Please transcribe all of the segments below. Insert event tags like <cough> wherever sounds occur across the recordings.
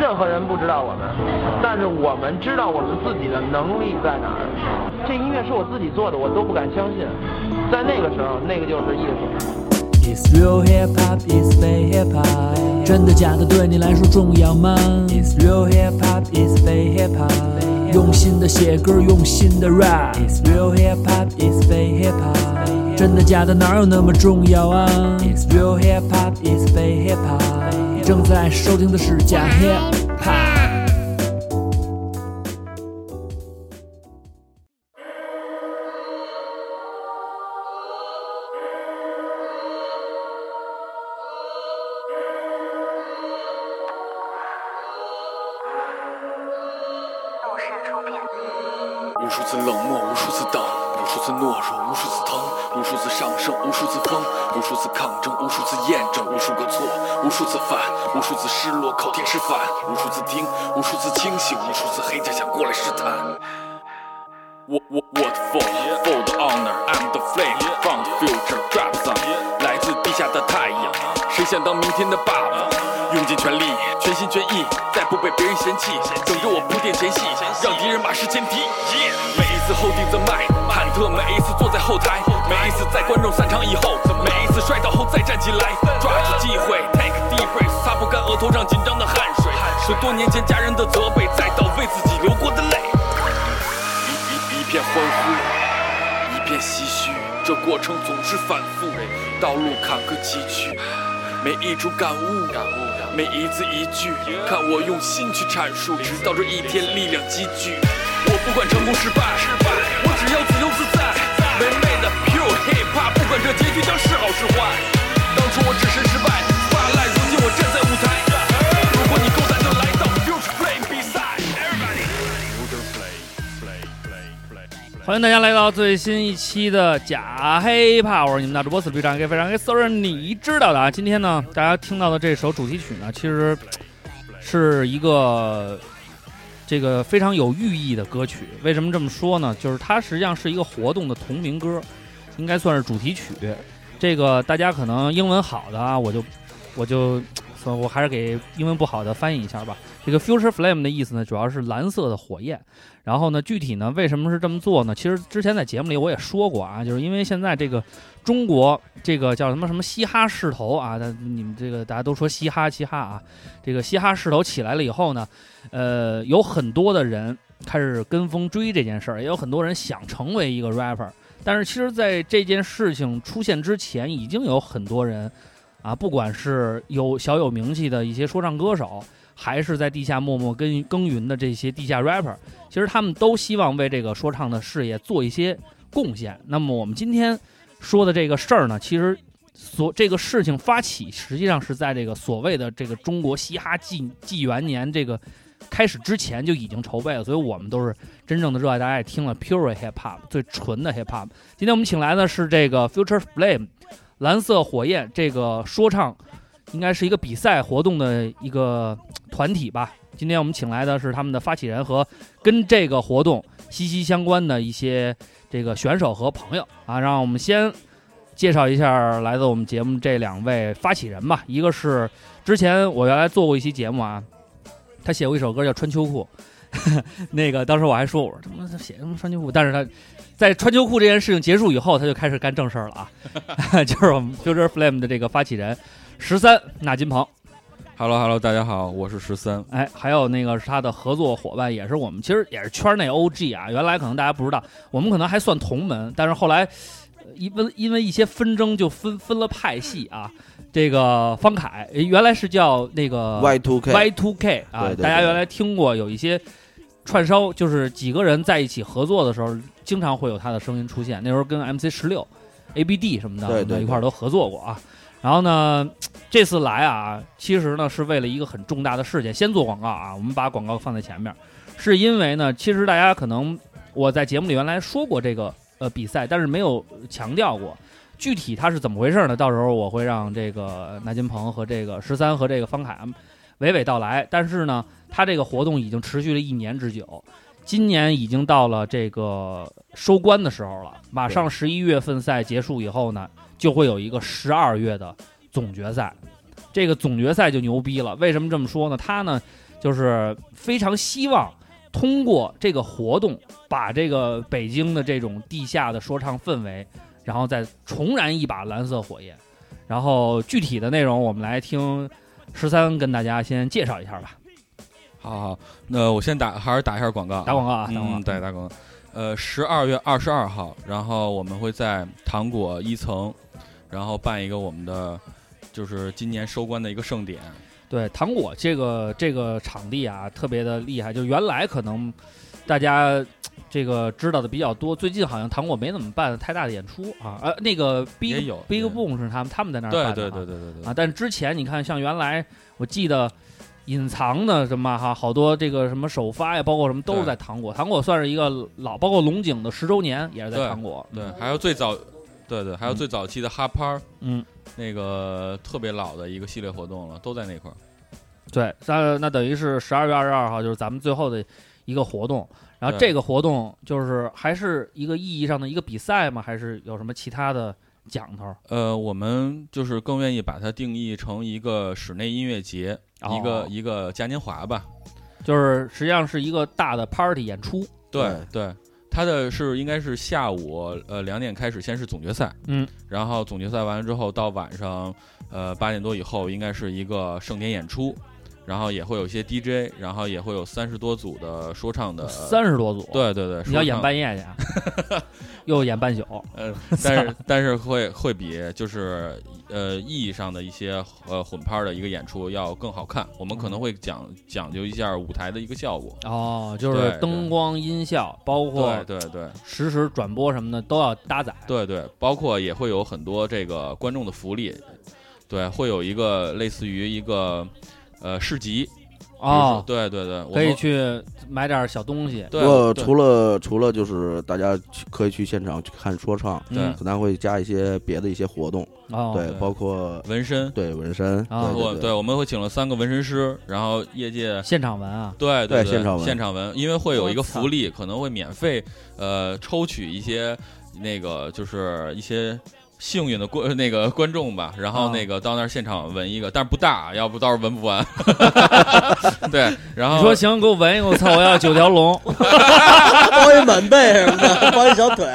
任何人不知道我们，但是我们知道我们自己的能力在哪儿。这音乐是我自己做的，我都不敢相信。在那个时候，那个就是艺术。 It's real hip hop, it's fake hip hop。真的假的对你来说重要吗？It's real hip hop, it's fake hip hop。用心的写歌，用心的 rap。It's real hip hop, it's fake hip hop。真的假的哪有那么重要啊？It's real hip hop, it's fake hip hop。正在收听的是假 hip hop。故事出品。无数次冷漠，无数次挡，无数次懦弱，无数次疼，无数次上升，无数次疯，无数次抗争，无数次验证，无数个错，无数次反，无数次失落，靠天吃饭，无数次听，无数次清醒，无数次黑着想过来试探。我我我的 f o l for the honor，I'm the flame from the future drop s o n 来自地下的太阳，谁想当明天的爸爸？用尽全力，全心全意，再不被别人嫌弃，等着我铺垫前戏，让敌人马失前蹄。Yeah 每一次 holding the mic，忐忑；每一次坐在后台，每一次在观众散场以后，每一次摔倒后再站起来，抓住机会，take a deep breath，擦不干额头上紧张的汗水，是多年前家人的责备，再到为自己流过的泪。一一一片欢呼，一片唏嘘。这过程总是反复，哎道路坎坷崎岖，每一种感悟，感悟，每一字一句，看我用心去阐述，直到这一天力量积聚。我不管成功失败，失败，我只要自由自在，唯美的 pure hip hop，不管这结局将是好是坏。当初我只是失败，spotlight，如今我站在舞台。如果你够胆，就来到 future play 比赛。Everybody。欢迎大家来到最新一期的假黑怕，我是你们的主播死逼张 K，非常 K，四是你知道的啊。今天呢，大家听到的这首主题曲呢，其实是一个这个非常有寓意的歌曲。为什么这么说呢？就是它实际上是一个活动的同名歌，应该算是主题曲。这个大家可能英文好的啊，我就我就算我还是给英文不好的翻译一下吧。这个 Future Flame 的意思呢，主要是蓝色的火焰。然后呢，具体呢为什么是这么做呢？其实之前在节目里我也说过啊，就是因为现在这个中国这个叫什么什么嘻哈势头啊，那你们这个大家都说嘻哈嘻哈啊，这个嘻哈势头起来了以后呢，呃，有很多的人开始跟风追这件事儿，也有很多人想成为一个 rapper。但是其实，在这件事情出现之前，已经有很多人啊，不管是有小有名气的一些说唱歌手，还是在地下默默耕耕耘的这些地下 rapper，其实他们都希望为这个说唱的事业做一些贡献。那么我们今天说的这个事儿呢，其实所这个事情发起，实际上是在这个所谓的这个中国嘻哈纪纪元年这个开始之前就已经筹备了，所以我们都是真正的热爱，大家也听了 pure hip hop 最纯的 hip hop。今天我们请来的是这个 Future Flame 蓝色火焰这个说唱，应该是一个比赛活动的一个呃团体吧。今天我们请来的是他们的发起人和跟这个活动息息相关的一些这个选手和朋友啊，让我们先介绍一下来自我们节目这两位发起人吧。一个是之前我原来做过一期节目啊，他写过一首歌叫《穿秋裤》， <laughs> 那个当时我还说我说他妈写什么穿秋裤，但是他在穿秋裤这件事情结束以后，他就开始干正事儿了啊， <laughs> 就是我们 Future Flame 的这个发起人十三纳金鹏。 Hello Hello，大家好，我是十三。哎，还有那个是他的合作伙伴，也是我们其实也是圈内 OG 啊。原来可能大家不知道，我们可能还算同门，但是后来呃因为因为一些纷争就分分了派系啊。这个方凯呃原来是叫那个 Y Two K， Y Two K 啊，对对大家对原来听过有一些串烧，就是几个人在一起合作的时候，经常会有他的声音出现。那时候跟 MC 十六、ABD 什么的，对我对们对一块儿都合作过啊。然后呢，这次来啊，其实呢是为了一个很重大的事件，先做广告啊，我们把广告放在前面，是因为呢，其实大家可能我在节目里原来说过这个呃比赛，但是没有强调过。具体它是怎么回事呢？到时候我会让这个呃那金鹏和这个十三和这个方凯娓娓道来。但是呢，它这个活动已经持续了一年之久，今年已经到了这个收官的时候了。马上十一月份赛结束以后呢，就会有一个十二月的总决赛。这个总决赛就牛逼了，为什么这么说呢？它呢，就是非常希望通过这个活动，把这个北京的这种地下的说唱氛围，然后再重燃一把蓝色火焰。然后具体的内容，我们来听十三跟大家先介绍一下吧。好好，那我先打，还是打一下广告啊，打广告啊打广告嗯，对，打广告。呃，十二月二十二号，然后我们会在糖果一层，然后办一个我们的，就是今年收官的一个盛典。对，糖果这个这个场地啊，特别的厉害。就原来可能大家这个知道的比较多，最近好像糖果没怎么办太大的演出啊。呃，那个 Big 也有 Big 对 Boom 是他们他们在那儿对办的对啊对对对对啊。但是之前你看，像原来我记得隐藏的什么哈，好多这个什么首发呀，包括什么都是对在糖果。糖果算是一个老，包括龙井的十周年也是在对糖果。对，还有最早，对对，还有最早期的哈趴儿，嗯，那个特别老的一个系列活动了，都在那块儿。对，那那等于是十二月二十二号，就是咱们最后的一个活动。然后对这个活动就是还是一个意义上的一个比赛吗？还是有什么其他的讲头？呃，我们就是更愿意把它定义成一个室内音乐节，哦一个一个嘉年华吧。就是实际上是一个大的 party 演 <laughs> 出。对对，它的是应该是下午呃两点开始，先是总决赛，嗯，然后总决赛完了之后到晚上呃八点多以后，应该是一个盛典演出，然后也会有一些 DJ，然后也会有三十多组的说唱的。三十多组，，对对对，你要说演唱半夜去啊，又演半宿。呃， <laughs> 但是但是会会比就是呃意义上的一些呃混拍儿的一个演出要更好看。我们可能会讲讲究一下舞台的一个效果。嗯哦，就对是对灯光、音效，包括对对对实时转播什么的都要搭载。对对，包括也会有很多这个观众的福利，对，会有一个类似于一个呃市集哦，比如说对对对，我可以们去买点小东西。对不过对除了除了就是大家去可以去现场去看说唱，嗯对咱会加一些别的一些活动，哦，对，对包括纹身，对纹身，啊对我对对，我们会请了三个纹身师，然后业界现场文啊。对对对，现场文现场文，因为会有一个我操福利，可能会免费呃抽取一些那个就是一些。幸运的观那个观众吧，然后啊那个到那儿现场纹一个，但是不大，要不到时候纹不完。 <laughs> 对，然后你说行，给我闻一个，我操，我要九条龙。 <laughs> 包一满背什么 <laughs> 的，包一小腿，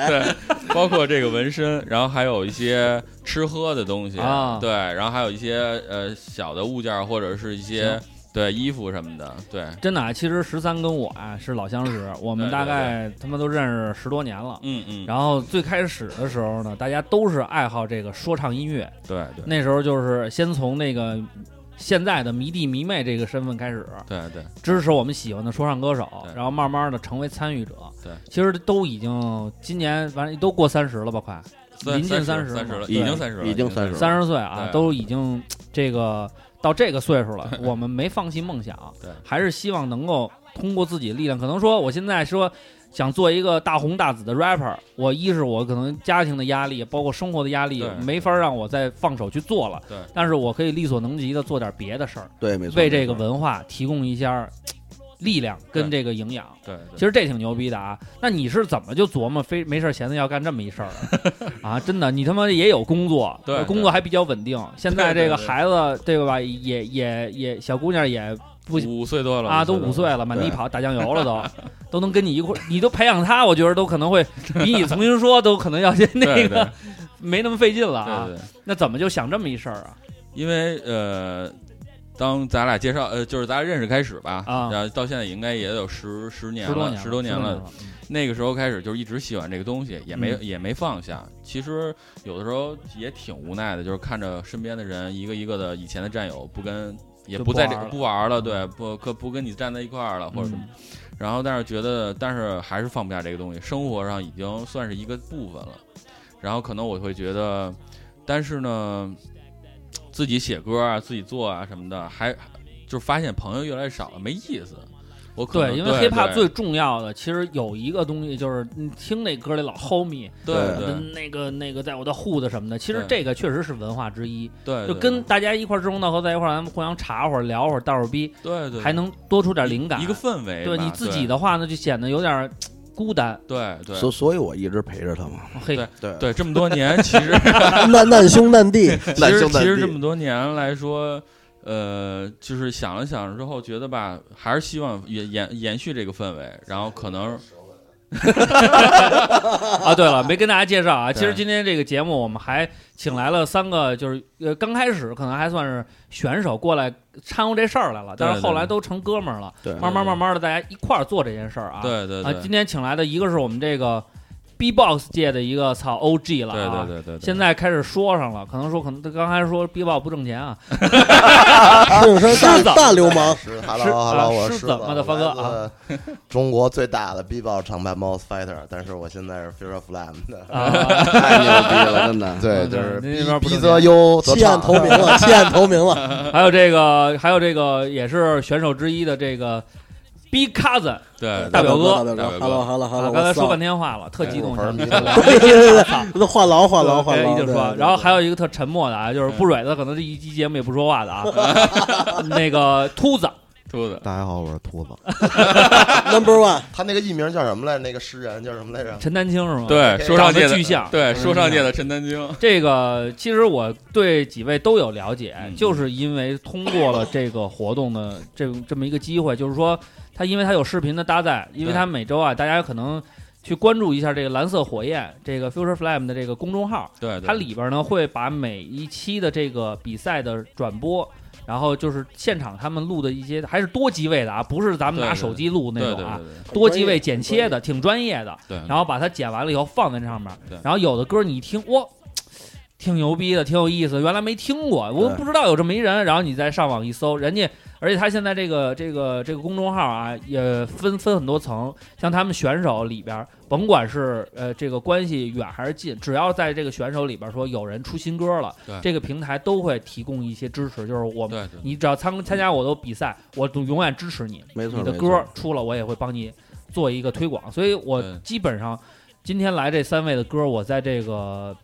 包括这个纹身，然后还有一些吃喝的东西啊对，然后还有一些呃小的物件儿或者是一些对衣服什么的，对， <laughs> 真的啊，其实十三跟我啊是老相识，我们对对大概他妈都认识十多年了。嗯嗯，然后最开始的时候呢，大家都是爱好这个说唱音乐，对对那时候就是先从那个现在的迷弟迷妹这个身份开始对对支持我们喜欢的说唱歌手，对然后慢慢的成为参与者。对，其实都已经今年反正都过三十了吧，快三，临近三30三十了了，对已经三十了，已经30了三十岁啊，对都已经这个到这个岁数了，我们没放弃梦想，对还是希望能够通过自己的力量，可能说我现在说。想做一个大红大紫的 rapper，我一是我可能家庭的压力，包括生活的压力对，没法让我再放手去做了。对但是我可以力所能及的做点别的事儿，对，没错，为这个没错文化提供一下力量跟这个营养。对对其实这挺牛逼的啊！那你是怎么就琢磨非没事儿闲的要干这么一事儿 <laughs> 啊？啊，真的，你他妈也有工作，对工作还比较稳定。现在对这对个对孩子对吧，也也也小姑娘也不五岁多了啊，都五岁，了，满地跑打酱油了都， <laughs> 都能跟你一块儿，你都培养她，我觉得都可能会比你重新说都可能要先对那对对个没那么费劲了啊对。对，那怎么就想这么一事儿啊？因为呃。当咱俩介绍，呃，就是咱俩认识开始吧，啊然后到现在应该也有十十年十多了，年，十多年了了，，那个时候开始就是一直喜欢这个东西，也没、嗯也没放下。其实有的时候也挺无奈的，就是看着身边的人一个一个的以前的战友不跟也就不不在玩这了不玩了，嗯对，不可不跟你站在一块儿了或者什么。嗯然后但是觉得，但是还是放不下这个东西，生活上已经算是一个部分了。然后可能我会觉得，但是呢，自己写歌啊，自己做啊什么的，还就是发现朋友越来越少了，没意思。我可能对，因为 hiphop 对最重要的其实有一个东西，就是你听那歌里老 homie，对对那个那个在我的 hood 什么的，其实对这个确实是文化之一，对，就对跟大家一块儿志同道合，在一块儿咱们互相茶会儿、聊会儿、倒会儿逼，对对还能多出点一灵感。一个氛围吧。对你自己的话呢，就显得有点儿孤单。对对所所以，我一直陪着他嘛。哦嘿，对对，对，这 <laughs> 么多年，其实 <laughs> 难难兄难弟，其难实兄其难实弟这么多年来说，呃，就是想了想之后，觉得吧，还是希望延延延续这个氛围，然后可能 <laughs> 啊，对了，没跟大家介绍啊，其实对今天这个节目我们还请来了三个，就是呃刚开始可能还算是选手过来掺和这事儿来了，但是对对后来都成哥们儿了，对慢慢慢慢的大家一块儿做这件事儿啊。对对啊对，，今天请来的一个是我们这个 B-box 界的一个操 OG 了啊，对对对对，对现在开始说上了，可能说可能他刚才说 B-box 不挣钱啊， <laughs> 是声狮子大大流氓，是是，Hello Hello，啊我是是怎么的发哥 <laughs> 啊？来自中国最大的 B-box 厂牌 Mouse Fighter，但是我现在是 Future Flam 的，啊， <laughs> 太牛逼了，真的。 <laughs> 对，嗯就对是那边不逼挣则优则弃暗投唱，明 <laughs> 了，弃暗投明 <laughs> 了。还有这个还有这个也是选手之一的这个 B cousin 对大对表哥大大表表哥哥，Hello Hello 啊， Hello，刚才说半天话了，特激哎动，对想我操 <laughs> 对对对，都话痨话痨话对痨，一定对说。对然后对还有一个特沉默的啊，就是不蕊的，可能这一期节目也不说话的啊。 <laughs> 那个秃子，出的大家好，我是秃子。 Number One，他那个艺名叫什么来着？那个诗人叫什么来着？陈丹青是吗？，对说唱界长得的巨像对说唱界的嗯陈丹青，这个其实我对几位都有了解，嗯就是因为通过了这个活动的这这么一个机会，就是说他因为他有视频的搭载，因为对他每周啊，大家可能去关注一下这个蓝色火焰这个 Future Flame 的这个公众号，对对，它里边呢会把每一期的这个比赛的转播，然后就是现场他们录的一些，还是多机位的啊，不是咱们拿对对手机录那对对种对啊，对多机位剪切的，挺专业的。对，然后把它剪完了以后放在这上面对，然后有的歌你一听，哇，挺牛逼的，挺有意思，原来没听过，我对不知道有这么一人，然后你再上网一搜，人家，而且他现在这个这个这个公众号啊，也分分很多层，像他们选手里边，甭管是呃这个关系远还是近，只要在这个选手里边说有人出新歌了对，这个平台都会提供一些支持，就是我们。对对你只要参参加我的比赛，我都永远支持你。没错，你的没歌错出了，我也会帮你做一个推广。所以我对基本上今天来这三位的歌，我在这个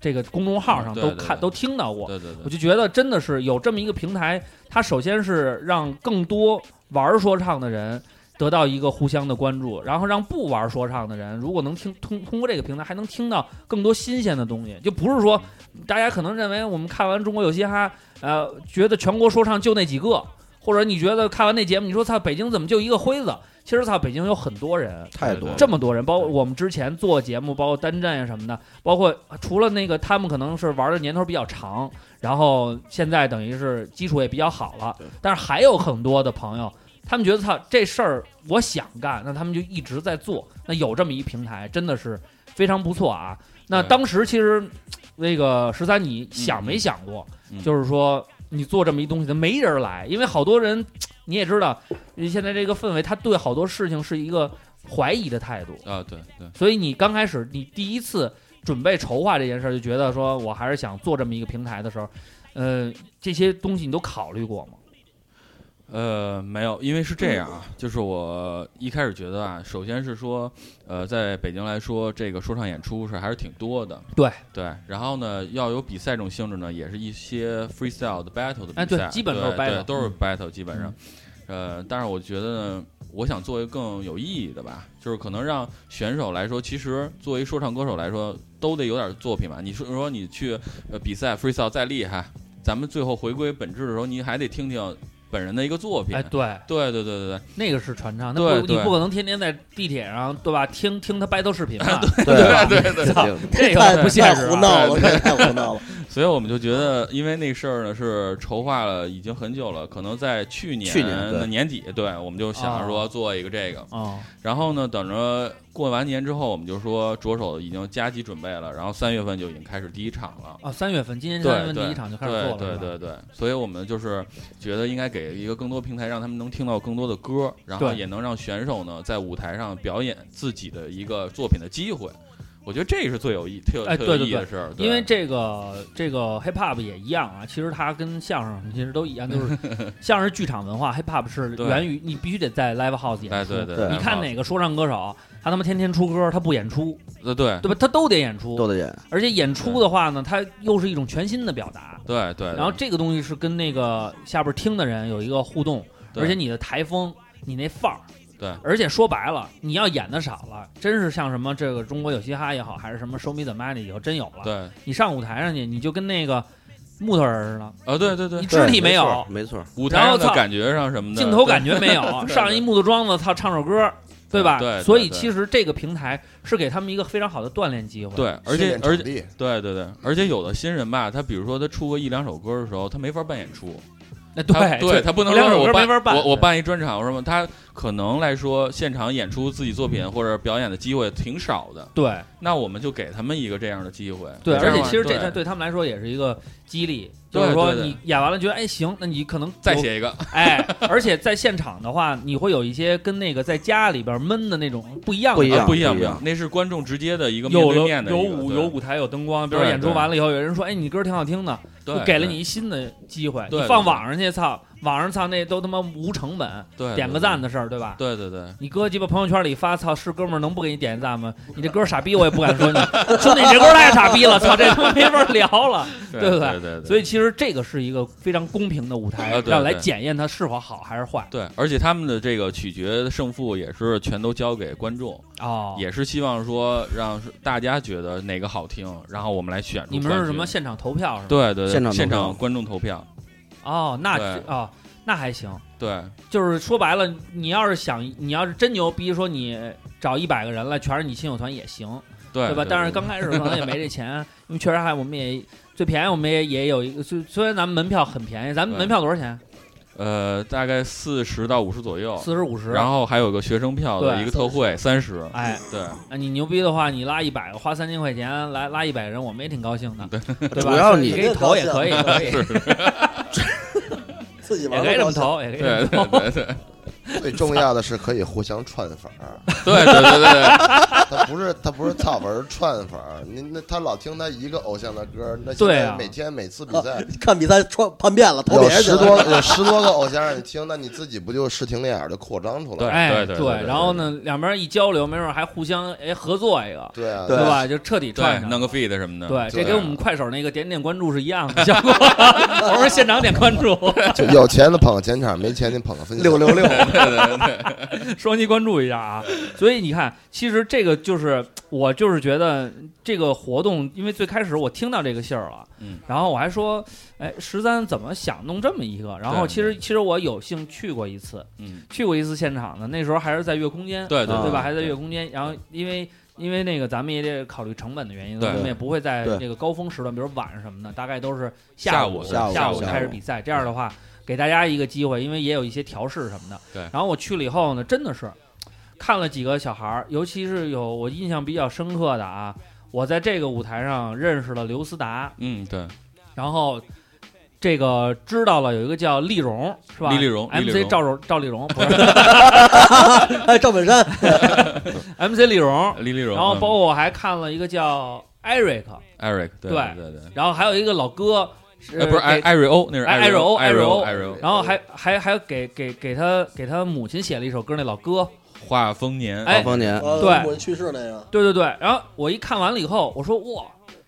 这个公众号上嗯对都对看对都听到过，对对对我，就觉得真的是有这么一个平台，它首先是让更多玩说唱的人。得到一个互相的关注，然后让不玩说唱的人，如果能听通通过这个平台，还能听到更多新鲜的东西，就不是说大家可能认为我们看完《中国有嘻哈》，呃，觉得全国说唱就那几个，或者你觉得看完那节目，你说操，北京怎么就一个辉子？其实操，北京有很多人，太多了。这么多人，包括我们之前做节目，包括单战呀什么的，包括除了那个他们可能是玩的年头比较长，然后现在等于是基础也比较好了，但是还有很多的朋友，他们觉得操这事儿我想干，那他们就一直在做。那有这么一平台，真的是非常不错啊。那对当时其实那个十三，你想没想过，嗯就是说你做这么一东西，它没人来，因为好多人你也知道，现在这个氛围，他对好多事情是一个怀疑的态度。啊对对。所以你刚开始，你第一次准备筹划这件事儿，就觉得说我还是想做这么一个平台的时候，呃，这些东西你都考虑过吗？呃，没有，因为是这样啊，就是我一开始觉得啊，首先是说，呃，在北京来说，这个说唱演出是还是挺多的，对对。然后呢，要有比赛这种性质呢，也是一些 freestyle 的 battle 的比赛，哎对基本都是对 battle 嗯对都是 battle 基本上。呃，但是我觉得呢，我想做一个更有意义的吧，就是可能让选手来说，其实作为说唱歌手来说，都得有点作品吧。你说说你去呃比赛 freestyle 再厉害，咱们最后回归本质的时候，你还得听听本人的一个作品。哎，对，对对对对对，那个是传唱，那啊对不对你不可能天天在地铁上对吧？听听他掰头视频 <laughs> 吧，啊对对对操对， <laughs> 这个太不现太实胡啊。闹了，这太胡闹了。 <laughs> 所以我们就觉得，因为那事儿呢是筹划了已经很久了，可能在去年去年对的年底，对我们就想着说做一个这个，哦，然后呢，等着过完年之后，我们就说着手已经加急准备了，然后三月份就已经开始第一场了。啊，三月份，今年三月对份对，第一场就开始做了，对是吧对对对，所以我们就是觉得应该给一个更多平台，让他们能听到更多的歌，然后对也能让选手呢在舞台上表演自己的一个作品的机会。我觉得这是最有意、特有、哎特对有对意义对的事儿，对因为这个这个 hip hop 也一样啊，其实它跟相声其实都一样，就是 <laughs> 相声是剧场文化，hip hop 是对源于你必须得在 live house 演哎出。对对，对你看哪个说唱歌手，他他妈天天出歌，他不演出，对对对吧？他都得演豆出，豆姐，而且演出的话呢，他又是一种全新的表达。对对，然后这个东西是跟那个下边听的人有一个互动，对而且你的台风，你那范儿，对而且说白了，你要演的少了，真是像什么这个中国有嘻哈也好，还是什么 Show Me the Money 以后真有了，对你上舞台上去，你就跟那个木头人似的，啊，对对对你，肢体没有，没错，舞台上然的后操感觉上什么的，镜头感觉没有，上一木头桩子，操，唱首歌，对吧？对对所以对其实这个平台是给他们一个非常好的锻炼机会。对，而且训练而场且地对对对，而且有的新人吧，他比如说他出过一两首歌的时候，他没法办 <laughs> 演出，哎，他对对他不能两说首我歌没法办我我办一专场什么，他可能来说现场演出自己作品或者表演的机会挺少的，对那我们就给他们一个这样的机会，对，这样而且吧其实这对对他们来说也是一个激励，对就是说对对你演完了觉得哎行，那你可能再有写一个， <laughs> 哎，而且在现场的话，你会有一些跟那个在家里边闷的那种不一样的不一啊样不一样不一样那是观众直接的一个面有对了面的有一个舞对有舞台有灯光，比如说对演出对完了以后，有人说：“哎，你歌挺好听的。”对就给了对你一新的机会。对你对放对网上去，操，网上操那都他妈无成本，对点个赞，的事儿，对吧？对对对对你搁鸡巴朋友圈里发，操，是哥们儿能不给你点赞吗？你这歌傻逼，我也不敢说你， <laughs> 说你这歌太傻逼了，操，这他妈没法聊了。对对不对对，对所以其实这个是一个非常公平的舞台，啊对让来对检验它是否好还是坏。对，而且他们的这个取决胜负也是全都交给观众，哦，也是希望说让大家觉得哪个好听，然后我们来选出你们冠是什军么现场投票是吧？对对对现场投现票场观众投票，哦，那对这哦，那还行。对就是说白了，你要是想，你要是真牛逼，说你找一百个人来，全是你亲友团也行，对吧？但是刚开始可能也没这钱， <laughs> 因为确实还我们也最便宜，我们也也有一个，虽虽然咱们门票很便宜，咱们对门票多少钱？呃，大概四十到五十左右，四十五十。然后还有个学生票的对一个特惠三十，哎，对那你牛逼的话，你拉一百个，花三千块钱来拉一百个人，我们也挺高兴的，对吧？主要你给你投也可以，可以 <laughs> 自己玩也儿可以这么都高兴投，也可以这对对么投。对对最重要的是可以互相串法儿， <laughs> 对对对对。他不是他不是操文串法儿，你那他老听他一个偶像的歌，那现对在啊每天每次比赛啊看比赛穿叛变了，投有别人去十了。多有十多个偶像让你听，那你自己不就视听练耳的扩张出来了？哎，对对对对对然后呢，两边一交流，没准还互相哎合作一个，对啊，对对吧？就彻底对串，上。弄个 feed 什么的，对，这对跟我们快手那个点点关注是一样的效果。 <laughs> 我说现场点关注， <laughs> 啊就 <laughs> 有钱的捧个前场，没钱你捧个分享。六六六， <laughs> 双击关注一下啊。所以你看，其实这个就是我就是觉得这个活动，因为最开始我听到这个信儿了，嗯，然后我还说，哎，十三怎么想弄这么一个？然后对其实其实我有幸去过一次，嗯，去过一次现场的，那时候还是在月空间，对对啊对吧？还在月空间，然后因为。因为那个咱们也得考虑成本的原因，对我们也不会在对这个高峰时段，比如晚上什么的，大概都是下午午下午下下午开始比赛。这样的话，给大家一个机会，因为也有一些调试什么的。对然后我去了以后呢，真的是看了几个小孩儿，尤其是有我印象比较深刻的啊，我在这个舞台上认识了刘思达，嗯对，然后这个知道了有一个叫丽蓉是吧？李丽蓉李丽 MC 蓉赵荣赵丽 <laughs> 蓉 <laughs> 不是 <laughs> 哎，赵本山 MC 丽蓉，李 <laughs> 丽蓉，然后包嗯括我还看了一个叫 Eric， Eric，对对对对，然后还有一个老哥，哎呃不是艾给艾瑞欧，那是哎瑞欧，艾艾瑞欧欧，艾艾瑞欧，然后还还还给给给他给他母亲写了一首歌，那老哥，画丰年，哎方年呃对我去世那个，对对对。然后我一看完了以后，我说哇，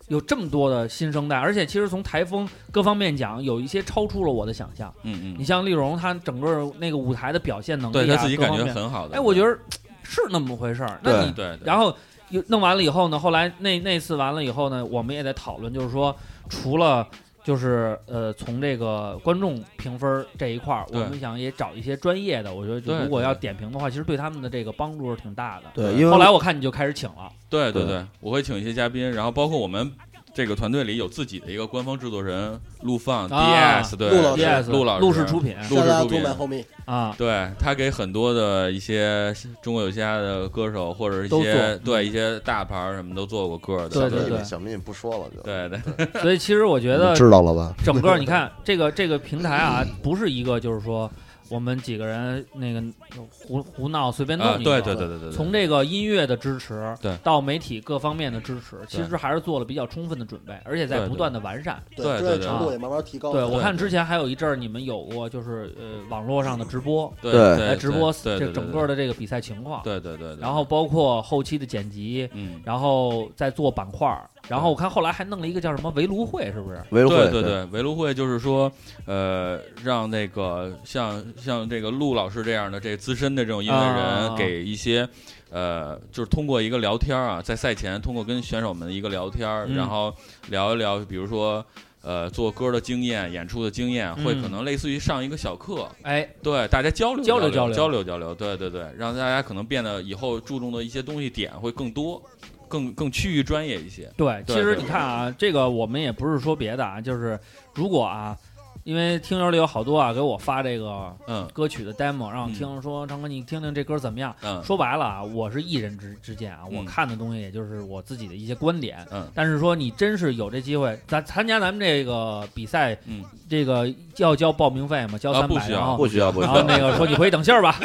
有这么多的新生代，而且其实从台风各方面讲，有一些超出了我的想象。嗯你嗯，像丽蓉，她整个那个舞台的表现能力、啊，对他自己各感方觉面，很好的，哎，我觉得嘖是那么回事儿。那对你对，对然后又弄完了以后呢，后来那那次完了以后呢，我们也在讨论，就是说除了。就是呃，从这个观众评分这一块儿，我对们想也找一些专业的。我觉得就对如果对要点评的话，其实对他们的这个帮助是挺大的。对，因为后来我看你就开始请了，对对对对，我会请一些嘉宾，然后包括我们这个团队里有自己的一个官方制作人陆放啊 DS，对，陆老师 yes，陆老陆师氏出品陆氏大出家品买后面啊，对他给很多的一些中国有嘻哈的歌手或者一都些做嗯对一些大牌儿什么都做过歌对的，对对小明不说了就，对对 <laughs> <laughs> 所以其实我觉得你知道了吧？整个你看 <laughs> 这个这个平台啊，不是一个就是说我们几个人那个胡胡闹随便弄啊一个，对对对对对，对从这个音乐的支持，对到媒体各方面的支持，其实还是做了比较充分的准备，而且在对对不断的完善。对对专对业对程度也慢慢提高。对我对看对之前还有一阵儿你们有过就是呃网络上的直播，对对对来直播对这整个，的这个比赛情况，对对对对对对，然后包括后期的剪辑，嗯，然后再做板块儿，然后我看后来还弄了一个叫什么围炉会，是不是？维护对对对，围炉会就是说，呃，让那个像像这个陆老师这样的这资深的这种音乐啊人，给一些呃，就是通过一个聊天儿啊，在赛前通过跟选手们的一个聊天儿，嗯然后聊一聊，比如说。呃做歌的经验、演出的经验，会嗯可能类似于上一个小课，哎，对大家交流交流交交交流交流，对对对，让大家可能变得以后注重的一些东西点会更多，更更趋于专业一些。对，其对实对你看啊，这个我们也不是说别的啊，就是如果啊，因为听友里有好多啊给我发这个嗯歌曲的 demo，让我听说张哥你听听这歌怎么样？嗯说白了啊，我是艺人之之见啊，嗯我看的东西也就是我自己的一些观点。嗯但是说你真是有这机会，咱参加咱们这个比赛，嗯，这个要交报名费吗？交啊三不百、需要然后不需要不需然后要，那个说你回去等信 <laughs> 儿吧，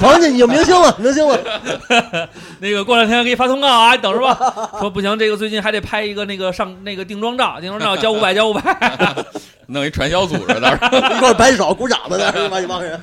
鹏姐，你就明星了，明星了，那个过两天给你发通告啊，你等着吧。 <laughs> 说不行，这个最近还得拍一个那个上那个定妆照，定妆照交五百，交五百。弄一传销组织到时候一块儿摆手鼓掌的那儿一帮一帮人，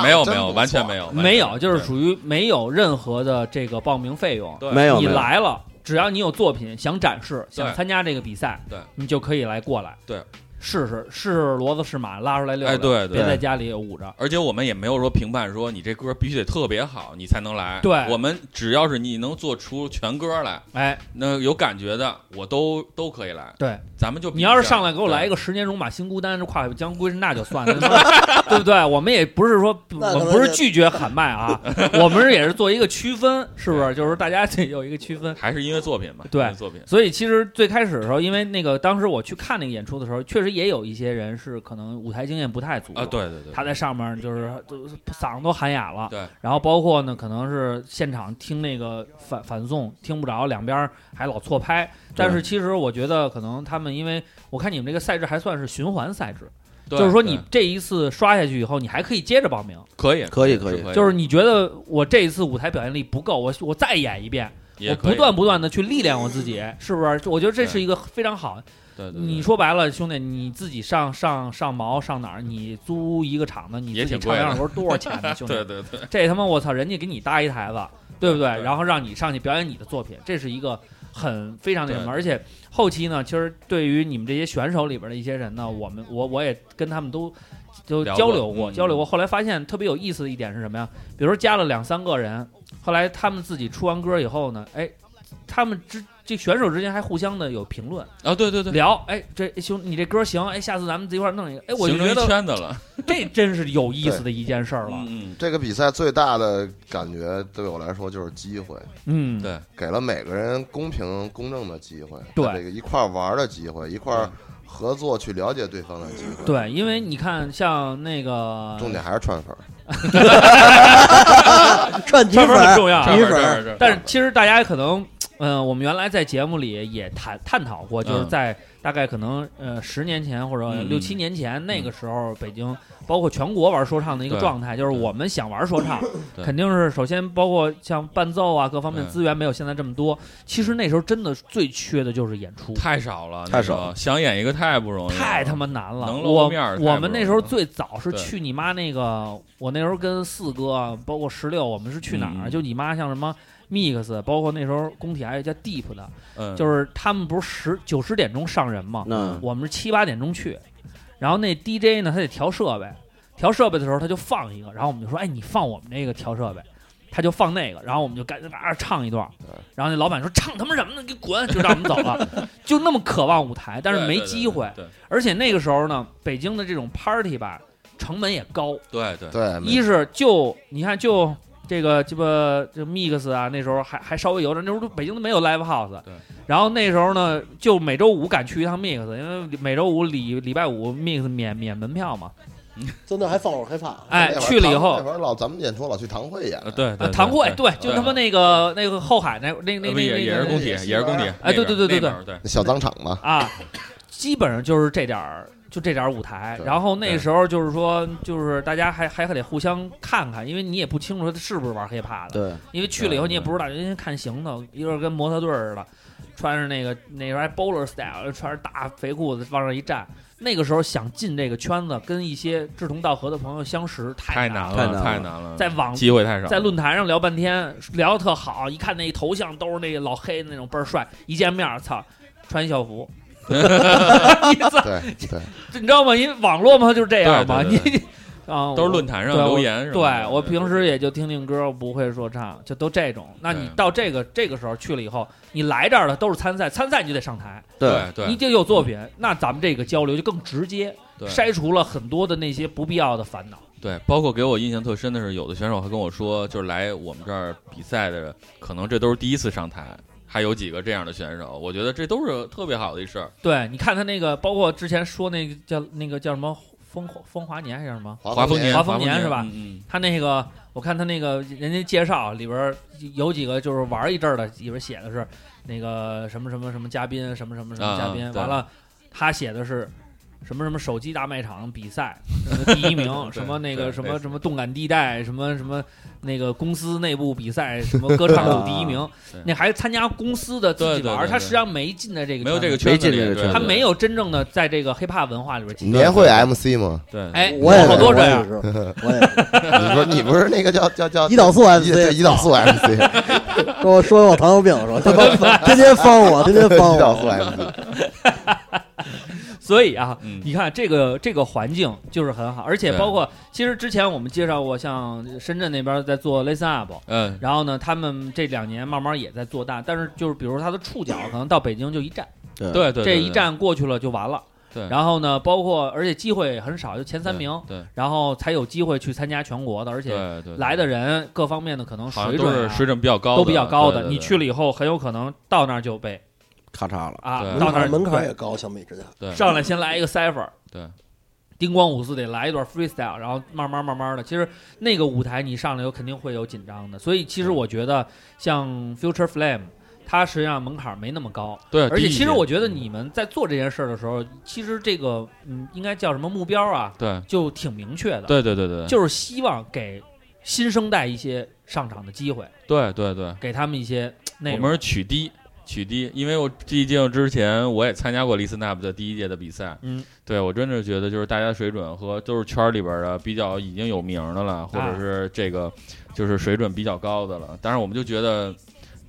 没有真没有不完全错没 <laughs> 有没有，就是对属于没有任何的这个报名费用。对没有你没有，来了，只要你有作品想展示，对想参加这个比赛，对你就可以来过来，对，试试试试骡子是马，拉出来遛遛， <laughs> 哎对别对在家里捂着。而且我们也没有说评判说你这歌必须得特别好你才能来。对我们只要是你能做出全歌来，哎，那有感觉的我都都可以来。对，咱们就你要是上来给我来一个，个十年戎马心孤单，这跨海将归那就 <laughs> 算了， <laughs> 对不对？我们也不是说 <laughs> 我那可们能不是就拒绝喊麦 <laughs> 啊，我们也是做一个区分，是不是？就是大家得有一个区分。还是因为作品嘛？对因为作品。所以其实最开始的时候，因为那个当时我去看那个演出的时候，确实也有一些人是可能舞台经验不太足啊，，对对对，他在上面就是都嗓子都喊哑了，对，然后包括呢，可能是现场听那个反反送听不着，两边儿还老错拍。但是其实我觉得可能他们因为我看你们这个赛制还算是循环赛制，对就是说对你这一次刷下去以后，你还可以接着报名。可以可以可以，就是你觉得我这一次舞台表现力不够，我我再演一遍，也我可以不嗯断不断的去历练我自己，是不是？我觉得这对是一个非常好。对对对你说白了，兄弟，你自己上上上毛上哪儿？你租一个场子，你也自己挺唱贵的两首歌多少钱呢？兄弟， <laughs> 对对对这他妈我操，人家给你搭一台子，对不对？对然后让你上去表演你的作品，这是一个很非常那什么，对而且后期呢，其实对于你们这些选手里边的一些人呢，我们我我也跟他们都都聊过交流过，嗯交流过。后来发现特别有意思的一点是什么呀？比如说加了两三个人，后来他们自己出完歌以后呢，哎，他们之。这选手之间还互相的有评论啊，对对对，聊，哎，这兄你这歌行，哎，下次咱们一块儿弄一个，哎，我就形成觉一得圈子了， <laughs> 这真是有意思的一件事儿了，嗯这个比赛最大的感觉对我来说就是机会，嗯，嗯，对给了每个人公平公正的机会，对在这个一块儿玩儿的机会，一块儿合作去了解对方的机会。，对，因为你看，像那个重点还是串粉儿。 <laughs> 串泥串粉粉很儿，重要泥粉这儿儿这儿但是其实大家可能，嗯、我们原来在节目里也谈探讨过，就是嗯在大概可能呃十年前或者嗯六七年前、那个时候，北京包括全国玩说唱的一个对状态，就是我们想玩说唱，对肯定是首先包括像伴奏啊各方面对资源没有现在这么多。其实那时候真的最缺的就是演出，太少了，太少了那个想演一个太不容易了，太他妈难了。能露我面儿太不我们那时候容易了最早是对去你妈那个，我那时候跟四哥，包括石榴，我们是去哪儿？啊嗯就你妈像什么 Mix，包括那时候工体还有一家 Deep 的，嗯，就是是他们不是十九十点钟上人嘛，那我们是七八点钟去，然后那 DJ 呢，他得调设备，调设备的时候他就放一个，然后我们就说，哎，你放我们那个调设备。他就放那个，然后我们就赶紧在那儿唱一段，然后那老板说唱他妈什么呢？给滚！就让我们走了， <laughs> 就那么渴望舞台，但是没机会。对而且那个时候呢，北京的这种 party 吧，成本也高。对对，对对，一是就你看就这个鸡巴这 mix 啊，那时候还还稍微有点，那时候北京都没有 live house 对。然后那时候呢，就每周五赶去一趟 mix，因为每周五礼礼拜五 mix 免免门票嘛。就那还放会儿害怕。哎，那会儿去了以堂后那，会儿老咱们演出老去堂会演呃，对呃对，堂会对，就他妈那个那个后海那那那那呃不也也那是那工体，那也个是工体，哎对对对对对那边儿对，那小脏场嘛。啊，基本上就是这点儿，就这点儿舞台。对然后那时候就是说，就是大家还还还得互相看看，因为你也不清楚他是不是玩 hiphop 的，对因为去了以后对你也不知道，人家看行头，一会儿跟模特队儿似的，穿着那个那时候还 bowler style，穿着大肥裤子往上一站。那个时候想进这个圈子，跟一些志同道合的朋友相识太太难难了，太太难了难了，在网机会太少，在论坛上聊半天，聊得特好，一看那头像都是那个老黑那种倍儿帅，一见面儿操，穿一校服，你操 <laughs> 对对，这你知道吗？因为网络嘛就是这样嘛，对对对你你啊，都是论坛上对留我言什么的对哎我平时也就听听歌，不会说唱，就都这种。那你对到这个这个时候去了以后，你来这儿了都是参赛，参赛你就得上台，对你得对有作品，那咱们这个交流就更直接，对筛除了很多的那些不必要的烦恼。对，包括给我印象特深的是，有的选手还跟我说，就是来我们这儿比赛的人，可能这都是第一次上台，还有几个这样的选手，我觉得这都是特别好的一事儿。对，你看他那个，包括之前说那个叫那个叫什么风华风华年还是什么，华华丰丰年华丰丰年是吧嗯，他那个，我看他那个人家介绍里边儿有几个就是玩一阵儿的，里边写的是那个什么什么什么嘉宾，什么什么什么嘉宾，啊对完了他写的是什么什么手机大卖场比赛呃第一名，什么那个 <laughs> 对什类么似什么动感地带，什么什么那个公司内部比赛，什么歌唱组第一名啊对，那还参加公司的自己对对玩对儿，对他实际上没进在这嗯个没有这圈子个圈子没进里，这个对圈子他没有真正的在这个 hiphop 文化里边进。年会 MC 嘛，对，哎，我也好多啊这我也样，是，我也是 <laughs> 你说你不是那个叫叫叫胰岛素一对 MC，胰岛素 MC，跟我 <laughs> 说我糖尿病， <laughs> 说他妈天天方我，天天 <laughs> 方胰岛素我， MC， <laughs> 所以啊，嗯你看这个这个环境就是很好，而且包括其实之前我们介绍过，像深圳那边在做 Listen Up，嗯，然后呢，他们这两年慢慢也在做大，但是就是比如它的触角可能到北京就一站，对对，这对一，站过去了就完了。对然后呢，包括而且机会也很少，就前对三名，嗯对然后才有机会去参加全国的，而且对对对，来的人各方面的可能好像水都准是啊水准比较高，都比较高对的，对你对去了以后很有可能到那儿就被咔嚓了，啊对到门那儿槛门槛对也高，相比之下，对上来先来一个 cipher，对，叮咣五四得来一段 freestyle，然后慢慢慢慢的，其实那个舞台你上来有肯定会有紧张的，所以其实我觉得像 Future Flame，它实际上门槛没那么高，对，而且低一其实些我觉得你们在做这件事儿的时候，其实这个嗯应该叫什么目标啊，对就挺明确的，，对对对对，就是希望给新生代一些上场的机会，对对对，给他们一些那我们是取低取低，因为我毕竟之前我也参加过 Listen Up 的第一届的比赛，嗯，对我真的觉得就是大家的水准和都是圈儿里边儿的比较已经有名儿的了，或者是这个就是水准比较高的了，但是我们就觉得。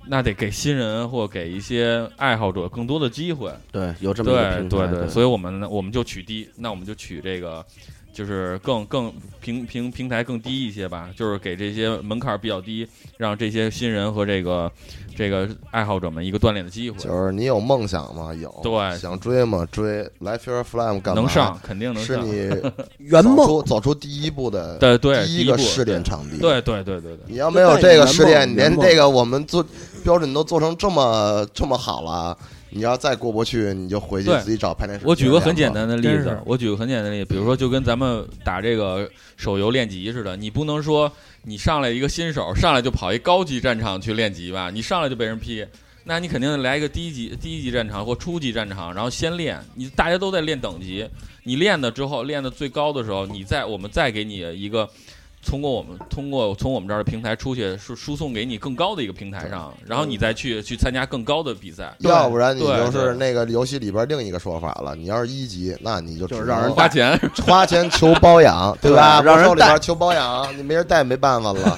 那得给新人或给一些爱好者更多的机会，对，有这么一个对平对台，对，所以我们我们就取低，那我们就取这个，就是更更平平平台更低一些吧，就是给这些门槛比较低，让这些新人和这个这个爱好者们一个锻炼的机会。就是你有梦想吗？有，对想追吗？追，来 Fear Flame 干嘛？能上，肯定能是上。你圆走梦出走出第一步的对对，呃第一步个试点场地，对对对对对你要没有这个实就带践，你你的圆连梦这个我们做标准都做成这么这么好了，你要再过不去，你就回去对自己找排练室。我举个很简，单的例真子是，我举个很简单的例子，比如说就跟咱们打这个手游练级似的，你不能说你上来一个新手，上来就跑一高级战场去练级吧，你上来就被人批。那你肯定得来一个低级低级战场或初级战场，然后先练。你大家都在练等级，你练的之后，练的最高的时候，你再我们再给你一个通过我们通过从我们这儿的平台出去，输输送给你更高的一个平台上，然后你再去去参加更高的比赛。要不然你对就对是那个游戏里边另一个说法了。你要是一级，那你就就是只让人能花钱花钱求包养，对吧？对让人魔兽里边带求包养，你没人带没办法了。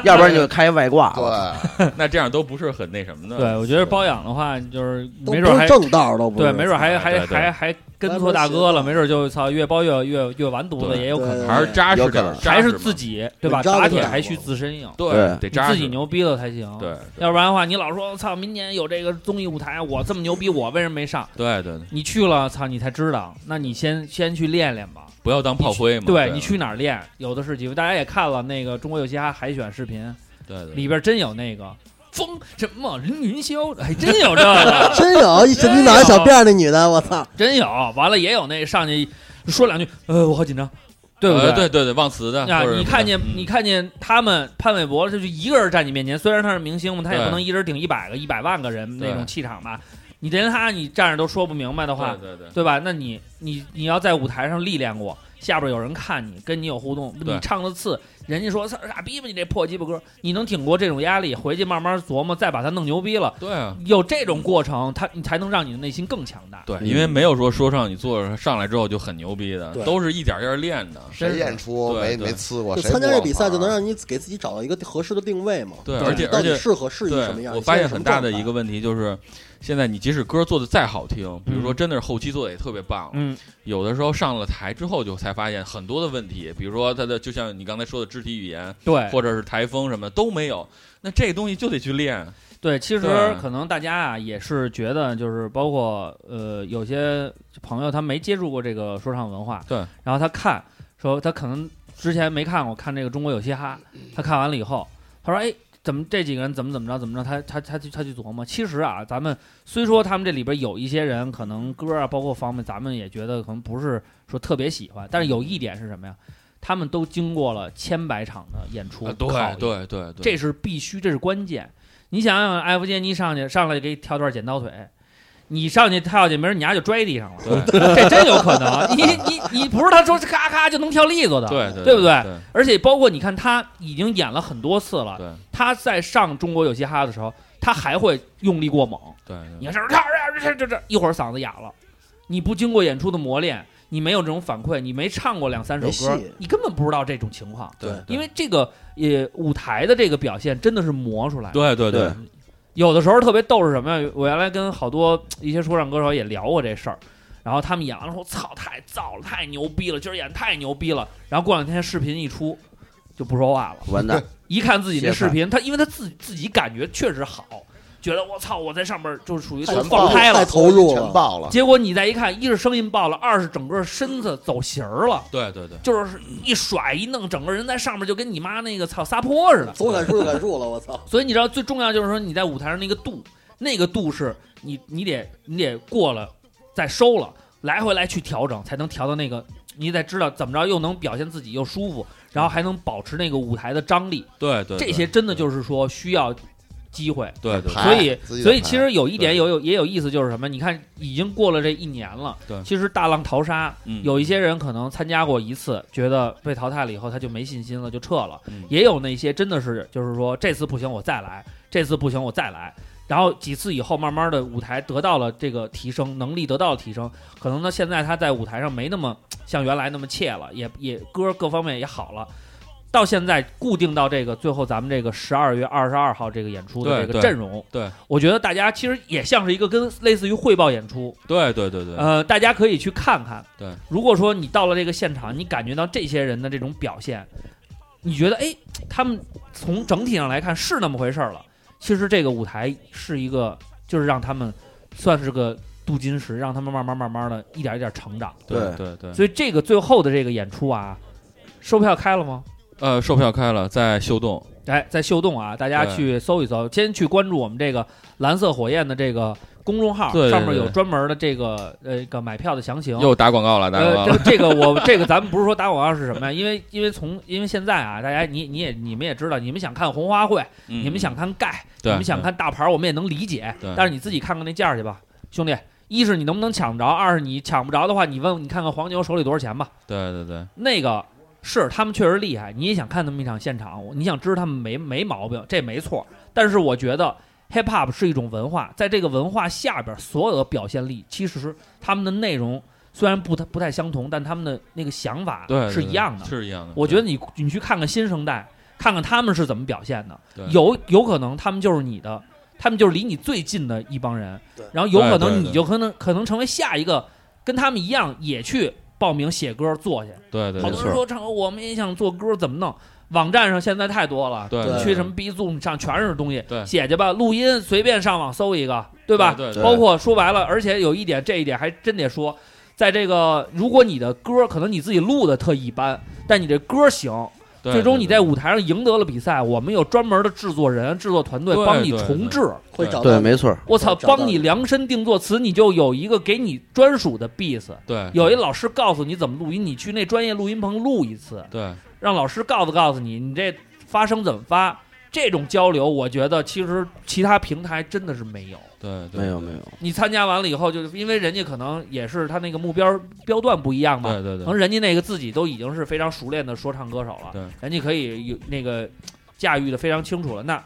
<laughs> 要不然你 <laughs> 就开外挂了，对， <laughs> 那这样都不是很那什么的。对，我 <laughs> 觉得包养的话，就是都没准不儿是还正道，都不是对，没准儿还还对对还还跟错大哥了，没准儿就操越包越越越完犊子，对也有可能，对还是扎实有可点能儿，扎还是实自嘛己对吧？稳扎稳打铁打还需自身硬，对得你扎实自己牛逼了才行。对要不然的话，你老说操，明年有这个综艺舞台，我这么牛逼，我为什么没上？对对对，你去了，操，你才知道。那你先先去练练吧。不要当炮灰嘛。对对你去哪儿练？有的是机会。大家也看了那个《中国有嘻哈》海选视频，对对里边真有那个风什么凌云霄，还真有这个。真有一神经脑袋小辫儿那女的，我操，真有，完了也有那上去说两句，呃，我好紧张，对不呃对对对对，忘词的。啊或，者你什么看的见嗯你看见他们潘玮柏，他就一个人站你面前，虽然他是明星嘛，他也对不能一人顶一百个、一百万个人对那种气场吧。你连他你站着都说不明白的话，对对对对吧？那你你你要在舞台上历练过，下边有人看你，跟你有互动，对你唱的次，人家说操傻逼吧，你这破鸡巴歌，你能挺过这种压力，回去慢慢琢磨，再把它弄牛逼了，对啊。有这种过程，他你才能让你的内心更强大。对，因为没有说说唱你做上来之后就很牛逼的，对呃都是一点儿一点儿练的。谁演出对没对没呲过？就谁参加这过比赛门就能让你给自己找到一个合适的定位嘛。对就是而且你到底而且适合适应什么对，样？我你发现现在什很么大的状一态个问题就是，现在你即使歌做的再好听，比如说真的是后期做的也特别棒，嗯，有的时候上了台之后就才才发现很多的问题，比如说他的就像你刚才说的肢体语言，对或者是台风什么的都没有，那这个东西就得去练。对，其实对可能大家啊也是觉得，就是包括呃有些朋友他没接触过这个说唱文化，对，然后他看说他可能之前没看过，看这个《中国有嘻哈》，他看完了以后，他说哎。怎么这几个人怎么怎么着怎么着？他他他去他去琢磨。其实啊，咱们虽说他们这里边有一些人可能歌啊，包括方面，咱们也觉得可能不是说特别喜欢，但是有一点是什么呀？他们都经过了千百场的演出啊考验，对对对对，这是必须，这是关键。你想想，艾弗杰尼上去上来给你跳段剪刀腿，你上去跳去，没人你丫就拽地上了，对这真有可能。你你你不是他说咔咔就能跳利索的，对对对不对对而且包括你看他已经演了很多次了，对他在上中国有嘻哈的时候，他还会用力过猛。对对你看这儿跳这这这这一会儿嗓子哑了，你不经过演出的磨练，你没有这种反馈，你没唱过两三首没戏歌，你根本不知道这种情况。对，因为这个也舞台的这个表现真的是磨出来的。对对对对有的时候特别逗是什么呀？我原来跟好多一些说唱歌手也聊过这事儿，然后他们演完了说：“操，太燥了，太牛逼了，今儿演太牛逼了。”然后过两天视频一出，就不说话了。完蛋， <laughs> 一看自己的歇菜视频，他因为他自己自己感觉确实好，觉得我操，我在上面就是属于全都爆放开太了。投入全了，爆了，结果你再一看，一是声音爆了，二是整个身子走形儿了。对对对，就是一甩一弄，整个人在上面就跟你妈那个操撒泼似的。总敢说就敢说了，我操！所以你知道最重要就是说你在舞台上那个度，那个度是你你得你得过了再收了，来回来去调整才能调到那个，你得知道怎么着又能表现自己又舒服，然后还能保持那个舞台的张力。对对对这些真的就是说需要机会。对对排所以，自己所以排其实有一点对有有也有意思，就是什么？你看，已经过了这一年了。对其实大浪淘沙，嗯有一些人可能参加过一次，觉得被淘汰了以后他就没信心了，就撤了。嗯也有那些真的是就是说这次不行我再来，这次不行我再来。然后几次以后，慢慢的舞台得到了这个提升，能力得到了提升，可能呢现在他在舞台上没那么像原来那么怯了，也 <laughs> 也歌各方面也好了。到现在固定到这个最后咱们这个十二月二十二号这个演出的对这个对阵容，对我觉得大家其实也像是一个跟类似于汇报演出，对对对对，呃，大家可以去看看。对，嗯如果说你到了这个现场，你感觉到这些人的这种表现，你觉得哎，他们从整体上来看是那么回事儿了。其实这个舞台是一个，就是让他们算是个镀金石，让他们慢慢慢慢的一点一点成长。对对对，所以这个最后的这个演出啊，售票开了吗？呃，售票开了，在秀动，哎，在秀动啊，大家对去搜一搜，先去关注我们这个蓝色火焰的这个公众号，对对上面对有专门的这个呃一个买票的详情。又打广告了，打广告呃，了，这这个我这个咱们不是说打广告是什么呀？因为因为从因为现在啊，大家你你也你们也知道，你们想看红花会，你你们想看盖，你嗯对们想看大牌，我们也能理解对。但是你自己看看那价儿去吧，兄弟。一是你能不能抢着，二是你抢不着的话，你问你看看黄牛手里多少钱吧。对对对那个是他们确实厉害，你也想看他们一场现场，你想知道他们没没毛病，这没错。但是我觉得 hip hop 是一种文化，在这个文化下边，所有的表现力其实他们的内容虽然不太不太相同，但他们的那个想法对啊是一样的。是一样的。我觉得对你你去看看新生代，看看他们是怎么表现的，对有有可能他们就是你的，他们就是离你最近的一帮人对，然后有可对能对你对就可能可能成为下一个跟他们一样也去报名写歌做去。对对好对多人说唱我们也想做歌，怎么弄？网站上现在太多了，对对对去什么 B Zoom 上全是东西，对写去吧，录音随便上网搜一个，对吧？对包括说白了，而且有一点，这一点还真得说，在这个如果你的歌可能你自己录的特一般，但你这歌行，对最终你对在舞台上赢得了比赛，我们有专门的制作人、制作团队对帮你对重对制。会找对，到没错儿，我操，找到帮你你量身定做词，你就有一个给你专属的 beats。对有一老师告诉你怎么录音，你去那专业录音棚录一次，对让老师告诉告诉你，你这发声怎么发。这种交流，我觉得其实其他平台真的是没有。对对没有没有，你参加完了以后，就是因为人家可能也是他那个目标标段不一样嘛，对对可对能人家那个自己都已经是非常熟练的说唱歌手了，对，人家可以有那个驾驭的非常清楚了。那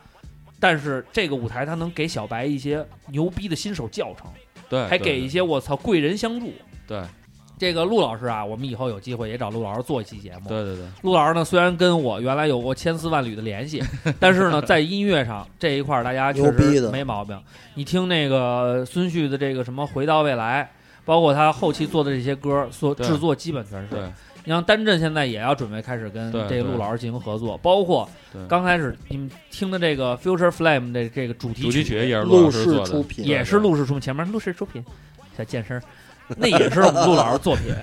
但是这个舞台，它能给小白一些牛逼的新手教程，对，还给一嗯些我操贵人相助。对这个陆老师啊，我们以后有机会也找陆老师做一期节目。<laughs> 对对对陆老师呢，虽然跟我原来有过千丝万缕的联 <laughs> 系，但是呢，在音乐上这一块儿，大家确牛逼实的没毛病。你听那个孙旭的这个什么《回到未来》，包括他后期做的这些歌，所对制作基本全是对。你像丹震现在也要准备开始跟对这个陆对老师进行合作，包括对刚开始你们听的这个 Future Flame 的这个主题主题曲也是陆陆老师氏做出的，品也是陆氏出品，前面陆氏出品，小健身儿，那也是我们陆老师作 <laughs> 品。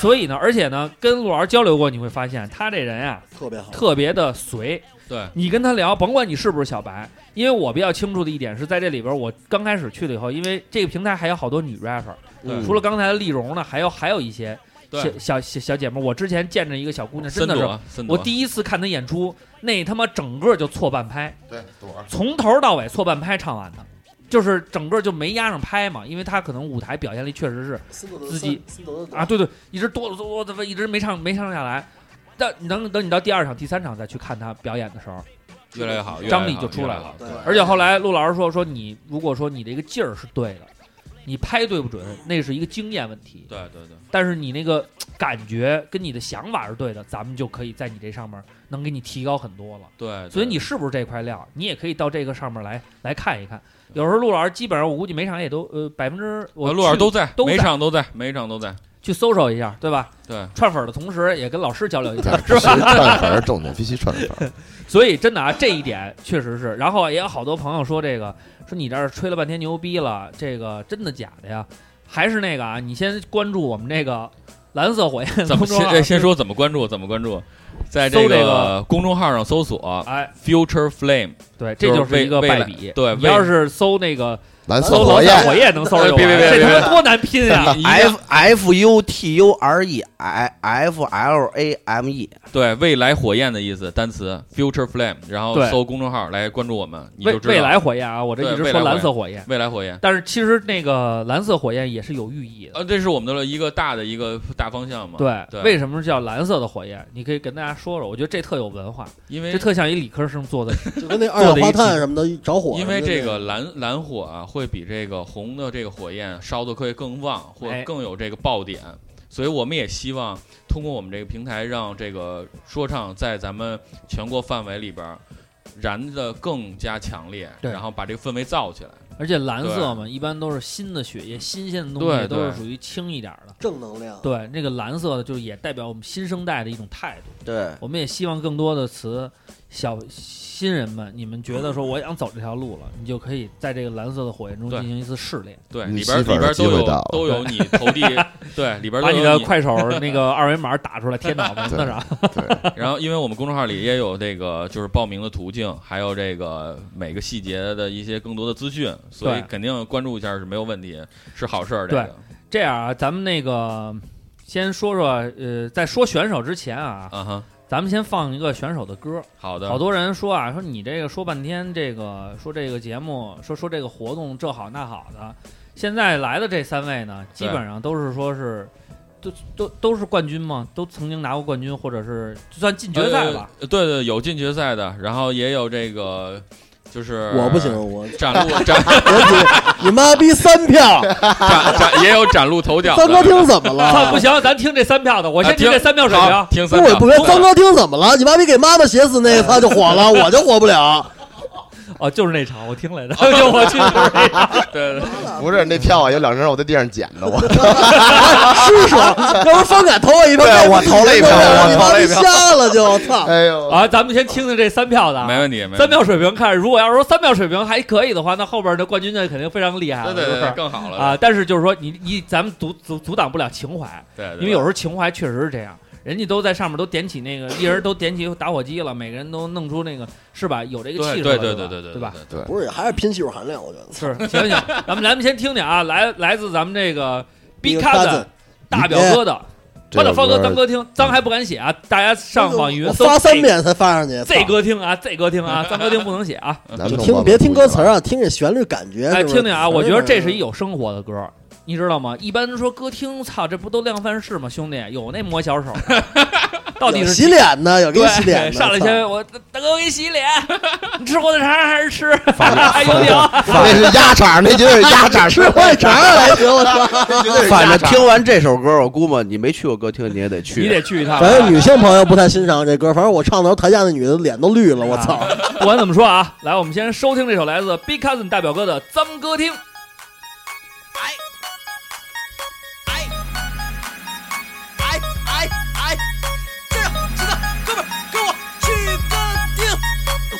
所以呢，而且呢，跟陆老师交流过，你会发现他这人啊特别好，特别的随。对，你跟他聊，甭管你是不是小白，因为我比较清楚的一点是在这里边，我刚开始去了以后，因为这个平台还有好多女 rapper，、对除了刚才的丽蓉呢，还有还有一些对小小小小姐妹儿。我之前见着一个小姑娘，真森的是朵，森我朵，第一次看她演出，那他妈整个就错半拍。对，朵儿从头到尾错半拍唱完的，就是整个就没压上拍嘛，因为他可能舞台表现力确实是自己啊，对对，一直哆哆哆哆，一直没唱没唱下来。但能等你到第二场、第三场再去看他表演的时候，越来越好，越张来越力就好出越来来越了好对而且后来陆老师说说你如果说你这个劲儿是对的，你拍对不准那是一个经验问题，对对对，但是你那个感觉跟你的想法是对的，咱们就可以在你这上面能给你提高很多了。对，所以你对是不是这块料，你也可以到这个上面来 <laughs> 来看一看。有时候陆老师基本上我估计每场也都呃百分之我呃陆老师去都在，都每在场都在，每场都在，去搜搜一下，对吧？对，串粉儿的同时也跟老师交流一下， <laughs> 是吧？串粉儿正经，必须串粉儿。所以真的啊，这一点确实是。然后也有好多朋友说这个，说你这儿吹了半天牛逼了，这个真的假的呀？还是那个啊，你先关注我们这个蓝色火焰啊怎 <laughs> 公么众号先先说怎么关注？怎么关注？在这搜这个个公众号上搜索哎， “Future Flame”，对，这就是是一为个未败来笔。对你为要是搜那个蓝搜色蓝焰色，火焰能搜呃着别别我别这他别妈多难拼 <laughs> 呀！你一定 F F U T U R E I F L A M E，对未来火焰的意思，单词 “Future Flame”，然后对搜公众号来关注我们，你未就知道未来火焰啊，我这对一直未说来火焰蓝色火焰，未来火焰。但是其实那个蓝色火焰也是有寓意的。呃，这是我们的一个大的一个大方向嘛？对，对为什么叫蓝色的火焰？你可以跟大家说说，我觉得这特有文化，因为这特像一理科生做 <laughs> 的。就跟那二氧化碳什么的着火什么的那，因为这个蓝蓝火啊，会比这个红的这个火焰烧的会更旺，或哎更有这个爆点，所以我们也希望通过我们这个平台，让这个说唱在咱们全国范围里边儿燃的更加强烈，对然后把这个氛围造起来。而且蓝色嘛，一般都是新的血液、新鲜的东西，对对都是属于轻一点的。正能量，对，那个蓝色的就也代表我们新生代的一种态度。对，我们也希望更多的词，小新人们，你们觉得说我想走这条路了，你就可以在这个蓝色的火焰中对进行一次试炼，对，你里边儿吸粉里儿边儿机都会有到了都有你投 <laughs> 递，对，里边儿把都你有的快手 <laughs> 那个二维码打出来贴脑门子上。 <laughs> 对，然后，因为我们公众号里也有这个就是报名的途径，还有这个每个细节的一些更多的资讯，所以对肯定关注一下是没有问题，是好事儿。这对个这样啊，咱们那个先说说，呃，在说选手之前啊，啊哈，咱们先放一个选手的歌。好的，好多人说啊，说你这个说半天，这个说这个节目，说说这个活动这好那好的。现在来的这三位呢，基对本上都是说是，都都都是冠军嘛，都曾经拿过冠军，或者是就算进决赛吧。呃对对，有进决赛的，然后也有这个就是我不行，，我崭露崭 <laughs> 我你你妈逼三票，崭崭呃也有崭露头角的。三高厅怎么操、了？ <laughs> 不行，咱听这三票的，我先啊听这三票水平好。听不三是票，我不跟对三高厅怎么了？你妈逼给妈妈写死 <laughs> 那个，他就火了，我就火不了。 <laughs> 哦，就是那场我听来的，哦就 <laughs> 我去就是那场。对对不是那票啊，有两张我在地上捡的，我是说，要不方敢投啊我一 <laughs> 票，对啊该我投了一票 <laughs> 你我妈投了逼一票。瞎了就操 <laughs> 哎呦，啊，咱们先听听这三票的啊，没问题，没问题三票水平看，如果要是说三票水平还可以的话，那后边的冠军队肯定非常厉害了，对对就是对，更好了啊，，但是就是说你你咱们阻阻阻挡不了情怀，对，对因为有时候情怀确实是这样，人家都在上面都点起那个，一人都点起打火机了，每个人都弄出那个是吧？有这个气势对了，对对对吧对对吧？？对，不是，啊还是拼技术含量，我觉得。是，行行，咱们咱们先听听啊，来来自咱们这个 B 个 Cut 子的大表哎哥的，我的方哥当歌听，脏还不敢写啊，大家上网易云我搜发三遍才发上去。这操歌听啊，这歌听 <laughs> 啊，脏歌听不能写啊。咱们就弄听完别了听不歌行词儿啊，听这旋律感觉。哎，是不是听听啊，词儿我觉得这是是一有生活的歌，你知道吗？一般说歌厅，操，这不都量贩式吗？兄弟，有那磨 <laughs> 小手的，到底有是洗脸的，有给对你洗脸的。 <laughs> 上来操先我大哥我给你洗脸，你吃火腿肠还是吃 <laughs> 油条？那是鸭 <laughs> 肠，那绝对是鸭肠，吃坏肠还行，我操，反正听完这首歌，我估摸你没去过歌厅，你也得去。你得去一趟。啊反正女性朋友不太欣赏这歌，反正我唱的时候，台下那女的脸都绿了， <laughs> 我操！哎不管怎么说啊，来，我们先收听这首来自 Big Cousin 大表哥的《脏歌厅》。哎哎哎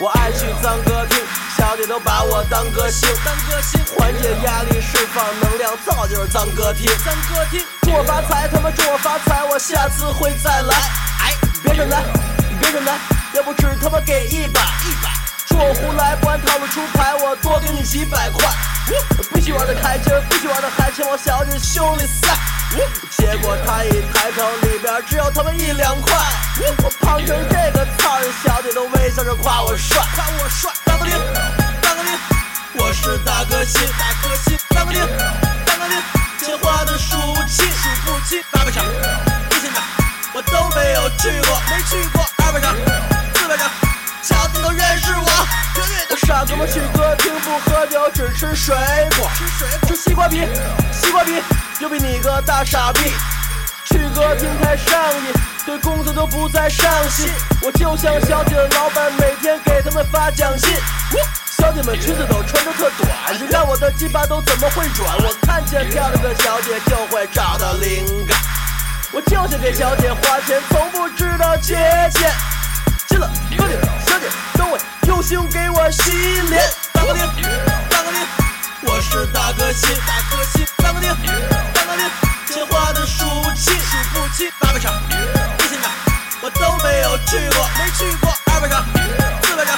我爱去脏歌厅，小姐都把我当歌星，当歌星缓解压力，释放能量，造就是脏歌厅，脏歌厅祝我发财，他妈祝我发财，我下次会再来，哎，别整来，别整来，要不只他妈给一百，一百。说我胡来，不按套路出牌，我多给你几百块。必须玩的开心，必须玩的嗨，请我小姐兄弟赛。结果他一抬头，里边只有他妈一两块。我胖成这个操，人小姐都微笑着夸我帅，夸我帅。大哥丁，大哥丁，我是大哥星，大哥星，大哥丁，大哥丁，金花的数不清，数不清。大卖场、一现场，我都没有去过，没去过。二百场、四百场。小子都认识我，我上他妈去歌厅不喝酒，只吃水果，吃水果，吃西瓜皮，西瓜皮，又比你个大傻逼。去歌厅太上瘾，对工作都不再上心。我就像小姐的老板，每天给他们发奖金。小姐们裙子都穿着特短，你看我的鸡巴都怎么会软？我看见漂亮的小姐就会找到灵感，我就想给小姐花钱，从不知道节俭。进了哥姐小姐都会用心给我洗脸。大哥丁，大哥丁，我是大哥新，大哥新，大哥丁，大哥丁，钱花的数不清，数不清。八百场、一千场，我都没有去过，没去过。二百场、四百场，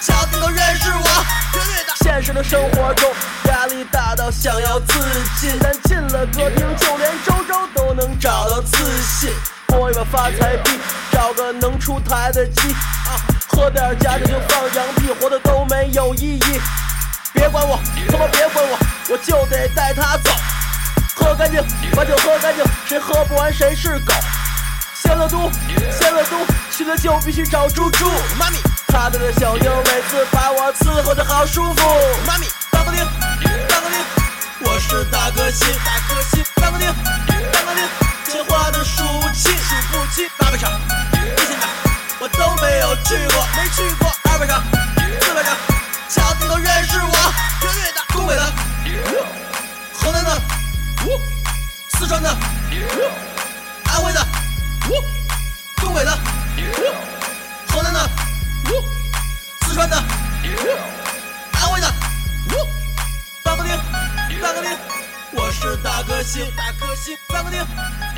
小子都认识我，绝对的。现实的生活中，压力大到想要自尽，但进了歌厅，就连周周都能找到自信。摸一把发财币，找个能出台的鸡啊，喝点假酒就放羊屁，活的都没有意义。别管我，他妈别管我，我就得带他走。喝干净，把酒喝干净，谁喝不完谁是狗。仙乐都，仙乐都，去了就必须找猪猪。妈咪，他的那小妞每次把我伺候的好舒服。妈咪，大哥丁，大哥丁，我是大哥新，大哥新，大哥丁，大哥丁，钱花的数不清，数不清。八百场、一千场，我都没有去过，没去过。二百场、四百场，小子都认识我，绝对的。东北的，河南的，四川的。安徽的，东北的，河南的，四川的，安徽的，大哥丁，大哥丁，我是大哥星，大哥星，大哥丁，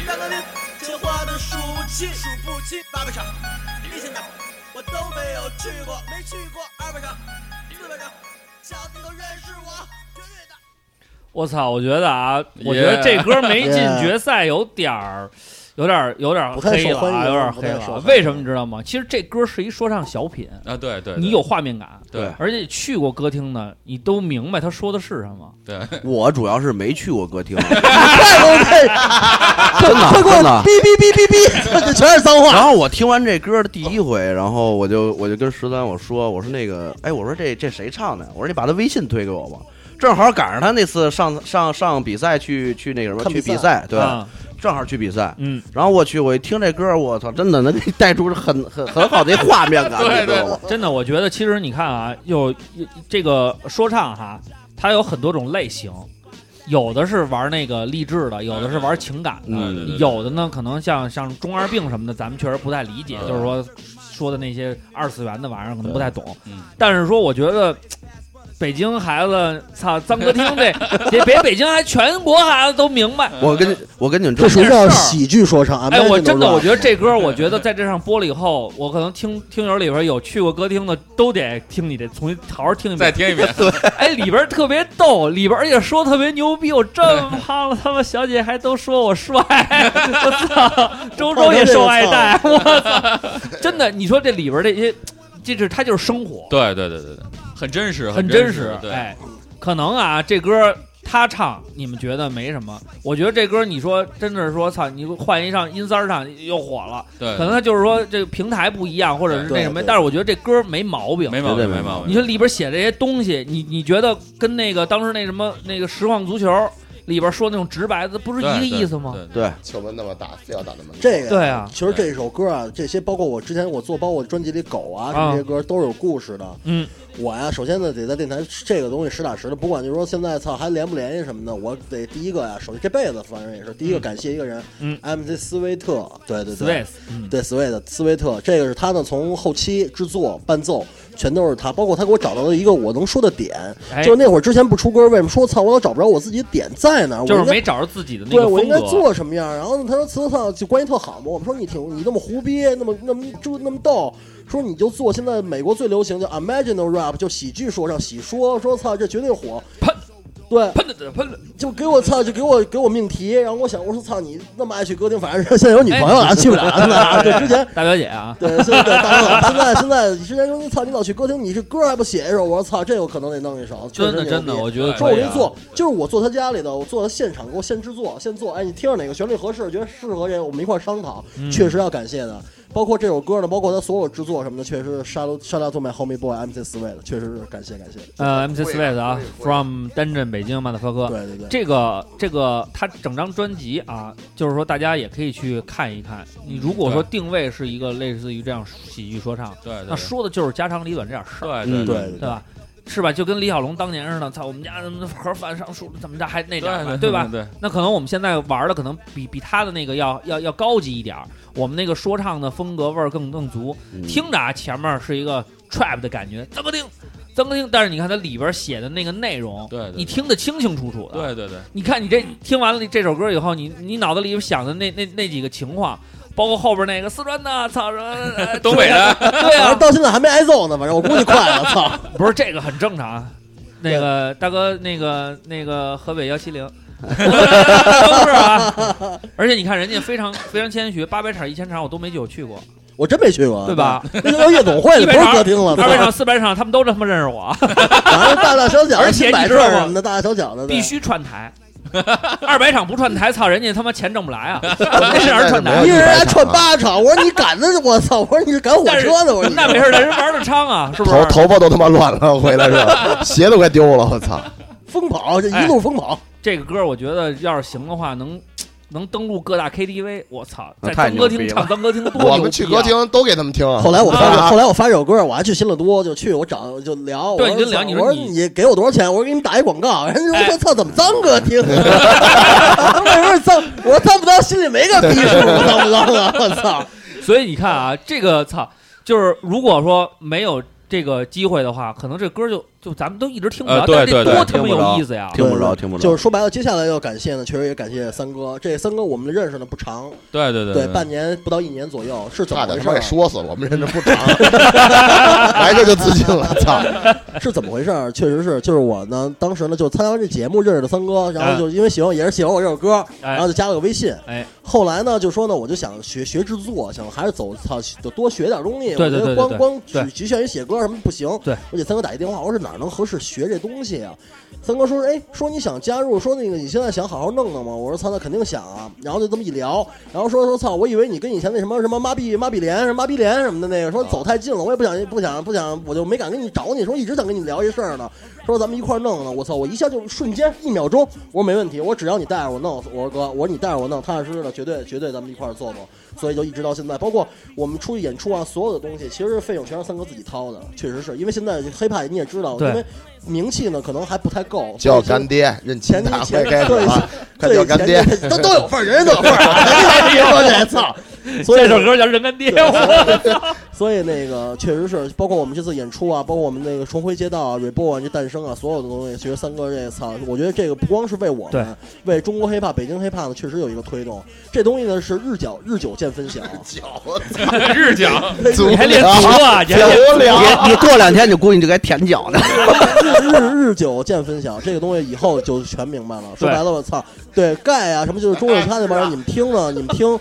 大哥丁，钱花的数不清，数不清，八百场，一千场，我都没有去过，没去过，二百场，四百场，小子都认识我，绝对的。我操！我觉得啊，我觉得 Yeah 这歌没进 Yeah 决赛有点儿，有点儿，有点儿不太黑受了啊，欢迎有点儿不黑太受了欢。迎为什么你知道吗？其实这歌是一说唱小品，啊，对对，对你有画面感，对而且去过歌厅的，你都明白他说的是什么。对，我主要是没去过 <laughs> 歌厅，快给我配，真的啊快给我真的哔。哔哔哔 <laughs> 哔，这全是脏话。然后我听完这歌的第一回，然后我就我就跟石楠我说，我说那个，哎，我说这这谁唱的？我说你把他微信推给我吧，正好赶上他那次上上上比赛去去那个什么看去比赛比赛，对，啊正好去比赛。嗯，然后我去，我一听这歌，我操，真的能给你带出很很 <laughs> 很好的画面 <laughs> 感，你知道吗？真的，我觉得其实你看啊，有这个说唱哈，它有很多种类型，有的是玩那个励志的，有的是玩情感的，嗯对对对有的呢可能像像中二病什么的，咱们确实不太理解，嗯就是说说的那些二次元的玩意儿可能不太懂嗯，但是说我觉得。北京孩子，操脏歌厅这这别北京还全国孩子都明白。我跟我跟你们这说，属于叫喜剧说唱。哎，我真的我觉得得这歌，我觉得在这上播了以后，我可能听听友里边有去过歌厅的，都得听你这重新好好听一遍再。<laughs> 听一遍，哎，里边儿特别逗，里边儿而且说特别牛逼，我这么胖了，他们小姐还都说我 <laughs> 帅，我操，周周也受爱 <laughs> 戴，哦我操，真的，你说这里边儿这些，这是他就是生活，对对对对对，很真实，很真实，对，哎，可能啊，这歌儿他唱你们觉得没什么，我觉得这歌儿你说真的是说，操，你换一上音三儿上又火了，对，可能他就是说这个平台不一样，或者是那对什么，对但是我觉得这歌儿没毛病，没毛绝对病，没没毛毛你病。说里边写这些东西，你你觉得跟那个当时那什么那个实况足球里边说那种直白的不是一对个对意思吗？对对对，球门那么大，非要打那么大。这个对啊其实这首歌啊，这些包括我之前我做，包括我专辑里狗啊什么这些歌都是有故事的。嗯，我呀，首先呢得在电台这个东西实打实的，不管就是说现在操还联不联系什么的，我得第一个呀，首先这辈子反正也是第一个感谢一个人，嗯，MC 斯威特，对对对 Swiss，嗯对斯威特斯威特，这个是他呢从后期制作伴奏全都是他，包括他给我找到了一个我能说的点，哎就是那会儿之前不出歌，为什么说操我老找不着我自己的点在哪儿？就是啊我应该没找着自己的那对个我风应该格。做什么样儿？然后呢他说辞操就关系特好嘛，我们说你挺你那么胡逼，那么那么就那么逗，说你就做现在美国最流行叫 imaginal rap，就喜剧说唱喜说，说操这绝对火，喷对，喷的喷的，就给我操，就给我给我命题，然后我想我说操你那么爱去歌厅，反正现在有女朋友哎了，去不了了， <laughs> 对，之前。大表姐啊，对，现在大哥 <laughs> 现在现在之前说你操你老去歌厅，你这歌还不写一首？我说操，这有可能得弄一首，确真实的牛真的，逼我觉得说我可以这啊。做就是我做他家里的，我做他现场，给我现制作、现做。哎，你听着哪个旋律合适，觉得适合这个，我们一块儿商讨。嗯确实要感谢的，包括这首歌呢，包括他所有制作什么的，确实沙漏沙拉兔麦 homie boy MC Sway 的，确实是感谢感谢。呃，MC Sweat 啊，from 深圳、北京、马特发科，对对对，这个这个，他整张专辑啊，就是说大家也可以去看一看。嗯你如果说定位是一个类似于这样喜剧说唱，对对那说的就是家长里短这点事儿，对嗯对对对，对吧？是吧？就跟李小龙当年似的，操，我们家怎么盒饭上树怎么着，还那点儿呢，对吧？对，那可能我们现在玩的可能比比他的那个要要要高级一点儿，我们那个说唱的风格味儿更更足。听着啊，前面是一个 trap 的感觉，增个丁，增个丁，但是你看它里边写的那个内容，对对对你听得清清楚楚的。对对对，你看你这听完了这首歌以后，你你脑子里想的那那那几个情况，包括后边那个四川的，操什么、呃 <laughs> 东北 <laughs> 人，对 <laughs> 反啊正，到现在还没挨揍呢，反正我估计快了，操！ <laughs> 不是这个很正常。啊那个大哥，那个那个河北幺七 <laughs> 零，都是啊。而且你看人家非常非常谦虚，八百场一千场我都没几有去过， <laughs> 我真没去过，啊对吧？哦那就叫夜总会一了，百不是场歌厅了，二百操 <laughs> 场、四百场，他们都他妈认识我，反正大大小小， <laughs> 而且摆你知设道吗什么的，大大小小的，对必须串台。二百场不串台，操，人家他妈钱挣不来 <laughs> 啊！那是哪儿串没有台？一人还100场串啊八场，我说你赶的，我操！我说你是赶火但是车呢？我说你那没事，人玩的昌啊，是不头是？头发都他妈乱了，回来是鞋都快丢了，我操！疯跑，这一路疯跑。哎这个歌我觉得要是行的话，能能登录各大 KTV。我操， <laughs> 在那太当歌牛逼厅了唱当歌厅多牛逼啊！我们去歌厅都给他们听。 <laughs> 后来我发，啊后来我发这首歌，我还去新乐多，就去我找就聊，对我你说就聊操你说我说你你给我多少钱？我说给你打一广告，人家哎说操，怎么脏 <laughs> 歌厅？为什么脏？ <laughs> 我说脏不脏？心里没个逼数，脏不脏啊？我操！ <laughs> 所以你看啊，这个操，就是如果说没有这个机会的话，可能这歌就就咱们都一直听不着，呃对但是这对对多他妈听不着有意思呀！听不着，听不着。就是说白了，接下来要感谢呢，确实也感谢三哥。这三哥我们认识呢不长，对对对对，半年不到一年左右，是怎么差回点事他妈儿啊给？说死了，我们认识不长， <laughs> 来这就自尽了，操！ <laughs> 是怎么回事儿？确实是，就是我呢，当时呢就参加完这节目认识的三哥，然后就因为喜欢也是喜欢我这首歌，哎然后就加了个微信。哎，后来呢就说呢，我就想学学制作，想还是走操，就多学点东西。对对我觉对对得光对光对局局限于写歌什么不行。对，我给三哥打一电话，我说哪儿能合适学这东西啊？三哥说，哎，说你想加入，说那个你现在想好好弄弄吗？我说操，那肯定想啊。然后就这么一聊，然后说说操，我以为你跟以前那什么什么妈逼妈逼连什么妈逼连什么的那个，哦说走太近了，我也不想不想不想，我就没敢跟你找你说，一直想跟你聊这事儿呢。说咱们一块儿弄弄，我操！我一下就瞬间一秒钟，我说没问题，我只要你带着我弄，我说哥，我说你带着我弄，踏踏实实的，绝对绝对咱们一块儿做做。所以就一直到现在，包括我们出去演出啊，所有的东西，其实费用全是三哥自己掏的，确实是因为现在黑怕你也知道，对因为名气呢可能还不太够，叫干爹，认亲前大前会开始了，快对叫干爹！前都都有份儿，人人都 <laughs> 有份儿啊，别说这操！所这以首歌叫《人干爹》，所以那个确实是，包括我们这次演出啊，包括我们那个重回街道啊、reborn 这诞生啊，所有的东西，其实三哥这操，我觉得这个不光是为我对们，为中国 hiphop、北京 hiphop 呢，确实有一个推动。这东西呢是日久日久见分晓，啊 <laughs> 日讲， <laughs> 足你还练足啊？你还练足疗，你 <laughs> 你过两天，你估计就该舔脚呢。日日日久见分晓，这个东西以后就全明白了。说白了，我操，对盖啊什么就是中国他那 <laughs> 帮人，你们听啊，你们听。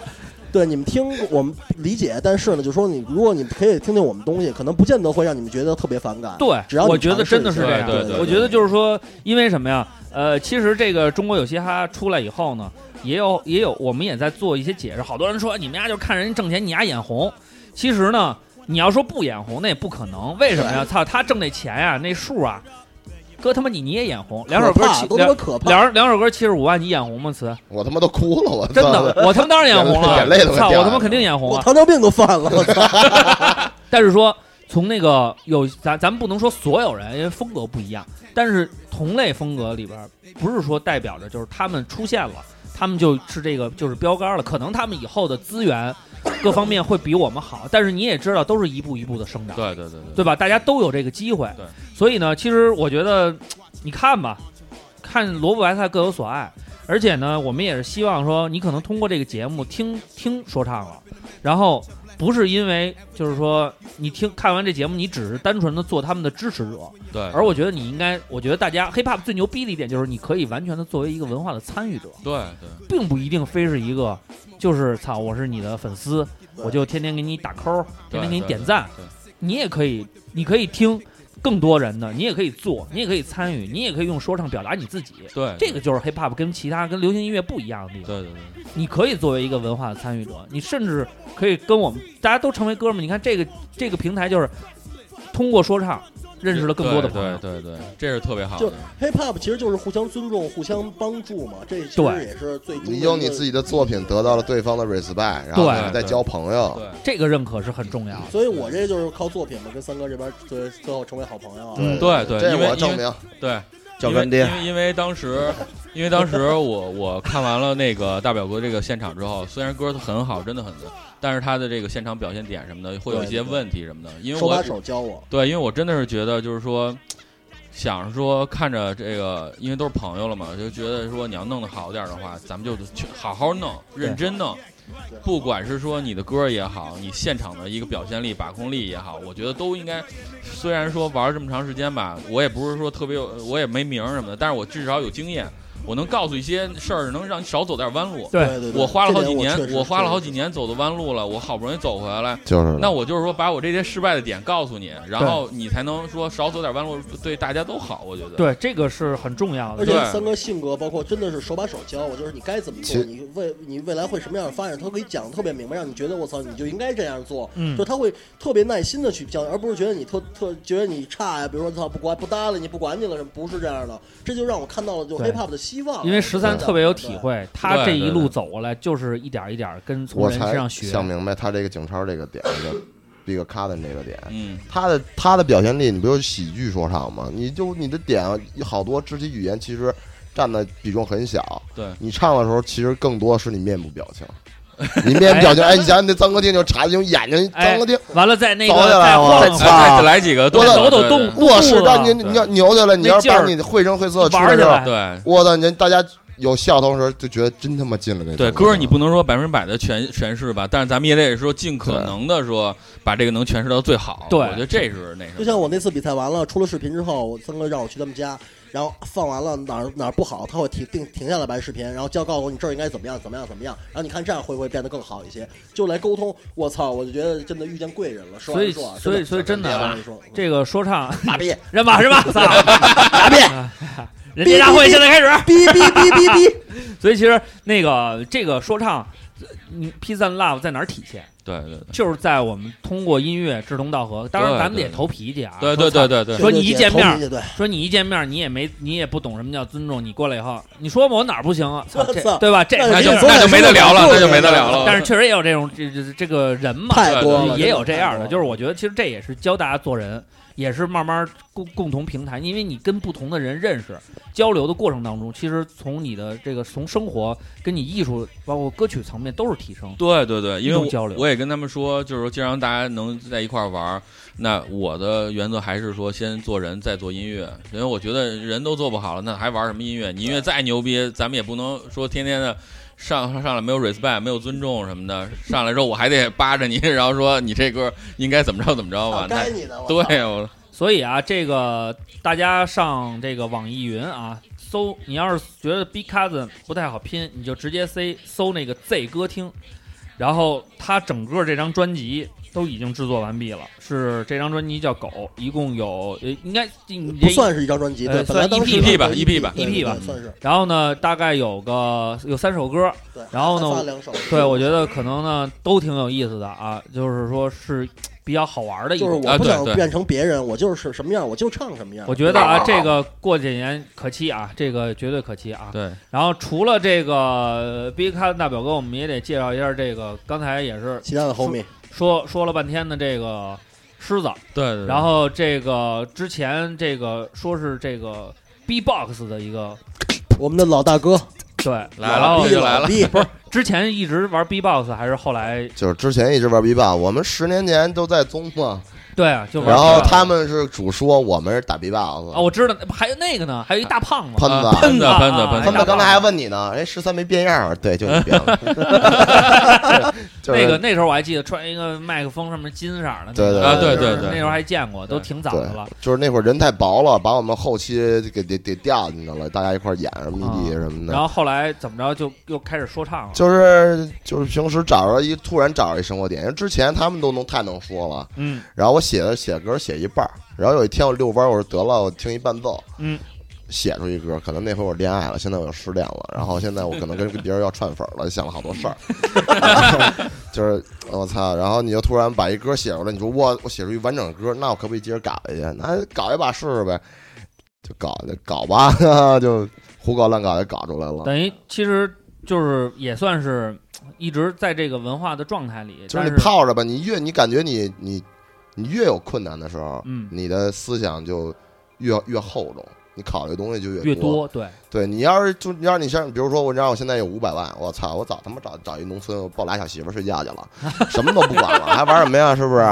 对，你们听我们理解，但是呢，就说你如果你可以听听我们东西，可能不见得会让你们觉得特别反感。对，只要你我觉得尝试真的一是下这样。对对对我觉得就是说，因为什么呀？呃，其实这个中国有嘻哈出来以后呢，也有也有，我们也在做一些解释。好多人说你们家就看人挣钱，你家眼红。其实呢，你要说不眼红，那也不可能。为什么呀？操，他挣那钱呀、那数啊，哥他妈你你也眼红。两首歌可怕七都他妈两可怕。两两首歌七十五万，你眼红吗？词我他妈都哭了，我操真的，我他妈当然眼红了，眼泪都快操，掉我他下来妈了肯定眼红啊我了。糖尿病都犯了，我操！但是说从那个有咱咱们不能说所有人，因为风格不一样，但是同类风格里边儿，不是说代表着就是他们出现了，他们就是这个就是标杆了。可能他们以后的资源各方面会比我们好，但是你也知道，都是一步一步的生长，对对对对吧？大家都有这个机会对，所以呢，其实我觉得，你看吧，看萝卜白菜各有所爱，而且呢，我们也是希望说，你可能通过这个节目听听说唱了，然后不是因为就是说你听看完这节目，你只是单纯的做他们的支持者，对，而我觉得你应该，我觉得大家 hiphop 最牛逼的一点就是你可以完全的作为一个文化的参与者，对对并不一定非是一个就是操，我是你的粉丝，我就天天给你打 call，天天给你对点赞对，你也可以，你可以听更多人的，你也可以做，你也可以参与，你也可以用说唱表达你自己。对，这个就是 hip hop 跟其他跟流行音乐不一样的地方，对对对你可以作为一个文化的参与者，你甚至可以跟我们大家都成为哥们儿。你看这个这个平台就是通过说唱认识了更多的朋友，对对对，对这是特别好就的， hip hop 其实就是互相尊重、互相帮助嘛，这其对实也是最终的你一用个你自己的作品得到了对方的 respect，然后对你们再交朋友。对这个认可是很重要的。所以我这就是靠作品嘛，跟三哥这边最最后成为好朋友啊。嗯对对，这因为我证因为明。对，叫因为干爹因为因为当时， <laughs> 因为当时我我看完了那个大表哥这个现场之后，虽然歌很好，真的很，但是他的这个现场表现点什么的，会有一些对对对问题什么的，因为手把我手教我，对，因为我真的是觉得就是说。想说看着这个，因为都是朋友了嘛，就觉得说你要弄得好点儿的话，咱们就去好好弄，认真弄。不管是说你的歌也好，你现场的一个表现力、把控力也好，我觉得都应该。虽然说玩了这么长时间吧，我也不是说特别有，我也没名儿什么的，但是我至少有经验，我能告诉一些事儿，能让你少走点弯路。对对对对，我花了好几这点年我确，实我花了好几，年走的弯路了，我好不容易走回来了，就是那我就是说，把我这些失败的点告诉你，然后你才能说少走点弯路，对大家都好。我觉得，对，这个是很重要而的。且对三哥性格包括真的是手把手教我，就是你该怎么其做，你未你未来会什么样的发展，他可以讲得特别明白，让你觉得我操你就应该这样做，嗯就他会特别耐心的去教你，而不是觉得你特特觉得你差呀，比如说操不管不搭理你不管你了什么，不是这样的，这就让我看到了就对 hip hop 的希望，因为十三对特别有体，会，他这一对对路走过来就是一点儿一点儿跟从我人身才上学。想明白他这个景超这个点，这个 b i g c a r d n 这个点，嗯，他的他的表现力，你不就是喜剧说唱吗？你就你的点好多肢体语言其实占的比重很小。对你唱的时候，其实更多是你面部表 <laughs> 情，你面部表情，哎，你想想那张歌厅就查用眼睛，哎张歌厅完了，在那个走起来再我晃再晃操哎再来几个，我对抖抖对动卧室，当你对你要扭起来，你要是把你绘声绘色出玩来儿之起后，来。对我操，人大家有笑的同时就觉得真他妈进了那对，种歌你不能说百分之百的诠诠释吧，但是咱们也得说尽可对能的说把这个能诠释到最好。对我觉得这是那什么。就像我那次比赛完了，出了视频之后，我三哥让我去他们家，然后放完了哪儿哪儿不好，他会停定停下来把视频，然后教告诉我你这儿应该怎么样怎么样怎么样，然后你看这样会不会变得更好一些，就来沟通。我操，我就觉得真的遇见贵人了，说所以，完说啊，所以，所以真的啊跟你说，这个说唱，傻逼， <laughs> 人马人 <laughs> 马，操，傻逼， <laughs> 啊人家大会现在开始。哔哔哔哔哔， <laughs> 所以其实那个这个说唱，嗯，P 三 Love 在哪儿体现？对对对就是在我们通过音乐志同道合。当然，对咱们对得投脾气啊。对说对对操对对说你一见面儿对，说你一见面，你也没你也不懂什么叫尊重，你过来以后，你说我哪儿不行啊？操我这 <laughs> 操对吧？这那那是就总得那就没得聊了，说那就没得聊了。但是确实也有这种这这这个人嘛，太多了，也有这样的，就是是我觉得其实这也是教大家做人，也是慢慢共共同平台，因为你跟不同的人认识、交流的过程当中，其实从你的这个从生活跟你艺术，包括歌曲层面都是提升。对对对，因为种我交流我也跟他们说，就是说，既然让大家能在一块儿玩儿，那我的原则还是说，先做人，再做音乐。因为我觉得人都做不好了，那还玩什么音乐？你音乐再牛逼，咱们也不能说天天的上上来没有 respect，没有尊重什么的。上来之后，我还得扒着你， <laughs> 然后说你这歌应该怎么着怎么着吧啊？那该你的，我操对，我所以啊，这个大家上这个网易云啊，搜你要是觉得 Big Cousin 不太好拼，你就直接 C 搜那个 Z 歌厅，然后他整个这张专辑都已经制作完毕了，是这张专辑叫《狗》，一共有呃应该你这不算是一张专辑，对，呃本来算当时 EP 吧对 EP 吧对 EP 吧嗯对对算是。然后呢，大概有个有三首歌，对，然后呢还发了两首，对我觉得可能呢都挺有意思的啊，就是说是比较好玩的一就是种。我不啊对想对变成别人，我就是什么样我就唱什么样。我觉得啊，这个过几年可期啊，这个绝对可期啊。对然后除了这个 Big Cat 大表哥，我们也得介绍一下这个，刚才也是其他的 homie 说说了半天的这个狮子，对对。然后这个之前这个说是这个 B-box 的一个我们的老大哥对，来然后了，逼这就来了。逼不是之前一直玩 B-box，还是后来就是之前一直玩 B 霸，我们十年前都在宗嘛，对啊，就玩然 B-box 后他们是主说我们是打 B 霸啊，我知道，还有那个呢，还有一大胖子，喷子啊，喷子，啊喷子，啊喷啊喷子啊子，刚才还问你呢，哎，十三没变样儿，对，就你变 <laughs> <laughs> 了，就是哎那个那时候我还记得穿一个麦克风，上面金色儿的那对对个，啊对对就是对那时候还见过，都挺早对的了。，就是那会儿人太薄了，把我们后期给给给掉进去了，大家一块儿演什么迷笛什么的。然后后来怎么着就又开始说唱了，就是就是平时找着一突然找着一生活点，因为之前他们都能太能说了，嗯然后我写的写歌写一半儿，然后有一天我遛弯儿，我说得了，我听一伴奏，嗯，写出一歌，可能那会儿我恋爱了，现在我又失恋了，然后现在我可能跟跟别人要串粉了，想了好多事儿， <laughs> 就是我操，然后你就突然把一歌写出来，你说我我写出一完整的歌，那我可不可以接着搞一下？那搞一把试试呗，就搞就搞吧， <laughs> 就胡搞乱搞就搞出来了。等于其实就是也算是一直在这个文化的状态里，就但是你泡着吧，你越你感觉你你你越有困难的时候，嗯你的思想就越越厚重，你考虑的东西就越越多，对，对你要是就你要是你像比如说我让我现在有五百万，我操，我早他妈找找一农村，我抱俩小媳妇睡觉 <laughs> 去了，什么都不管了，还玩什么呀？是不是？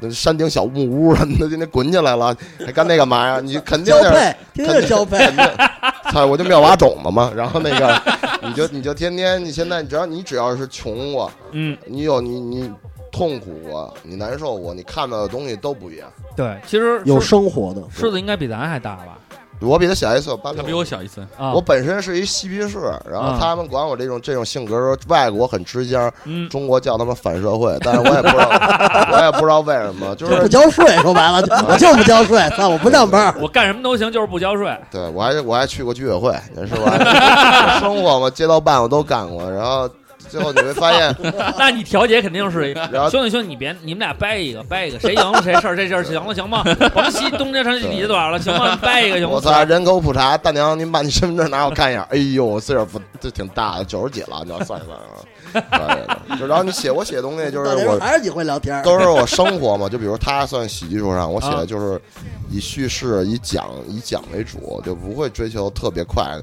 那山顶小木屋什么的，就那滚起来了，还干那干嘛呀？你肯定交就是配，天天交配，肯定， <laughs> 操，我就妙蛙种子嘛。然后那个，你就你就天天，你现在只要你只要是穷过，嗯，你有你你痛苦过，你难受过，你看到的东西都不一样。对，其实有狮生活的。狮子应该比咱还大吧？我比他小一岁，我八他六，比我小一岁，啊，我本身是一嬉皮士，然后啊他们管我这种这种性格说外国很吃香，嗯，中国叫他们反社会，但是我也不知道， <laughs> 我也不知道为什么，就就不是交税，说白了，就我就不交税，操，我不上班。 <laughs> 我干什么都行，就是不交税。对我还我还去过居委会，是吧？ <laughs> 生活嘛，街道办我都干过，然后最后你会发现， <laughs> 那你调解肯定是然后兄弟兄弟，你别你们俩掰一个，掰一个，谁赢了谁事儿，这事儿行了行吗？我们西东家城你就多少了，行吗？掰一个行吗？我操，人口普查，大娘，您把你身份证拿我看一眼。哎呦，我岁数不这挺大的，九十几了，你要算一算啊。对对对就然后你写我写的东西就是大家我还是你会聊天儿，都是我生活 <laughs> 嘛，就比如他算喜剧说唱，我写啊的就是以叙事、以讲、以讲为主，就不会追求特别快。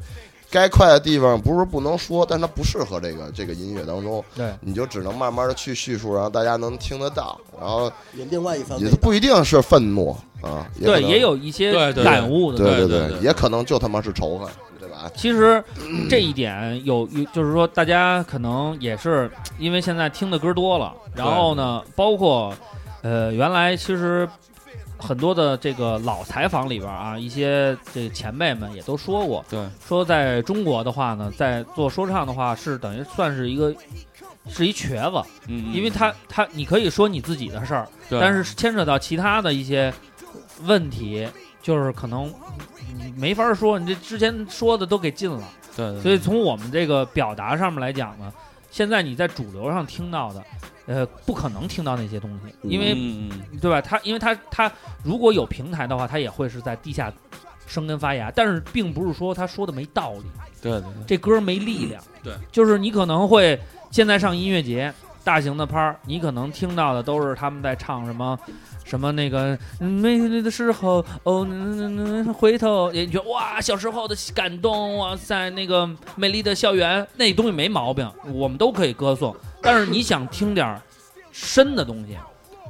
该快的地方不是不能说，但它不适合这个这个音乐当中，对，你就只能慢慢的去叙述，然后大家能听得到，然后有另外一番也味是道。不一定是愤怒啊，也可对，能也有一些对对对感悟的。对对对对对也可能就他妈是仇恨，对吧？啊其实这一点有有，就是说大家可能也是因为现在听的歌多了，然后呢，包括呃，原来其实很多的这个老采访里边啊，一些这前辈们也都说过，对，说在中国的话呢，在做说唱的话是等于算是一个。是一瘸子，嗯，因为他他你可以说你自己的事儿，对，但是牵扯到其他的一些问题，就是可能你没法说，你这之前说的都给禁了。对，对所以从我们这个表达上面来讲呢，现在你在主流上听到的，呃，不可能听到那些东西，因为、嗯嗯对吧？它因为它它如果有平台的话，它也会是在地下生根发芽，但是并不是说他说的没道理，对对对这歌没力量。对，就是你可能会现在上音乐节。大型的拍儿，你可能听到的都是他们在唱什么，什么那个嗯没你的时候，哦，那那那回头，也觉得哇，小时候的感动，哇塞，那个美丽的校园，那东西没毛病，我们都可以歌颂。但是你想听点儿深的东西，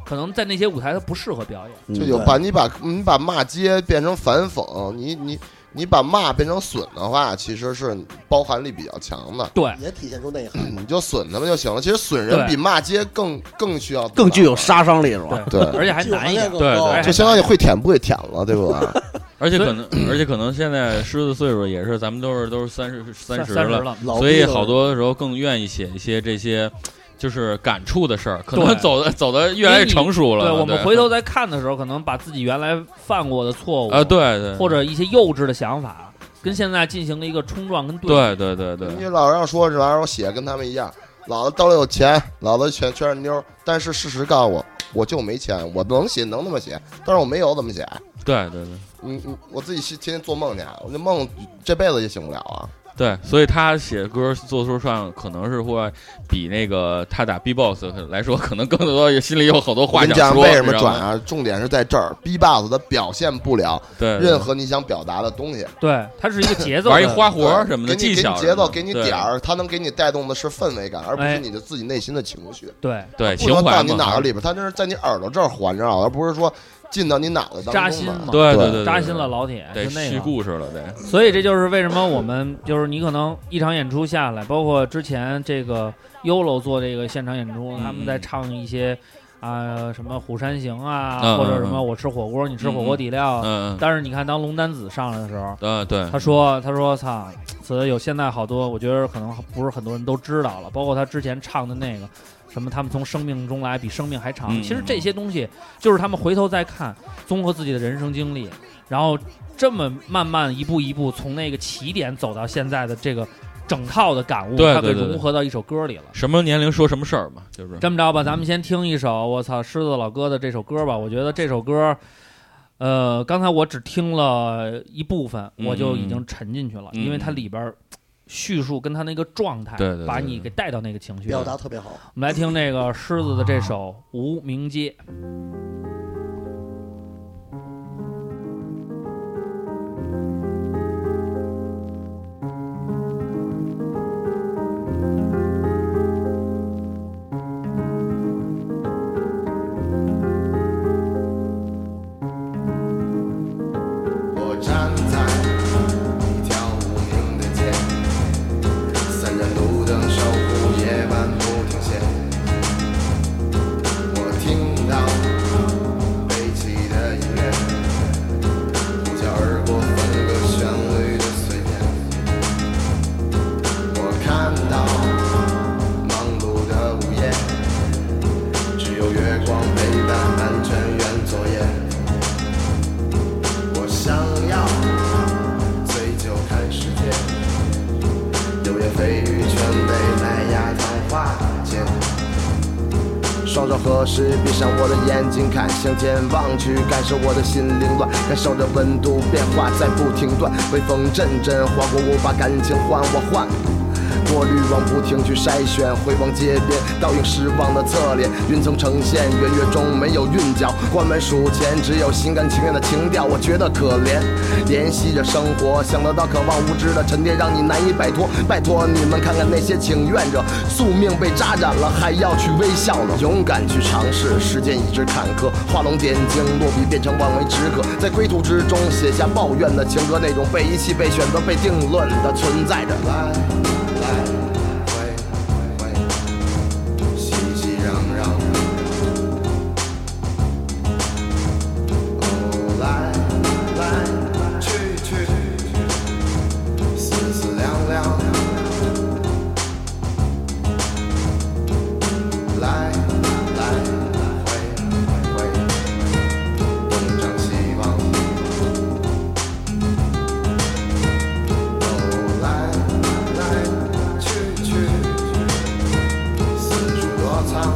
可能在那些舞台它不适合表演。嗯就有对把你把你把骂街变成反讽，你你你把骂变成损的话，其实是包含力比较强的。对，也体现出内涵。 <clears throat> 你就损他们就行了。其实损人对比骂街更更需要，更具有。杀伤力是吧？对，而且还技术难含一点量。更对高对，就相当于会舔不会舔了，对不 <laughs> 对？而且可能，而且可能现在狮子岁数也是，咱们都是都是三十三三十三十了，了，老所以逼了好多时候更愿意写一些这些，就是感触的事儿，可能对走的走的越来越成熟了。啊对对，我们回头再看的时候，可能把自己原来犯过的错误啊，对对，或者一些幼稚的想法，跟现在进行了一个冲撞跟比。对对对对你老让说这玩意儿，我写跟他们一样，老子兜里有钱，老子全全是妞儿，但是事实告诉我，我就没钱，我能写能那么写，但是我没有怎么写？对对对，嗯嗯，我自己天天做梦去，我那梦这辈子也醒不了啊。对，所以他写歌做说唱可能是会比那个他打 B-box 来说，可能更多也心里有好多我话跟你想讲说。为什你么知道转吗？啊？重点是在这儿，B box 它表现不了对，对任何你想表达的东西。对，它是一个节奏的，玩一花活儿对什么的给技你给巧你什么的，节奏，给你对点儿，它能给你带动的是氛围感，而不哎是你的自己内心的情绪。对，对不情能怀到嘛你脑子里边，它这是在你耳朵这儿环绕，而不是说进到你脑子扎当中心的嘛。对对对对对，扎对心了，老铁，得就那续个。故事了，得所以这就是为什么我们就是你可能一场演出下来，包括之前这个 YOLO 做这个现场演出，嗯他们在唱一些啊、什么《虎山行》啊，嗯或者什嗯么嗯我吃火锅，你吃火嗯锅嗯底料。啊嗯嗯但是你看，当龙丹子上来的时候，嗯对他说：“他说，操，词有现在好多，我觉得可能不是很多人都知道了，包括他之前唱的那个什么，他们从生命中来比生命还长。嗯其实这些东西就是他们回头再看，综合自己的人生经历，然后这么慢慢一步一步从那个起点走到现在的这个整套的感悟，对他给对对对融合到一首歌里了。”什么年龄说什么事儿嘛，就是这么着吧，咱们先听一首我操狮子老哥的这首歌吧。我觉得这首歌，呃，刚才我只听了一部分，嗯我就已经沉进去了，嗯因为它里边儿呃叙述跟他那个状态，对对对把你给带到那个情绪。表达我特别好。们来听那个狮子的这首《无名街》。我站在一条无名的街，三盏路灯守护夜晚不停歇。我听到悲泣的音乐，呼啸而过，分割旋律的碎片。我看到忙碌的午夜，只有月光陪伴安全员作业。我想要醉酒看世界，流言蜚语全被麦芽糖化解。双手合十，闭上我的眼睛，看向前望去，感受我的心凌乱，感受着温度变化在不停断，微风阵阵划过我，把感情换我换。过滤网不停去筛选，回望街边倒映失望的侧脸，云层呈现，圆月中没有韵脚，关门数钱，只有心甘情愿的情调，我觉得可怜。怜惜着生活，想得到可望无知的沉淀，让你难以摆脱。拜托你们看看那些请愿者，宿命被扎染了，还要去微笑呢。勇敢去尝试，时间一直坎坷，画龙点睛，落笔变成望梅止渴，在归途之中写下抱怨的情歌，那种被遗弃、被选择、被定论的存在着。来来回回，熙熙攘攘。哦，来来去去，思思量量。来来回回，东张西望。哦，来来去去，四处躲藏。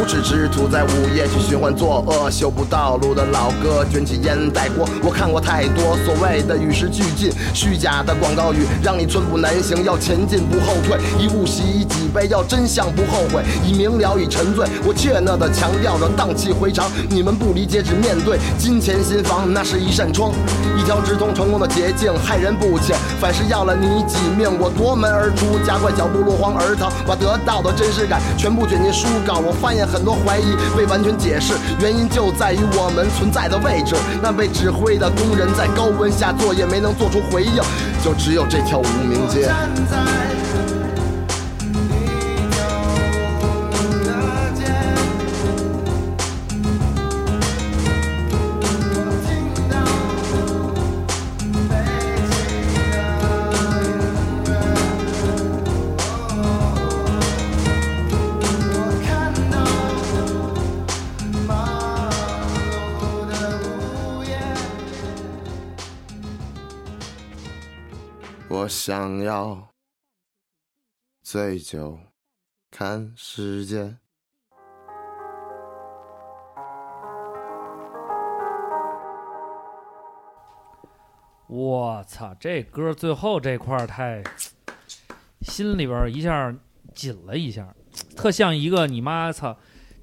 无耻之徒在午夜去寻欢作恶，修呃不道路的老哥卷起烟袋锅。我看过太多所谓的与时俱进，虚假的广告语让你寸步难行，要前进不后退，一物洗一几杯，要真相不后悔，以明了以沉醉。我怯懦的强调着荡气回肠，你们不理解只面对金钱心房，那是一扇窗，一条直通成功的捷径，害人不浅，反是要了你几命。我夺门而出，加快脚步落荒而逃，把得到的真实感全部卷进书稿。我发现很多怀疑未完全解释，原因就在于我们存在的位置。那被指挥的工人在高温下作业，没能做出回应，就只有这条无名街。我想要醉酒看世界。我操，这歌最后这块儿太，心里边儿一下紧了一下，特像一个你妈操，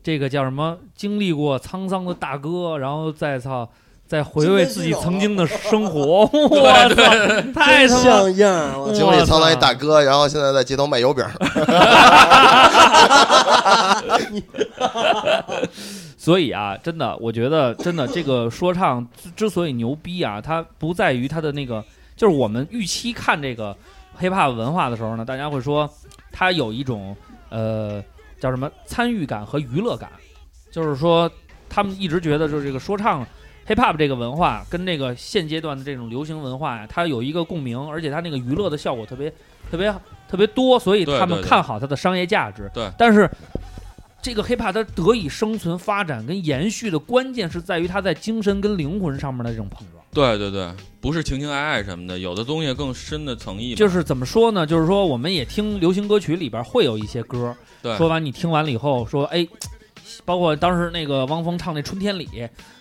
这个叫什么经历过沧桑的大哥，然后再操。再回味自己曾经的生活，我操，太他妈真像样儿，我我经历沧桑一操大哥，然后现在在街头卖油饼儿，所以啊，真的，我觉得真的这个说唱之之所以牛逼啊，它不在于它的那个，就是我们预期看这个 hiphop 文化的时候呢，大家会说它有一种呃叫什么参与感和娱乐感，就是说他们一直觉得就是这个说唱 hiphop 这个文化跟这个现阶段的这种流行文化呀、它有一个共鸣，而且它那个娱乐的效果特别特别特别多，所以对他们对对看好它的商业价值。对但是这个 hiphop 它得以生存、发展跟延续的关键是在于它在精神跟灵魂上面的这种碰撞。对对对，不是情情爱爱什么的，有的东西更深的层意嘛。就是怎么说呢？就是说我们也听流行歌曲里边会有一些歌，对说完你听完了以后说，哎，包括当时那个汪峰唱那《春天里》，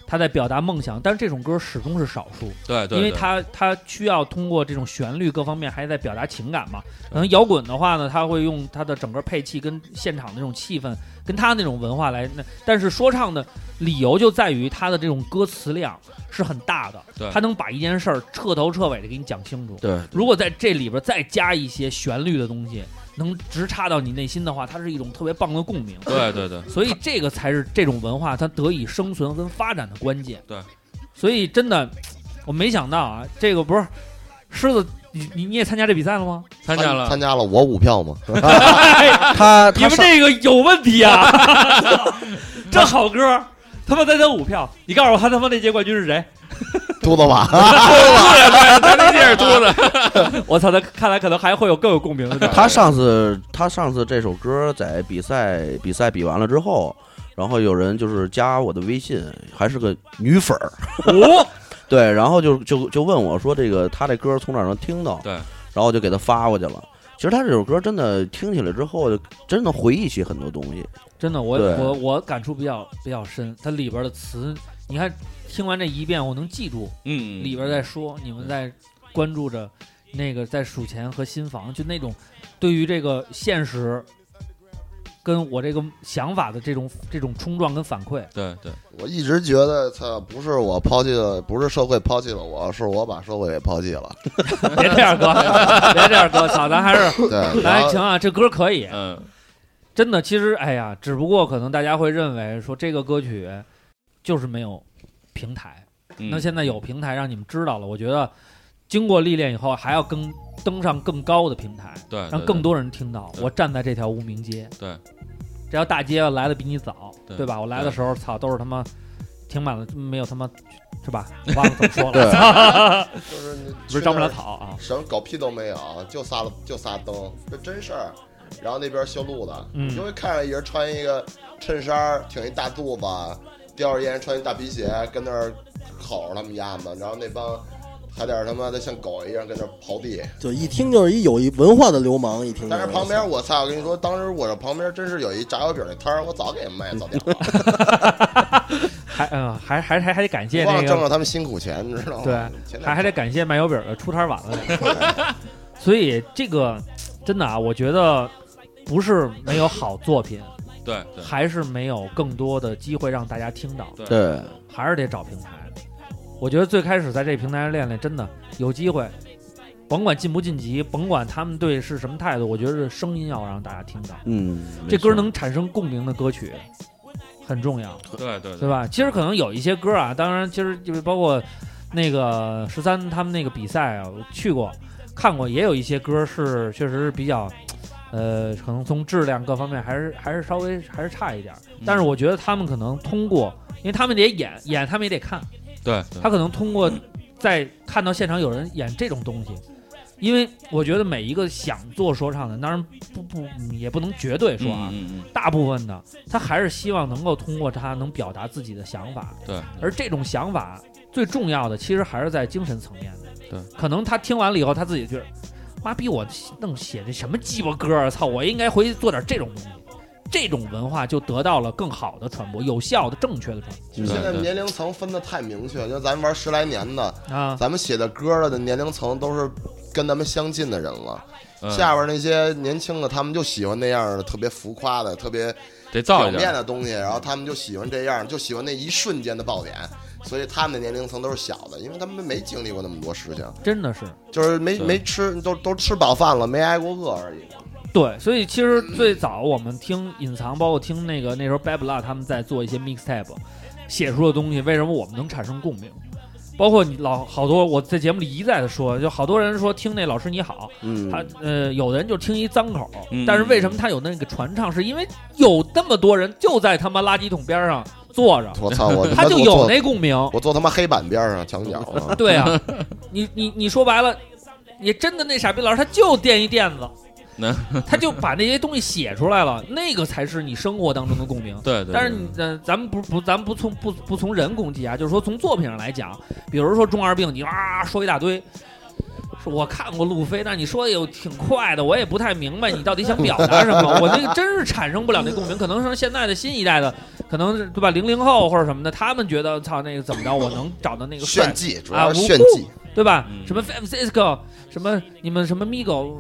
他在表达梦想，但是这种歌始终是少数。对对对，因为它它需要通过这种旋律各方面还在表达情感嘛。可能摇滚的话呢，它会用它的整个配器跟现场的这种气氛，跟它那种文化来。那但是说唱的理由就在于它的这种歌词量是很大的对，它能把一件事儿彻头彻尾的给你讲清楚。对 <laughs> 如果在这里边再加一些旋律的东西，能直插到你内心的话，它是一种特别棒的共鸣。对对对，所以这个才是这种文化它得以生存跟发展的关键。对，所以真的，我没想到啊，这个不是狮子，你你你也参加这比赛了吗？哎参加了 <laughs> 参加了我股票 <laughs> 嘛， <laughs> 他你他们上这个有问题啊！ <laughs> 这好歌，他妈才得五票，你告诉我他他妈那届冠军是 <laughs> 谁？秃子吧，啊那地儿多的， <laughs> 我操，他 <laughs> 看来可能还会 <laughs> 有更有共鸣的地方。他上次他上次这首歌在比赛比赛比完了之后，然后有人就是加我的微信，还是个女粉儿，哦， <laughs> 对，然后就就就问我说这个他这歌从哪儿能听到？对然后我就给他发过去了。其实他这首歌真的听起来之后，就真能回忆起很多东西。真的，我对我我感触比较比较深，它里边的词，你看听完这一遍，我能记住。嗯，里边在说，你们在关注着那个在数钱和新房，就那种对于这个现实跟我这个想法的这种这种冲撞跟反馈。对对我一直觉得操，不是我抛弃了，不是社会抛弃了我，是我把社会给抛弃了。<laughs> <laughs> 别这样，哥，别这样，哥，操，咱还是对，然咱后行啊，这歌可以，嗯，真的。其实，哎呀，只不过可能大家会认为说这个歌曲就是没有平台，嗯那现在有平台让你们知道了，我觉得经过历练以后，还要更登上更高的平台。对对让对更多人听到。对我站在这条无名街，对，这条大街来的比你早，对对吧？我来的对时候，操，都是他妈停满了，没有他妈，是 <laughs> 吧？我忘了怎么说对了， <laughs> 就是你不是去张不那了儿草啊，什么狗屁都没有，就仨就仨灯，这真事儿。然后那边修路的，嗯你就会看着一人穿一个衬衫，挺一大肚子，叼着烟，穿一大皮鞋，跟那儿吼着他们丫们，然后那帮还得他妈的像狗一样跟那儿刨地。就一听就是一有一文化的流氓，一听就但是。是旁边我操，我跟你说，当时我这旁边真是有一炸油饼那摊儿，我早给卖早点了，还嗯，还还还还得感谢忘那了挣个，了他们辛苦钱，你知道吗？对前两天还还得感谢卖油饼的出 <laughs> 摊晚了，所以这个真的啊，我觉得不是没有好作品，对对还是没有更多的机会让大家听到。对对，还是得找平台。我觉得最开始在这平台上练练，真的有机会，甭管晋不晋级，甭管他们对是什么态度，我觉得是声音要让大家听到，嗯，这歌没错能产生共鸣的歌曲很重要，对对对吧？其实可能有一些歌啊，当然其实就是包括那个十三他们那个比赛啊，我去过看过，也有一些歌是确实是比较。呃，可能从质量各方面还是还是稍微还是差一点儿，嗯但是我觉得他们可能通过，因为他们得演演，他们也得看，对对他可能通过在看到现场有人演这种东西，因为我觉得每一个想做说唱的，当然不不嗯也不能绝对说啊，嗯嗯嗯大部分的他还是希望能够通过他能表达自己的想法，嗯对，而这种想法最重要的其实还是在精神层面的。对，可能他听完了以后，他自己觉得，妈逼我弄写的什么鸡巴歌啊！操，我应该回去做点这种东西。这种文化就得到了更好的传播，有效的、正确的传就是现在年龄层分的太明确，就咱们玩十来年的，播啊。咱们写的歌的年龄层都是跟咱们相近的人了。嗯下边那些年轻的，他们就喜欢那样的特别浮夸的、特别得造表一面点儿，的东西，然后他们就喜欢这样，就喜欢那一瞬间的爆点，所以他们的年龄层都是小的，因为他们没经历过那么多事情，真的是就是没对没吃，都都吃饱饭了，没挨过饿而已。对，所以其实最早我们听隐藏，包括听那个那时候 Bad Blood 他们在做一些 mixtape，写出的东西，为什么我们能产生共鸣？包括你老好多我在节目里一再的说，就好多人说听那老师你好，嗯，他呃，有的人就听一脏口儿，嗯但是为什么他有那个传唱？是因为有那么多人就在他妈垃圾桶边儿上坐着，我操，我他 <laughs> 就我有坐那共鸣。我坐他妈黑板边上墙角了。对啊，你你你说白了，你真的那傻逼老师他就垫一垫子，那他就把那些东西写出来了，那个才是你生活当中的共鸣。对对。但是对你，呃，咱们不不，咱们不从不不从人攻击啊，就是说从作品上来讲，比如说中二病，你啊说一大堆，说我看过路飞，但你说的有挺快的，我也不太明白你到底想表达什么，我那个真是产生不了那共鸣，可能是现在的新一代的，可能是对吧，零零后或者什么的，他们觉得操那个怎么着，我能找到那个帅炫技，主啊，要无是炫技辜，，对吧？嗯什么 Five Cisco，什么你们什么 Migo，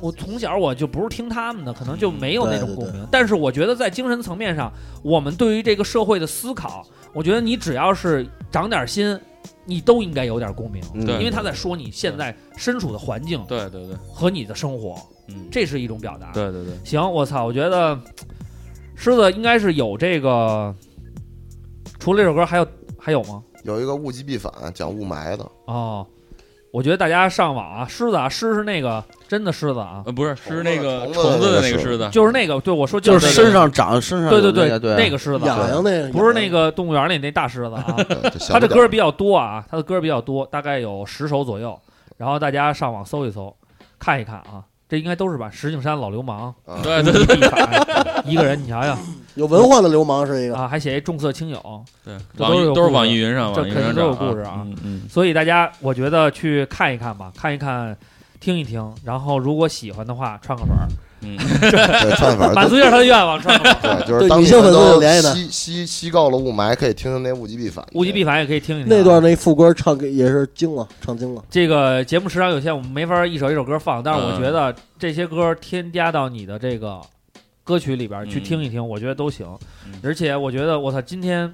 我从小我就不是听他们的，可能就没有那种对对共鸣。对但是我觉得在精神层面上，我们对于这个社会的思考，我觉得你只要是长点心，你都应该有点共鸣，嗯对因为他在说你现在身处的环境对对对，和你的生活，嗯，这是一种表达。对对对，行，我操，我觉得狮子应该是有这个，除了这首歌还有还有吗？有一个物极必反，讲雾霾的，哦，我觉得大家上网啊，狮子啊，狮是那个真的狮子啊，呃，不是，虫是子那个虫子虫子的那那个个狮是子，就是那个，对我说就是是身上长身那上个，对有对那个对那个狮子啊，痒痒那个，不是那个动物园里那大狮子啊。对就小他的不点歌儿比较多啊，他的歌比较多，大概有十首左右，然后大家上网搜一搜，看一看啊。这应该都是吧？石景山老流氓，啊对对对，一百一个人，你瞧瞧 <laughs> 有文化的流氓是一个，啊，还写一重色轻友，对，这网都是有易都故是事网易云上，这网易云肯上定都有找啊故事啊嗯嗯，所以大家我觉得去看一看吧，看一看，听一听，然后如果喜欢的话，串个本儿，嗯 <laughs> <laughs> 对串法儿满足一下他的愿望，串个本儿。对，就是对当女你性们粉丝有都联系的吸吸吸够了雾霾，可以听听那物极必反。物极必反也可以听一听啊那段那副歌唱给也是惊了，唱惊了。这个节目时长有限，我们没法一首一首歌放，但是我嗯觉得这些歌添加到你的这个歌曲里边儿去嗯听一听，我觉得都行嗯。而且我觉得，我操，今天。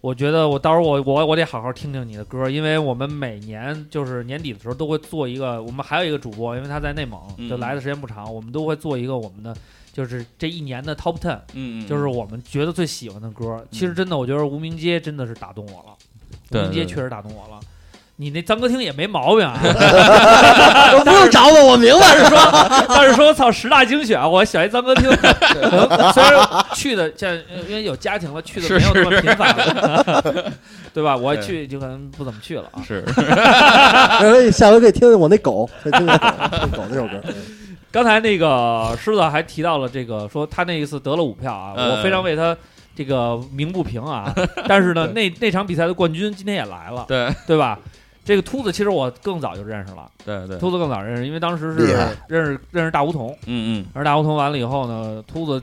我觉得我到时候我我我得好好听听你的歌，因为我们每年就是年底的时候都会做一个，我们还有一个主播，因为他在内蒙，嗯就来的时间不长，我们都会做一个我们的就是这一年的 Top Ten，嗯，嗯就是我们觉得最喜欢的歌。其实真的，我觉得《无名街》真的是打动我了，对无名街》对对确实打动我了。你那脏歌厅也没毛 <laughs> 病啊，不用找我，我明白。但是说，但是说，操，十大精选，我选一脏歌厅，可能虽然去的现在因为有家庭了，去的是没有那么是频繁了， <laughs> 对吧？我对去就可能不怎么去了啊。 <laughs> <laughs> 是然后下回可以听听我那狗，可以听听我那狗那首歌。刚才那个狮子还提到了这个，说他那一次得了五票啊，嗯我非常为他这个鸣不平 <laughs> 啊。但是呢，那那场比赛的冠军今天也来了，对对吧？这个秃子其实我更早就认识了，对对，秃子更早认识，因为当时是厉害认识认识大胡同，嗯嗯认识大胡同完了以后呢，秃子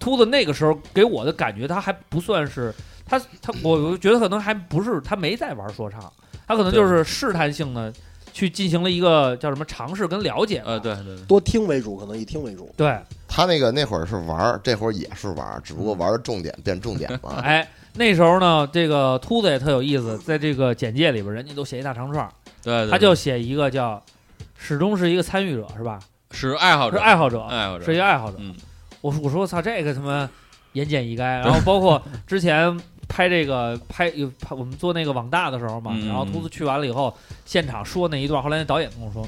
秃子那个时候给我的感觉他还不算是他他我我觉得可能还不是他没在玩说唱，他可能就是试探性的去进行了一个叫什么尝试跟了解吧，呃对对对，多听为主，可能以听为主。对，他那个那会儿是玩儿，这会儿也是玩儿，只嗯不过玩儿的重点变重点 <laughs> <laughs> 了。哎，那时候呢，这个秃子也特有意思，在这个简介里边，人家都写一大长串儿，对对，他就写一个叫始终是一个参与者是吧？是爱好是者，爱好者，爱好者是一个爱好者。嗯我说我说我操，这个他妈言简 <laughs> 意赅。然后包括之前拍这个拍有拍我们做那个网大的时候嘛，嗯然后秃子去完了以后，现场说那一段，后来那导演跟我说，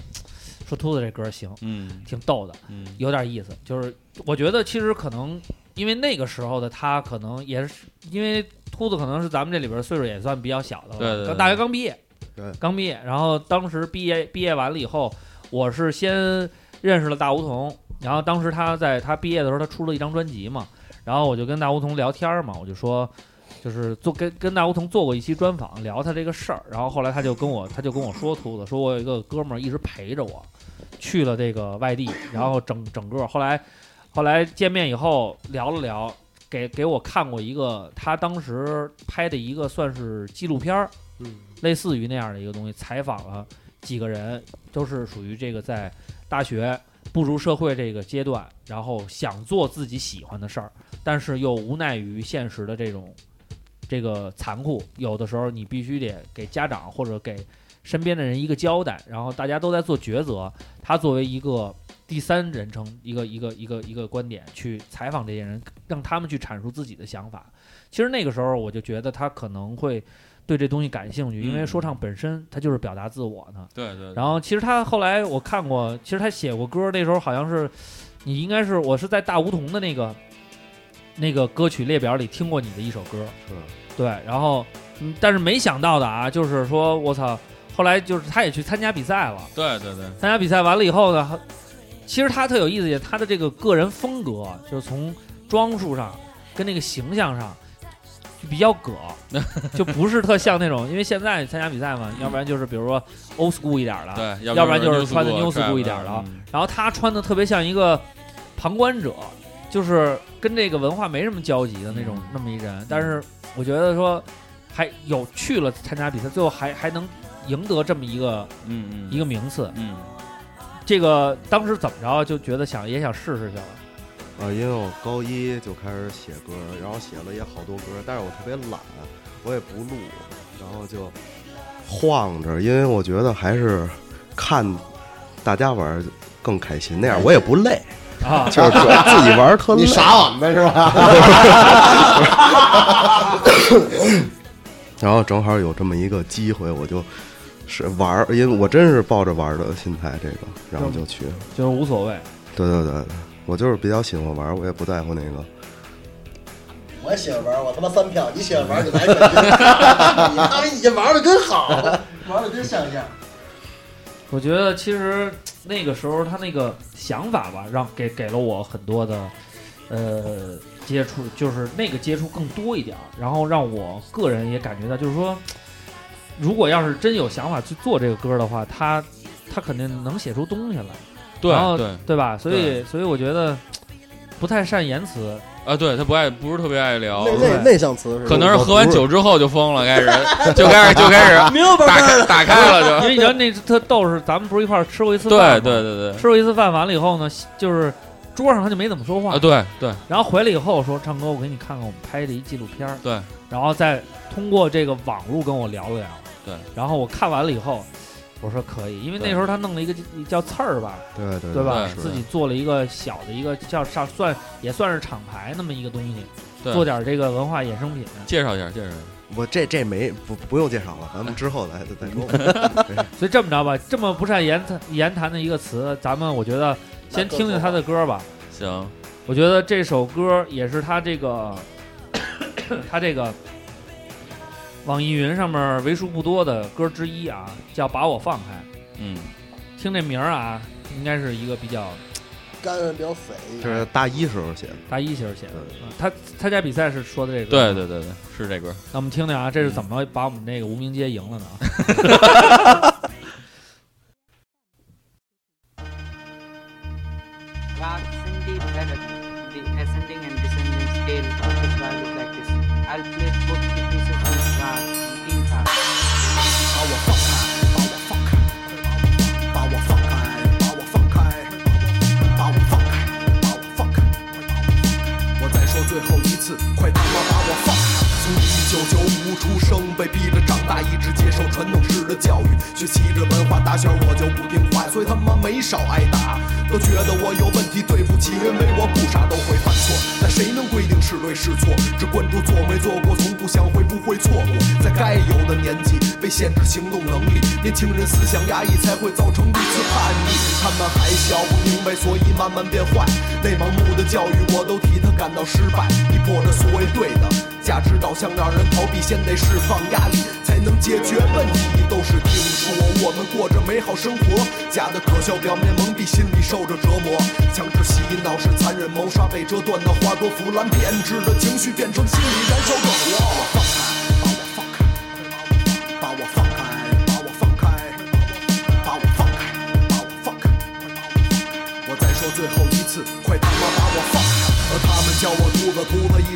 说秃子这歌行，嗯挺逗的，嗯，有点意思。就是我觉得其实可能因为那个时候的他，可能也是因为秃子可能是咱们这里边岁数也算比较小的了，对对对刚大学刚毕业，对刚毕业。然后当时毕业毕业完了以后，我是先认识了大梧桐，然后当时他在他毕业的时候，他出了一张专辑嘛，然后我就跟大梧桐聊天嘛，我就说。就是做跟跟大梧桐做过一期专访，聊他这个事儿，然后后来他就跟我他就跟我说秃子，说我有一个哥们儿一直陪着我，去了这个外地，然后整整个后来后来见面以后聊了聊，给给我看过一个他当时拍的一个算是纪录片儿，嗯，类似于那样的一个东西，采访了几个人，都是属于这个在大学步入社会这个阶段，然后想做自己喜欢的事儿，但是又无奈于现实的这种这个残酷，有的时候你必须得给家长或者给身边的人一个交代，然后大家都在做抉择。他作为一个第三人称，一个一个一个一个观点去采访这些人，让他们去阐述自己的想法。其实那个时候我就觉得他可能会对这东西感兴趣，因为嗯说唱本身它就是表达自我呢。对对，然后其实他后来我看过，其实他写过歌，那时候好像是你应该是我是在大梧桐的那个那个歌曲列表里听过你的一首歌，是对，然后嗯但是没想到的啊，就是说我操，后来就是他也去参加比赛了，对对对，参加比赛完了以后呢，其实他特有意思，他的这个个人风格就是从装束上跟那个形象上。就比较葛， <laughs> 就不是特像那种，因为现在参加比赛嘛，要不然就是比如说 old school 一点儿的，嗯对，要要不然就是穿的 new new school school 一这点样的嗯然后他穿的特别像一个旁观者，就是跟这个文化没什么交集的那种嗯那么一人。但是我觉得说还有去了参加比赛，最后还还能赢得这么一个嗯嗯一个名次。嗯，这个当时怎么着就觉得想也想试试去了。啊，因为我高一就开始写歌，然后写了也好多歌，但是我特别懒，我也不录，然后就晃着，因为我觉得还是看大家玩儿更开心，那样我也不累，啊就是主要自己玩儿特累。你傻我们是吧？ <laughs> 然后正好有这么一个机会，我就是玩儿，因为我真是抱着玩儿的心态这个，然后就去了。就是无所谓。对对对，对我就是比较喜欢玩儿，我也不在乎那个。我也喜欢玩，我他妈三票，你喜欢玩你来选。你他妈已经玩的真好，玩的真像样。我觉得其实那个时候他那个想法吧，让给给了我很多的呃接触，就是那个接触更多一点儿，然后让我个人也感觉到，就是说，如果要是真有想法去做这个歌的话，他他肯定能写出东西来，对然后对对吧？所以对所以我觉得不太善言辞，啊，对他不爱，不是特别爱聊内，内内向词是吧可能是喝完酒之后就疯了，开 <laughs> 始就开始就开始明白打吧？开打开了因为你就，知道那特逗是，咱们不是一块儿吃过一次对饭吗对对对，吃过一次饭完了以后呢，就是桌上他就没怎么说话啊，对对然后回来以后说：“唱哥，我给你看看我们拍的一纪录片儿。”对，然后再通过这个网络跟我聊了聊。对，然后我看完了以后，我说可以，因为那对时候他弄了一个叫刺儿吧，对对对吧？对自己做了一个小的一个叫上算也算是厂牌那么一个东西，对做点这个文化衍生品。介绍一下介绍一下，我这这没不不用介绍了，咱们之后再再说 <laughs> 吧。所以这么着吧，这么不善言谈言谈的一个词，咱们我觉得先听听他的歌吧。行，我觉得这首歌也是他这个， <coughs> 他这个网易云上面为数不多的歌之一啊，叫《把我放开嗯，》。听这名儿啊，应该是一个比较干的比较匪夷这是大一时候写的，大一型写的。嗯他参加比赛是说的这个，对。对对对，是这歌，那我们听听啊，这是怎么把我们那个无名街赢了呢？ <laughs> Rocks in the parrot, the ascending and descending scale of the value practice. I'll play both the pieces on star and king tar. 把我放开，把我放开，把我放开，把我放开，把我放开，把我放开。我再说最后一次，快他妈把我放开！从一九九五出生，被逼着长大，一直接受传统式的教育，学习着文化。打小我就不听话，所以他妈没少挨打。都觉得我有问题，对不起，因为我不傻，都会犯错。但谁能规定是对是错？只关注做没做过，从不想会不会错过。在该有的年纪，被限制行动能力，年轻人思想压抑才会造成如此叛逆。他们还小不明白，所以慢慢变坏。那盲目的教育，我都替他感到失败。逼迫着所谓对的价值导向，让人逃避，先得释放压力，才能解决问题。都是听说我们过着美好生活，假的可笑，表面蒙蔽，心里受着折磨。强制洗脑是残忍谋杀，被折断的花朵腐烂变质的情绪，变成心里燃烧的火。把我放开，把我放开，把我放开，把我放开，把我放开，把我放开。我再说最后一次，快他妈把我放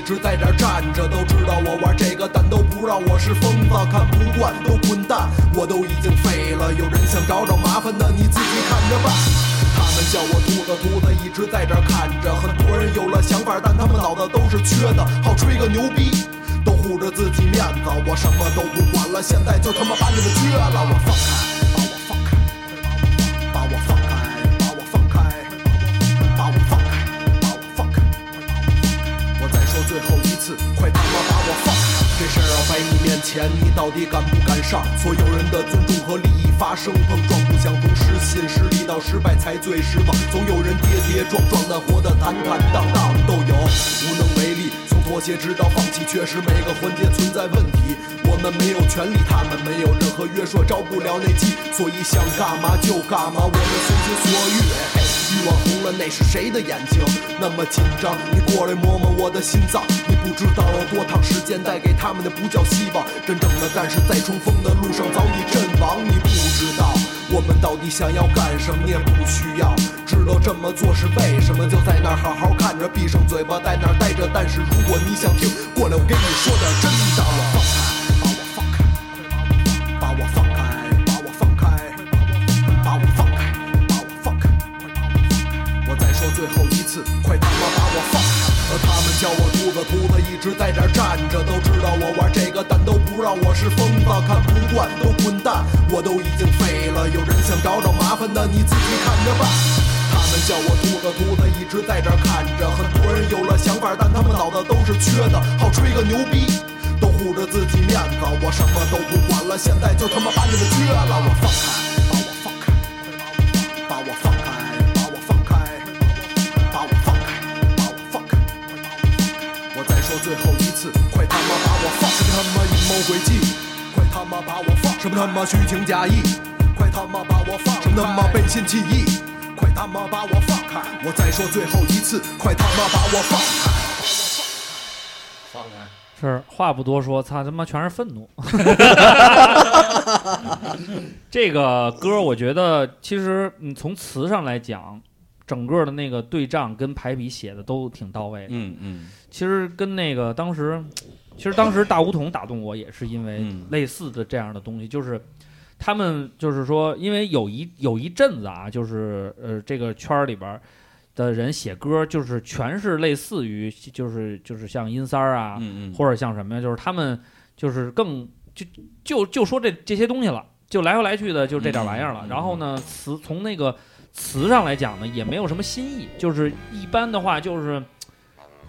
直在这儿站着，都知道我玩这个，但都不让我是疯子，看不惯都滚蛋，我都已经废了。有人想找找麻烦的，你自己看着办。他们叫我秃子，秃子一直在这儿看着，很多人有了想法，但他们脑子都是缺的，好吹个牛逼。都护着自己面子，我什么都不管了，现在就他妈把你们撅了，我放开，把我放开，把我放开，把我放开，把我放开，把我放开，我再说最后一次，快他妈把我放开！这事儿要摆你面前，你到底敢不敢上？所有人的尊重和利益发生碰撞，不相同时信时利，到失败才最失望。总有人跌跌撞撞的活得坦坦荡荡，都有无能为力。从妥协直到放弃，确实每个环节存在问题。我们没有权利，他们没有任何约束，着不了内气，所以想干嘛就干嘛，我们随心所欲。嘿欲望红了，那是谁的眼睛？那么紧张，你过来摸摸我的心脏。你不知道有多长时间带给他们的不叫希望，真正的战士在冲锋的路上早已阵亡。你不知道我们到底想要干什么，你也不需要知道这么做是为什么，就在那儿好好看着，闭上嘴巴在那儿待着。但是如果你想听，过来我给你说点真的。我放开，把我放开，把我放开，把我放开，把我放开。我再说最后一次，快他妈把我放开！呃，他们叫我秃子，秃子一直在这儿站着，都知道我玩这个，但都不让我是疯子，看不惯都滚蛋，我都已经废了。有人想找找麻烦的，你自己看着办。他们叫我秃子，秃子一直在这儿看着，很多人有了想法，但他们脑子都是缺的，好吹个牛逼，都护着自己面子，我什么都不管了，现在就他妈把你们撅了，我放开，把我放开，把我放开，把我放开。把我放开，把我放开，我再说最后一次，快他妈把我放！什么他妈阴谋诡计，快他妈把我放！什么他妈虚情假意，快他妈把我放！什么他妈背信弃义，快他妈把我放开！我再说最后一次，快他妈把我放开！是话不多说，操他妈全是愤 <laughs> 怒。这个歌我觉得其实你从词上来讲，整个的那个对仗跟排比写的都挺到位的。嗯嗯其实跟那个当时，其实当时大梧桐打动我也是因为嗯类似的这样的东西，就是他们就是说，因为有一有一阵子啊，就是呃这个圈儿里边儿的人写歌，就是全是类似于就是就是像阴三儿啊，嗯嗯，或者像什么呀，就是他们就是更就就就说这这些东西了，就来回来去的就这点玩意儿了。嗯嗯嗯然后呢，词从那个词上来讲呢，也没有什么新意，就是一般的话就是，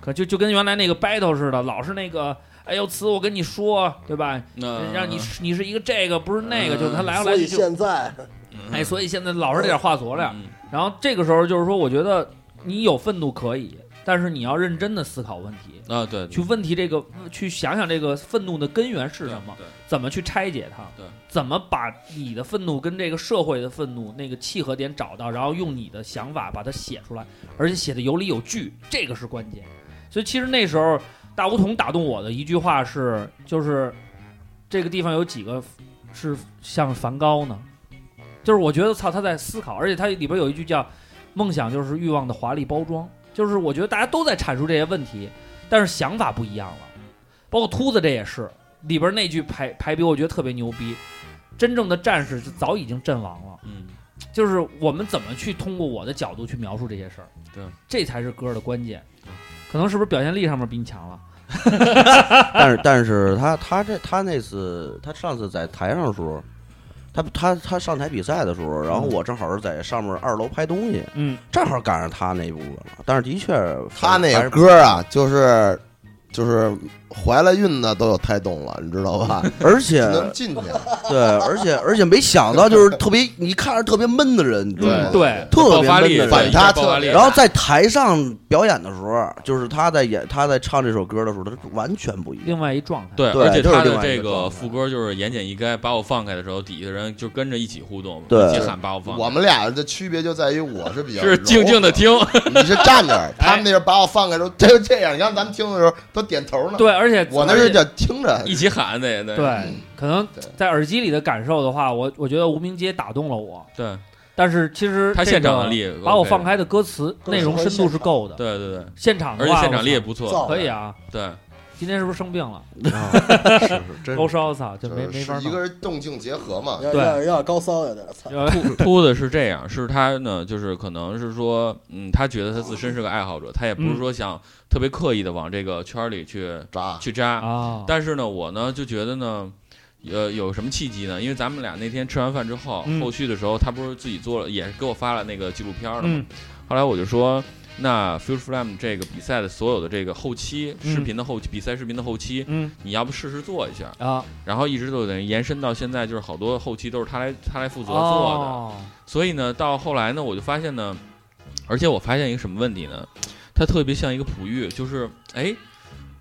可就就跟原来那个 battle 似的，老是那个。哎呦，词我跟你说，对吧？那让你你是一个这个，不是那个，嗯就他来回所来去以就，现在哎，所以现在老是这点话佐料。嗯然后这个时候就是说，我觉得你有愤怒可以，但是你要认真的思考问题，啊对，对去问题这个，去想想这个愤怒的根源是什么，对怎么去拆解它，对，怎么把你的愤怒跟这个社会的愤怒那个契合点找到，然后用你的想法把它写出来，而且写的有理有据，这个是关键。所以其实那时候大梧桐打动我的一句话是，就是这个地方有几个是像梵高呢，就是我觉得操他在思考，而且他里边有一句叫“梦想就是欲望的华丽包装”，就是我觉得大家都在阐述这些问题，但是想法不一样了。包括秃子这也是里边那句排排比，我觉得特别牛逼。真正的战士就早已经阵亡了，嗯就是我们怎么去通过我的角度去描述这些事儿，对，这才是歌的关键。可能是不是表现力上面比你强了？但是但是他他这他那次他上次在台上的时候，他他他上台比赛的时候，然后我正好是在上面二楼拍东西，嗯，正好赶上他那一部分了。但是的确， <laughs> 他那还个是歌啊，就是就是怀了孕的都有胎动了，你知道 <laughs> 吧？而且能进去，对，而且而且没想到就是特别你看着特别闷的人，你知道吗？嗯对，爆特别发闷的力人。反差爆发力，然后在台上表演的时候，就是他在演他在唱这首歌的时候，他完全不一样。另外一状态。对，对而且就是他另的外一这个个状态副歌就是言简意赅，把我放开的时候，底下人就跟着一起互动，对一起喊把我放开。我们俩的区别就在于我是比较是静静的听，柔 <laughs> 和，你是站哎着，他们那是把我放开的时候，他就这样。你看咱们听的时候都点头呢，对，而且我那而且是叫听着，一起喊得得。对，可能在耳机里的感受的话，我我觉得无名街打动了我，对但是其实他这现场个的力 OK 把我放开的歌词更内容适合深度现是场够的，对对对，现场的而且话现我场力也操不造错，可以啊。对，今天是不是生病了？啊，是是 <laughs> 真高是烧，操，啊就没就没是法弄一个是动静结合嘛，有对点有点高骚有点儿，操，呃秃秃子是这样，是他呢，就是可能是说，嗯，他觉得他自身是个爱好者，他也不嗯是说想特别刻意的往这个圈儿里去扎去扎，啊，但是呢，我呢就觉得呢，呃，有什么契机呢？因为咱们俩那天吃完饭之后，嗯后续的时候，他不是自己做了，也是给我发了那个纪录片儿了嘛。嗯后来我就说，那 Future Flame 这个比赛的所有的这个后期嗯视频的后期、比赛视频的后期，嗯你要不试试做一下？啊，然后一直都等于延伸到现在，就是好多后期都是他来他来负责做的。哦，所以呢，到后来呢，我就发现呢，而且我发现一个什么问题呢？他特别像一个璞玉，就是哎，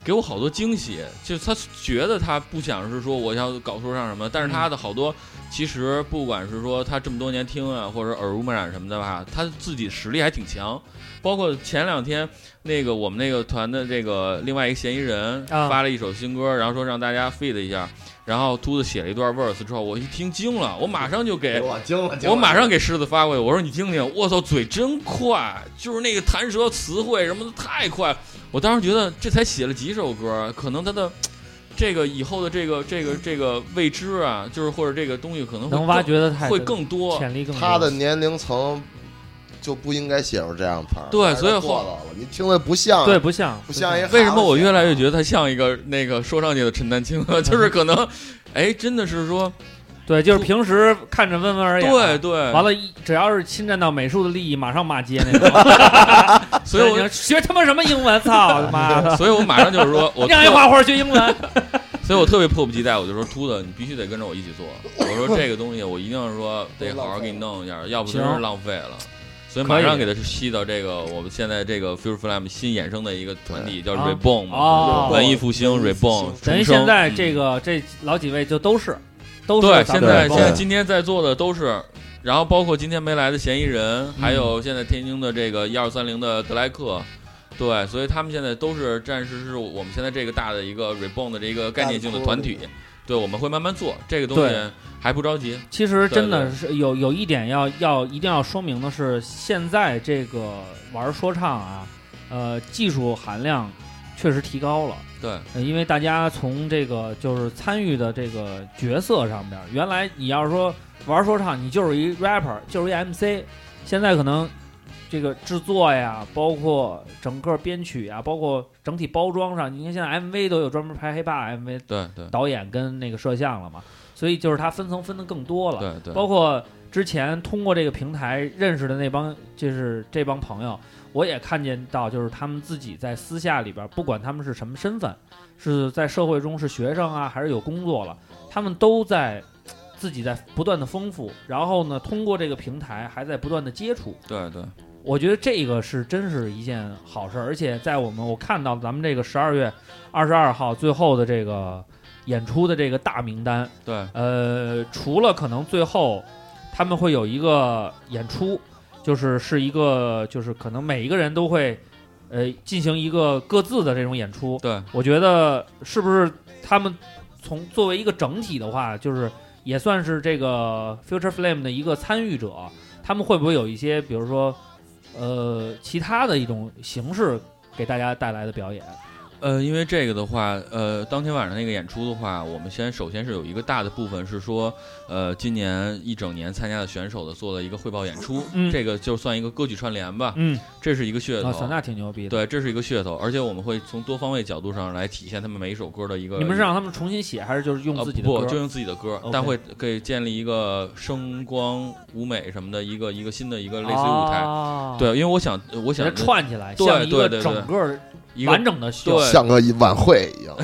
给我好多惊喜。就是他觉得他不想是说我要搞出上什么，但是他的好多、其实不管是说他这么多年听啊，或者耳濡目染什么的吧，他自己实力还挺强。包括前两天那个我们那个团的这个另外一个嫌疑人啊发了一首新歌，然后说让大家 feed 一下，然后秃子写了一段 verse 之后，我一听惊了，我马上就给我惊了，惊了我马上给狮子发过去，我说你听听，我操，嘴真快，就是那个弹舌词汇什么的太快了。我当时觉得这才写了几首歌，可能他的这个以后的这个这个这个未知啊，就是或者这个东西可能会能挖更掘的太会多更多。潜力更他的多年龄层就不应该写出这样的词儿，对但是所以他后做到了，你听的不像，对，不像不像一啊个为什么我越来越觉得得他像一个那个说唱界的陈丹青啊？ <laughs> 就是可能，哎，真的是说，对，就是平时看着温文尔雅，对，对，完了一，只要是侵占到美术的利益，马上骂街那种。 <laughs> 所以你我说学他妈什么英文？操他妈的！ <laughs> 所以我马上就是 <laughs> 说，我让一画画学英文，所以我特别迫不及待，我就说秃子，你必须得跟着我一起 <laughs> 做。我说这个东西我一定是说得好好给你弄一下，要不真是行浪费 <laughs> 了。所以可马以上给它吸到这个我们现在这个 Future Flame 新衍生的一个团体 <laughs> 叫啊 Reborn 哦嘛，文艺复兴 Reborn，等于重生现在这。嗯个这老几位就都是，都是对，咱现们在这现帮在人今天在座的都是，然后包括今天没来的嫌疑人，嗯还有现在天津的这个一二三零的德莱克。对，所以他们现在都是暂时是我们现在这个大的一个 reborn 的这个概念性的团体大的，对，我们会慢慢做这个东西对，还不着急。其实真的对是有有一点要要一定要说明的是，现在这个玩说唱啊，呃，技术含量确实提高了。对，呃因为大家从这个就是参与的这个角色上边儿，原来你要是说玩说唱，你就是一 rapper，就是一 MC，现在可能这个制作呀，包括整个编曲呀，包括整体包装上，你看现在 MV 都有专门拍 hiphop MV 对，对，导演跟那个摄像了嘛，所以就是它分层分的更多了。对，对，包括之前通过这个平台认识的那帮，就是这帮朋友，我也看见到，就是他们自己在私下里边儿，不管他们是什么身份，是在社会中是学生啊，还是有工作了，他们都在嘖自己在不断的丰富，然后呢，通过这个平台还在不断的接触。对，对，我觉得这个是真是一件好事儿，而且在我们我看到咱们这个十二月二十二号最后的这个演出的这个大名单，对，呃，除了可能最后他们会有一个演出，就是是一个就是可能每一个人都会呃进行一个各自的这种演出。对，我觉得是不是他们从作为一个整体的话，就是也算是这个 Future Flame 的一个参与者，他们会不会有一些比如说呃其他的一种形式给大家带来的表演？呃，因为这个的话，呃，当天晚上那个演出的话，我们先首先是有一个大的部分是说，呃，今年一整年参加的选手的做了一个汇报演出，嗯这个就算一个歌曲串联吧，嗯，这是一个噱啊，头。算那挺牛逼的。对，这是一个噱头，而且我们会从多方位角度上来体现他们每一首歌的一个。你们是让他们重新写，还是就是用呃自己的歌？不就用自己的歌， OK 但会给建立一个声光舞美什么的一个一个新的一个类似于舞台。啊、对，因为我想呃我给它想串起来，对像一个对对对整个一个完整的秀。对像个晚会一样，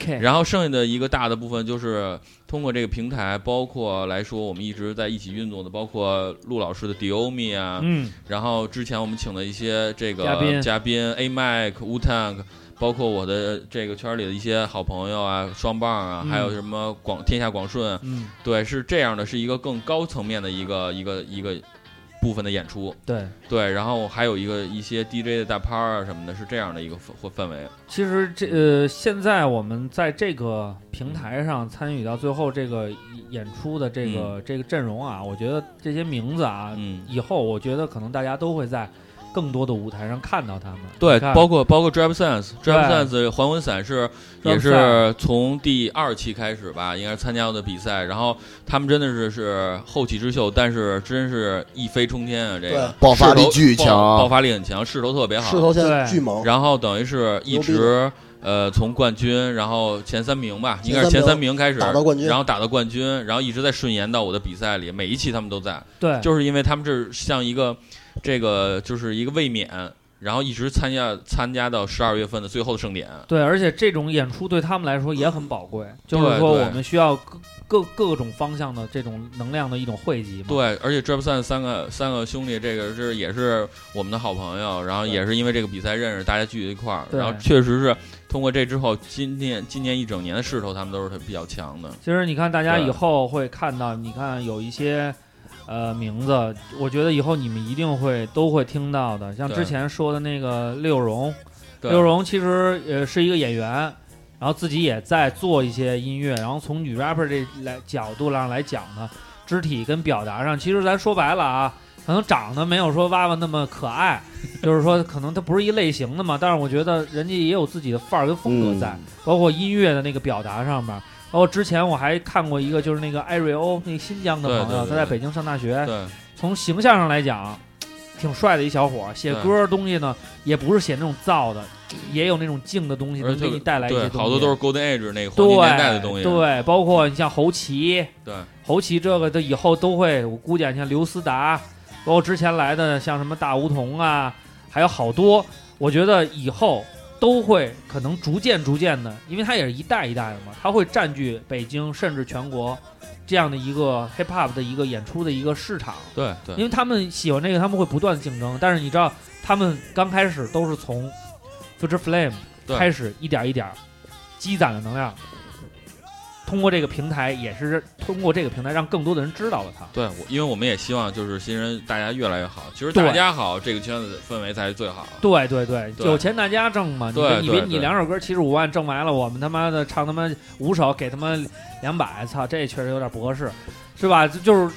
OK，然后剩下的一个大的部分就是通过这个平台，包括来说我们一直在一起运作的，包括陆老师的 Diomi 啊，嗯，然后之前我们请的一些这个嘉宾嘉宾 A Mac、Wu Tang，包括我的这个圈里的一些好朋友啊，双棒啊，嗯还有什么广天下广顺，嗯，对，是这样的，是一个更高层面的一个一个一个部分的演出，对，对，然后还有一个一些 DJ 的大趴啊什么的，是这样的一个氛氛围。其实这呃，现在我们在这个嗯平台上参与到最后这个演出的这个、这个阵容啊，我觉得这些名字啊，嗯，以后我觉得可能大家都会在更多的舞台上看到他们。对，你看包括包括 Drive Sense，Drive 对 Sense 环魂散是 Drive 也是从第二期开始吧，应该是参加的比赛，然后他们真的是是后起之秀，但是真是一飞冲天啊，这个爆发力势头巨强爆爆发力很强，势头特别好，势头现在对巨猛，然后等于是一牛逼直呃从冠军，然后前三名吧，应该是前前三三名名开始打到冠军然后打到冠军，然后一直在顺延到我的比赛里，每一期他们都在，对，就是因为他们这是像一个这个就是一个卫冕，然后一直参加参加到十二月份的最后的盛典。对，而且这种演出对他们来说也很宝贵，就是对说对我们需要各各各种方向的这种能量的一种汇集嘛。对，而且 Drop Sun 三个三个兄弟，这个是也是我们的好朋友，然后也是因为这个比赛认识，大家聚在一块儿，对然后确实是通过这之后，今年今年一整年的势头，他们都是比较强的。其实你看，大家嗯对以后会看到，你看有一些呃名字，我觉得以后你们一定会都会听到的。像对之前说的那个六荣，对六荣其实呃是一个演员，然后自己也在做一些音乐，然后从女 rapper 这来角度上来讲呢，肢体跟表达上，其实咱说白了啊。可能长得没有说娃娃那么可爱，就是说可能他不是一类型的嘛，但是我觉得人家也有自己的范儿跟风格在，嗯包括音乐的那个表达上面。包括之前我还看过一个，就是那个艾瑞欧，那个新疆的对朋友，对对他在北京上大学，对，从形象上来讲，挺帅的一小伙儿。写对歌东西呢，也不是写那种燥的，也有那种静的东西，而能且给你带来一对些东西。好多都是 Golden Age 那个黄金年代的东对西。对，包括你像侯奇，对侯奇这个，他以后都会，我估计啊，像刘思达，包括之前来的像什么大梧桐啊，还有好多，我觉得以后都会可能逐渐逐渐的，因为它也是一代一代的嘛，它会占据北京甚至全国这样的一个 hip hop 的一个演出的一个市场，对对因为他们喜欢这个，他们会不断的竞争，但是你知道，他们刚开始都是从 Future Flame 对开始一点一点积攒的能量。通过这个平台，也是通过这个平台让更多的人知道了它。对，我因为我们也希望就是新人大家越来越好，其实对大家好，这个圈子氛围才是最好。对对对，对有钱大家挣嘛。你对你对别你对两首歌七十五万挣完了，我们他妈的唱他妈五首给他妈两百，操，这确实有点不合适，是吧？就就是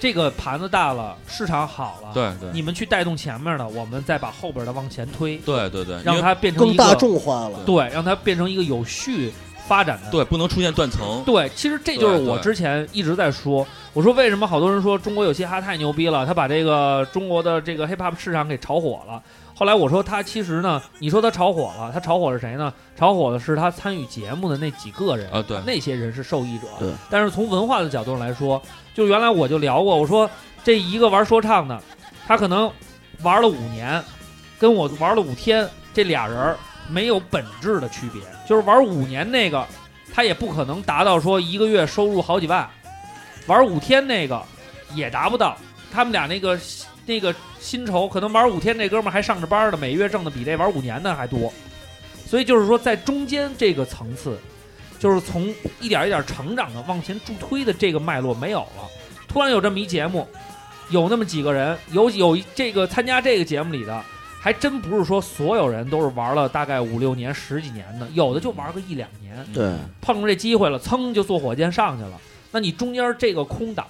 这个盘子大了，市场好了，对对你们去带动前面的，我们再把后边的往前推，对对对，因让为它变成更一个大众化了。对，让它变成一个有序发展的。对不能出现断层。对，其实这就是对我对之前一直在说，我说为什么好多人说中国有嘻哈太牛逼了，他把这个中国的这个 hip hop 市场给炒火了。后来我说他其实呢，你说他炒火了，他炒火是谁呢？炒火的是他参与节目的那几个人啊对那些人是受益者。对，但是从文化的角度上来说，就原来我就聊过，我说这一个玩说唱的，他可能玩了五年，跟我玩了五天，这俩人儿没有本质的区别，就是玩五年那个，他也不可能达到说一个月收入好几万，玩五天那个也达不到，他们俩那个那个薪酬可能玩五天这哥们儿还上着班的，每月挣的比这玩五年的还多，所以就是说在中间这个层次，就是从一点一点成长的往前助推的这个脉络没有了，突然有这么一节目，有那么几个人，有有一这个参加这个节目里的。还真不是说所有人都是玩了大概五六年、十几年的，有的就玩个一两年，对，碰上这机会了，噌就坐火箭上去了。那你中间这个空档，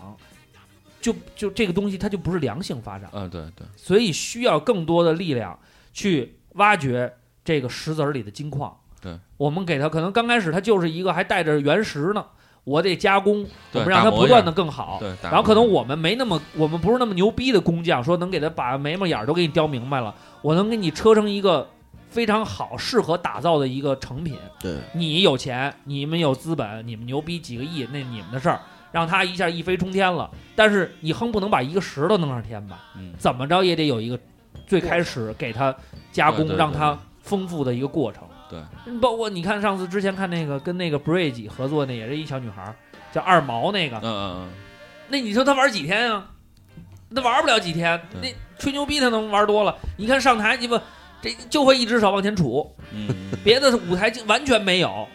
就就这个东西它就不是良性发展，嗯，对对所以需要更多的力量去挖掘这个石子儿里的金矿。对，我们给它可能刚开始它就是一个还带着原石呢，我得加工，我对们让它打磨不一下断的更好。对，打然后可能工我们没那么，我们不是那么牛逼的工匠，说能给他把眉毛眼儿都给你雕明白了，我能给你车成一个非常好、适合打造的一个成品。对，你有钱，你们有资本，你们牛逼几个亿，那你们的事儿，让他一下一飞冲天了。但是你哼不能把一个石头弄上天吧？嗯怎么着也得有一个最开始给他加工，对对对让他丰富的一个过程。对，包括你看上次之前看那个跟那个 Bridge 合作那也是一小女孩儿，叫二毛那个，嗯嗯那你说他玩几天啊？他玩不了几天，对那吹牛逼他能玩多了。你看上台，你不这就会一只手往前杵，嗯嗯嗯，别的舞台就完全没有。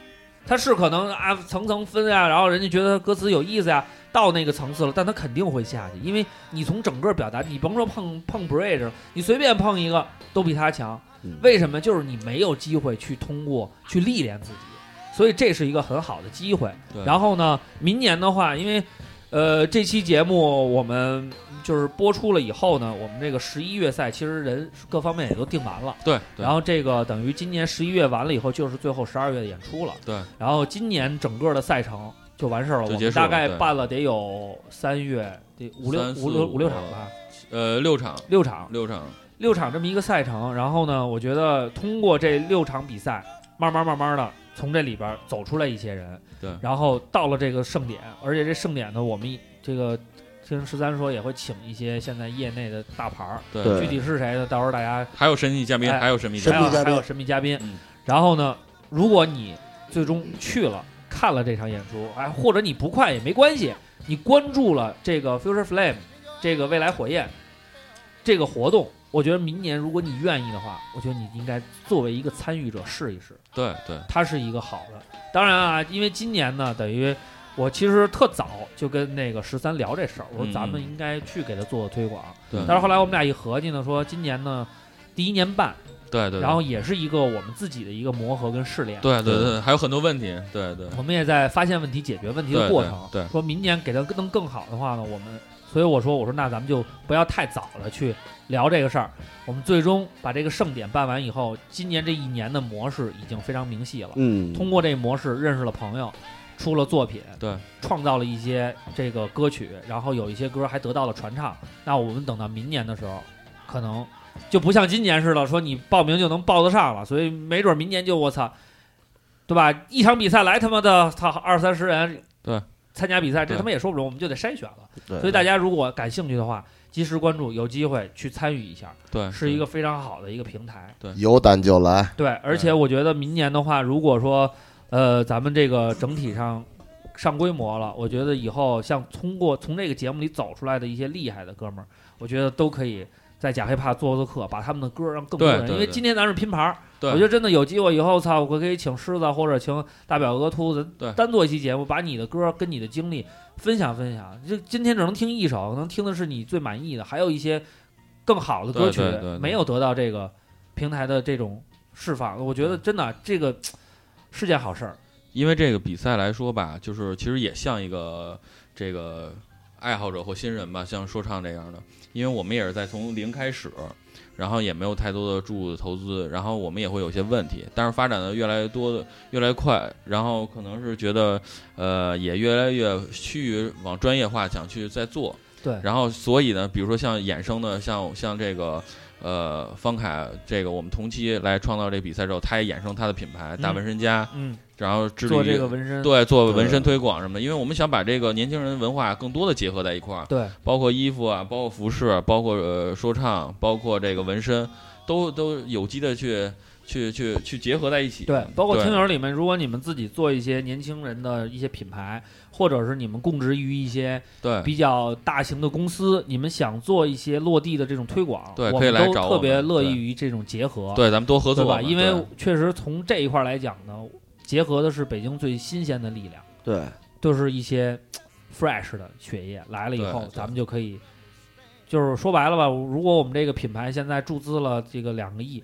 他是可能啊层层分啊，然后人家觉得歌词有意思呀、到那个层次了，但他肯定会下去，因为你从整个表达，你甭说碰碰 bridge，了你随便碰一个都比他强。为什么？就是你没有机会去通过去历练自己，所以这是一个很好的机会。对然后呢，明年的话，因为呃这期节目我们就是播出了以后呢，我们这个十一月赛其实人各方面也都定完了。对，对然后这个等于今年十一月完了以后，就是最后十二月的演出了。对，然后今年整个的赛程就完事儿了，就我结们束了大概对办了得有三月得五六三四五六五五六场吧，呃，六场，六场六场，六场这么一个赛程。然后呢，我觉得通过这六场比赛，慢慢慢慢的从这里边走出来一些人，对然后到了这个盛典，而且这盛典呢，我们一这个听十三说也会请一些现在业内的大牌儿，对具体是谁呢？到时候大家还有神秘嘉宾，哎还有神秘神嘉秘还宾有嘉，宾还有神秘嘉宾。嗯然后呢，如果你最终去了看了这场演出，哎，或者你不快也没关系，你关注了这个 Future Flame 这个未来火焰这个活动，我觉得明年如果你愿意的话，我觉得你应该作为一个参与者试一试。对对，它是一个好的。当然啊，因为今年呢，等于我其实特早就跟那个十三聊这事儿，我说嗯咱们应该去给他做推广。对但是后来我们俩一合计呢，说今年呢第一年半，对对，然后也是一个我们自己的一个磨合跟试炼。，对对对对，还有很多问题，对对我们也在发现问题、解决问题的对过对程。对说明年给它更能更好的话呢，我们所以我说我说那咱们就不要太早了去聊这个事儿。我们最终把这个盛典办完以后，今年这一年的模式已经非常明细了。嗯，通过这模式认识了朋友，出了作品，对，创造了一些这个歌曲，然后有一些歌还得到了传唱。那我们等到明年的时候，可能就不像今年似的，说你报名就能报得上了，所以没准明年就我操，对吧？一场比赛来他妈的操二三十人，对，参加比赛这对他妈也说不准，我们就得筛选了。对所以大家如果感兴趣的话，及时关注，有机会去参与一下，对，是一个非常好的一个平台。有胆就来，对，而且嗯我觉得明年的话，如果说呃咱们这个整体上上规模了，我觉得以后像通过从这个节目里走出来的一些厉害的哥们儿，我觉得都可以在假黑怕做做客，把他们的歌让更多对人，对因为对今天咱是拼盘儿，对，我觉得真的有机会以后，操，我可以请狮子或者请大表哥秃子对单做一期节目，把你的歌跟你的经历分享分享。就今天只能听一首，可能听的是你最满意的，还有一些更好的歌曲对对对对没有得到这个平台的这种释放。我觉得真的啊这个是件好事儿。因为这个比赛来说吧，就是其实也像一个这个爱好者或新人吧，像说唱这样的，因为我们也是在从零开始，然后也没有太多的注入投资，然后我们也会有些问题，但是发展的越来越多的越来越快，然后可能是觉得呃也越来越趋于往专业化想去再做，对然后所以呢，比如说像衍生的，像像这个。呃，方凯，这个我们同期来创造这比赛之后，他也衍生他的品牌大嗯纹身家，嗯，然后致力做于这个纹身，对，做纹身推广什么的，因为我们想把这个年轻人文化更多的结合在一块儿，对包括衣服啊，包括服饰，包括呃说唱，包括这个纹身，都都有机的去去去去结合在一起。对，包括听友里面，如果你们自己做一些年轻人的一些品牌，或者是你们供职于一些对比较大型的公司，你们想做一些落地的这种推广，对我可以们来都找特我别们乐对意于这种结合，对，咱们多合对作吧？嘛因为对确实从这一块来讲呢，结合的是北京最新鲜的力量，对，就是一些 fresh 的血液来了以对后，对咱们就可以，就是说白了吧，如果我们这个品牌现在注资了这个两个亿。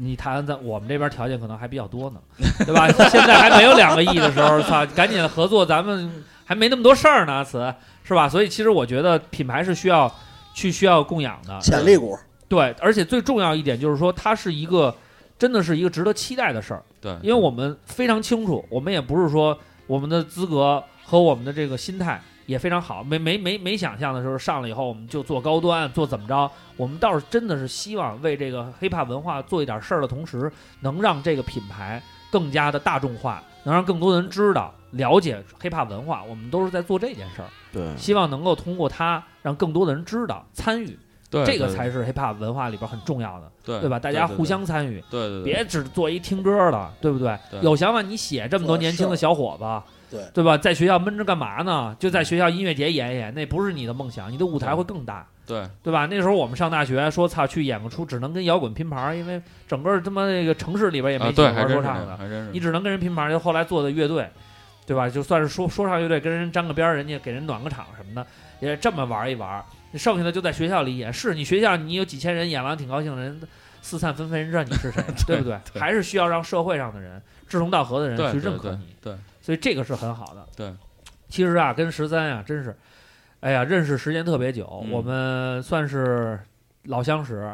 你谈在我们这边条件可能还比较多 <laughs> 呢，对吧？现在还没有两个亿的时候，操，赶紧合作，咱们还没那么多事儿呢，阿慈是吧？所以其实我觉得品牌是需要去需要供养的，潜力股，对，而且最重要一点就是说，它是一个真的是一个值得期待的事儿，对，因为我们非常清楚，我们也不是说我们的资格和我们的这个心态也非常好，没没没没想象的时候上了以后我们就做高端做怎么着，我们倒是真的是希望为这个 hiphop 文化做一点事儿的同时，能让这个品牌更加的大众化，能让更多人知道了解 hiphop 文化，我们都是在做这件事儿，对，希望能够通过它让更多的人知道参与。对这个对才是 hiphop 文化里边很重要的，对对吧？大家互相参与，对对对别只做一听歌的，对不对？对有想法你写这么多做年轻的事儿小伙子，对对吧？在学校闷着干嘛呢？就嗯在学校音乐节演一演，那不是你的梦想，你的舞台会更大，对，对吧？那时候我们上大学，说操去演个出，只能跟摇滚拼盘儿，因为整个他妈那个城市里边也啊没几对，个还玩真说是这唱的样，，还真是你只能跟人拼盘，就后来做的乐队，对吧？就算是说说唱乐队，跟人沾个边儿，人家给人暖个场什么的，也这么玩一玩。你剩下的就在学校里演，是你学校你有几千人演完挺高兴，人四散纷飞，人知道你 <laughs> 是谁，对不对？还是需要让社会上的人、志同道合的人对去对认可对你，对，所以这个是很好的。对，其实啊，跟十三啊，真是，哎呀，认识时间特别久，嗯我们算是老相识，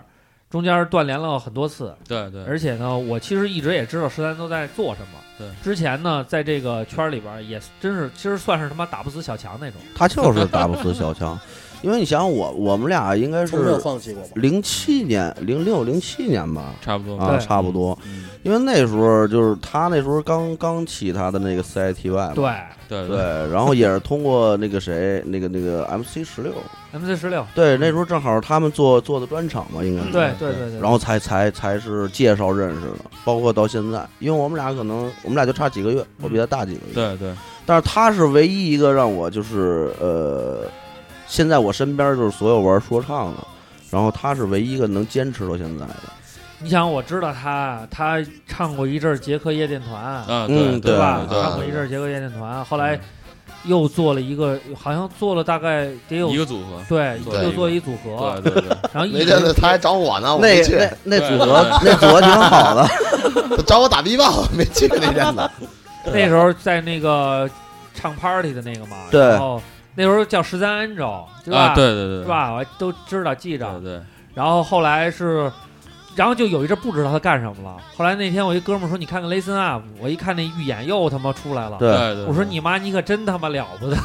中间断联了很多次，对对而且呢，我其实一直也知道十三都在做什么。对，之前呢，在这个圈儿里边儿也真是，其实算是他妈打不死小强那种。他就是打不 <laughs> 死小强，因为你想想我我们俩应该从没有是放弃过吧？零七年、零六、零七年吧，差不多吧。啊，对差不多。嗯，因为那时候就是他那时候刚刚起他的那个 CITY 嘛，对对对，然后也是通过那个谁，那个那个 MC 十六， ，MC 十六，对，那时候正好他们做做的专场嘛，应该是对对对对。然后才才才是介绍认识的，包括到现在，因为我们俩可能我们俩就差几个月，我比他大几个月，对对，但是他是唯一一个让我就是呃，现在我身边就是所有玩说唱的，然后他是唯一一个能坚持到现在的，你想，我知道他，他唱过一阵儿捷克夜店团，啊嗯对对吧？对唱过一阵儿捷克夜店团，后嗯来又做了一个，好像做了大概得有一个组合，对，做了又一做了一组合，对对对，然后一那直天他还找我呢，我那没去，那那对组合对那组合挺好的，他 <laughs> 找我打 B 报，我没去那阵子。那时候在那个唱 party 的那个嘛，对然后那时候叫十三安州，对吧？啊，对对对，是？吧？我还都知道记着对。对，然后后来是，然后就有一阵不知道他干什么了。后来那天我一哥们儿说：“你看看 Listen Up。”我一看那预演又他妈出来了。对对对，我说：“你妈，你可真他妈了不得！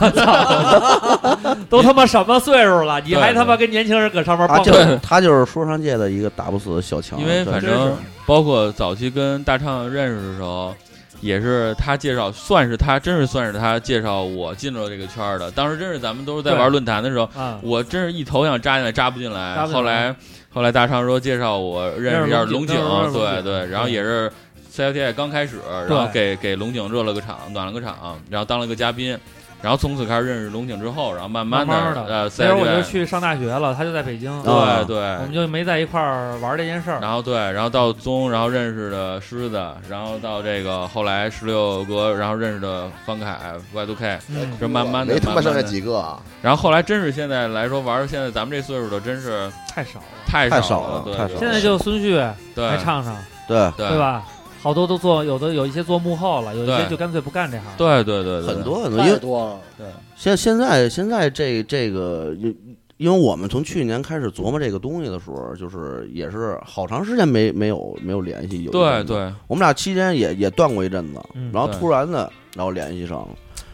操 <laughs> 都他妈什么岁数了，你还对对他妈跟年轻人搁上面他蹦啊就跶？是 <laughs> 他就是说唱界的一个打不死的小强，因为对反正包括早期跟大唱认识的时候，也是他介绍，算是他，真是算是他介绍我进入了这个圈儿的。当时真是咱们都是在对玩论坛的时候，啊，我真是一头想扎进来，扎不进来。扎不进后来来后来大唱说介绍我认识一下认识龙龙井井认识，龙对井对，然后对也是 CFT 刚开始，然后给给龙井热了个场，暖了个场，然后当了个嘉宾。然后从此开始认识龙井之后，然后慢慢的，慢的，呃那时候我就，CFT 去上大学了，他就在北京，啊对对我，们就没在一块儿玩这件事儿。然后对，然后到宗，然后认识的狮子，然后到这个后来十六哥，然后认识的方凯 Y2K，嗯，这慢慢的没他妈慢慢剩下的几个啊，然后后来真是现在来说玩，现在咱们这岁数的真是太少了。太太少少了对太对少现在就孙旭对还唱上，对对对？吧？好多都做，有的有一些做幕后了，有一些对就干脆不干这行。对对对对，很多很多，因太为多了，现现在现在这这个，因因为我们从去年开始琢磨这个东西的时候，就是也是好长时间没没有没有联系，有一对阵子，对我们俩期间也也断过一阵子嗯，然后对突然的然后联系上了，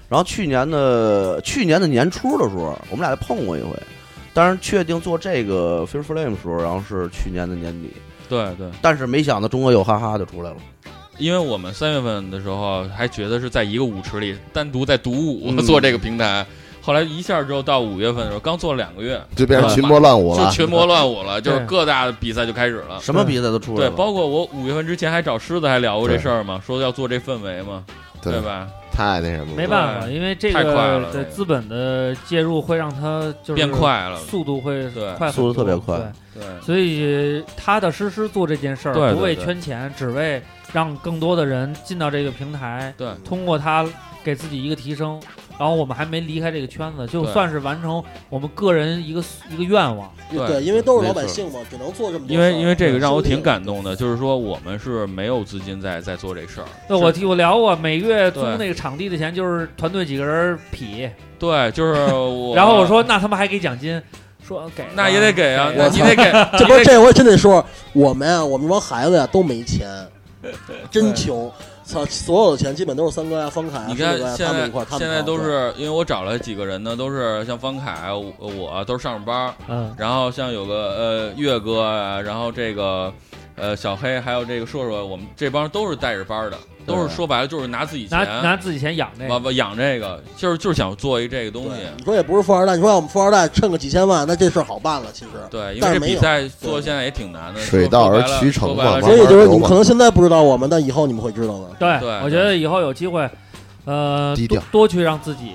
然后去年的去年的年初的时候，我们俩碰过一回，但是确定做这个 Fear Flame 的时候，然后是去年的年底，对对，但是没想到中国有哈哈就出来了，因为我们三月份的时候还觉得是在一个舞池里单独在独舞嗯做这个平台，后来一下之后到五月份的时候，刚做了两个月，就变成群魔乱舞就了。群魔乱舞了，就是对各大的比赛就开始了。什么比赛都出来对，了，包括我五月份之前还找狮子还聊过这事儿嘛，说要做这氛围嘛，对对吧？太那什么了，没办法，对因为这太快了个这的个资本的介入会让它就是变，快了，速度会对快很多，速度特别快对。对所以踏踏实实做这件事对儿，对不为对圈钱，只为让更多的人进到这个平台，对通过它给自己一个提升。然后我们还没离开这个圈子，就对算是完成我们个人一个一个愿望。对对，因为都是老百姓嘛，只能做这么多事因儿。为因为这个让我挺感动的。的，就是说我们是没有资金在在做这事儿，那我我聊过，每月租对那个场地的钱就是团队几个人匹，对，就是 <laughs> 我，然后我说那他妈还给奖金，说给吧那也得给啊，给那你得给， <laughs> 这 <laughs> 你不得是这回真得说，我们啊，我们这帮孩子呀、都没钱，真穷。操，所有的钱基本都是三哥呀、方凯啊、你狮看子哥呀现他们在一块儿，他现们一块在儿都是因为我找了几个人呢，都是像方凯啊我我都是上着班儿，嗯，然后像有个呃岳哥啊，然后这个呃小黑，还有这个硕硕，我们这帮都是带着班儿的，都是说白了就是拿自己拿钱拿自己钱养这把个，把养这个，就是就是想做一这个东西对。你说也不是富二代，你说要我们富二代趁个几千万，那这事儿好办了。其实，对，因但为这是没比有赛做现在也挺难的，水说到说白而了渠成说白嘛了慢慢所以慢慢就是琢你磨们可能现在不知道我们，但以后你们会知道的。对对我觉得以后有机会，呃，低多调多去让自己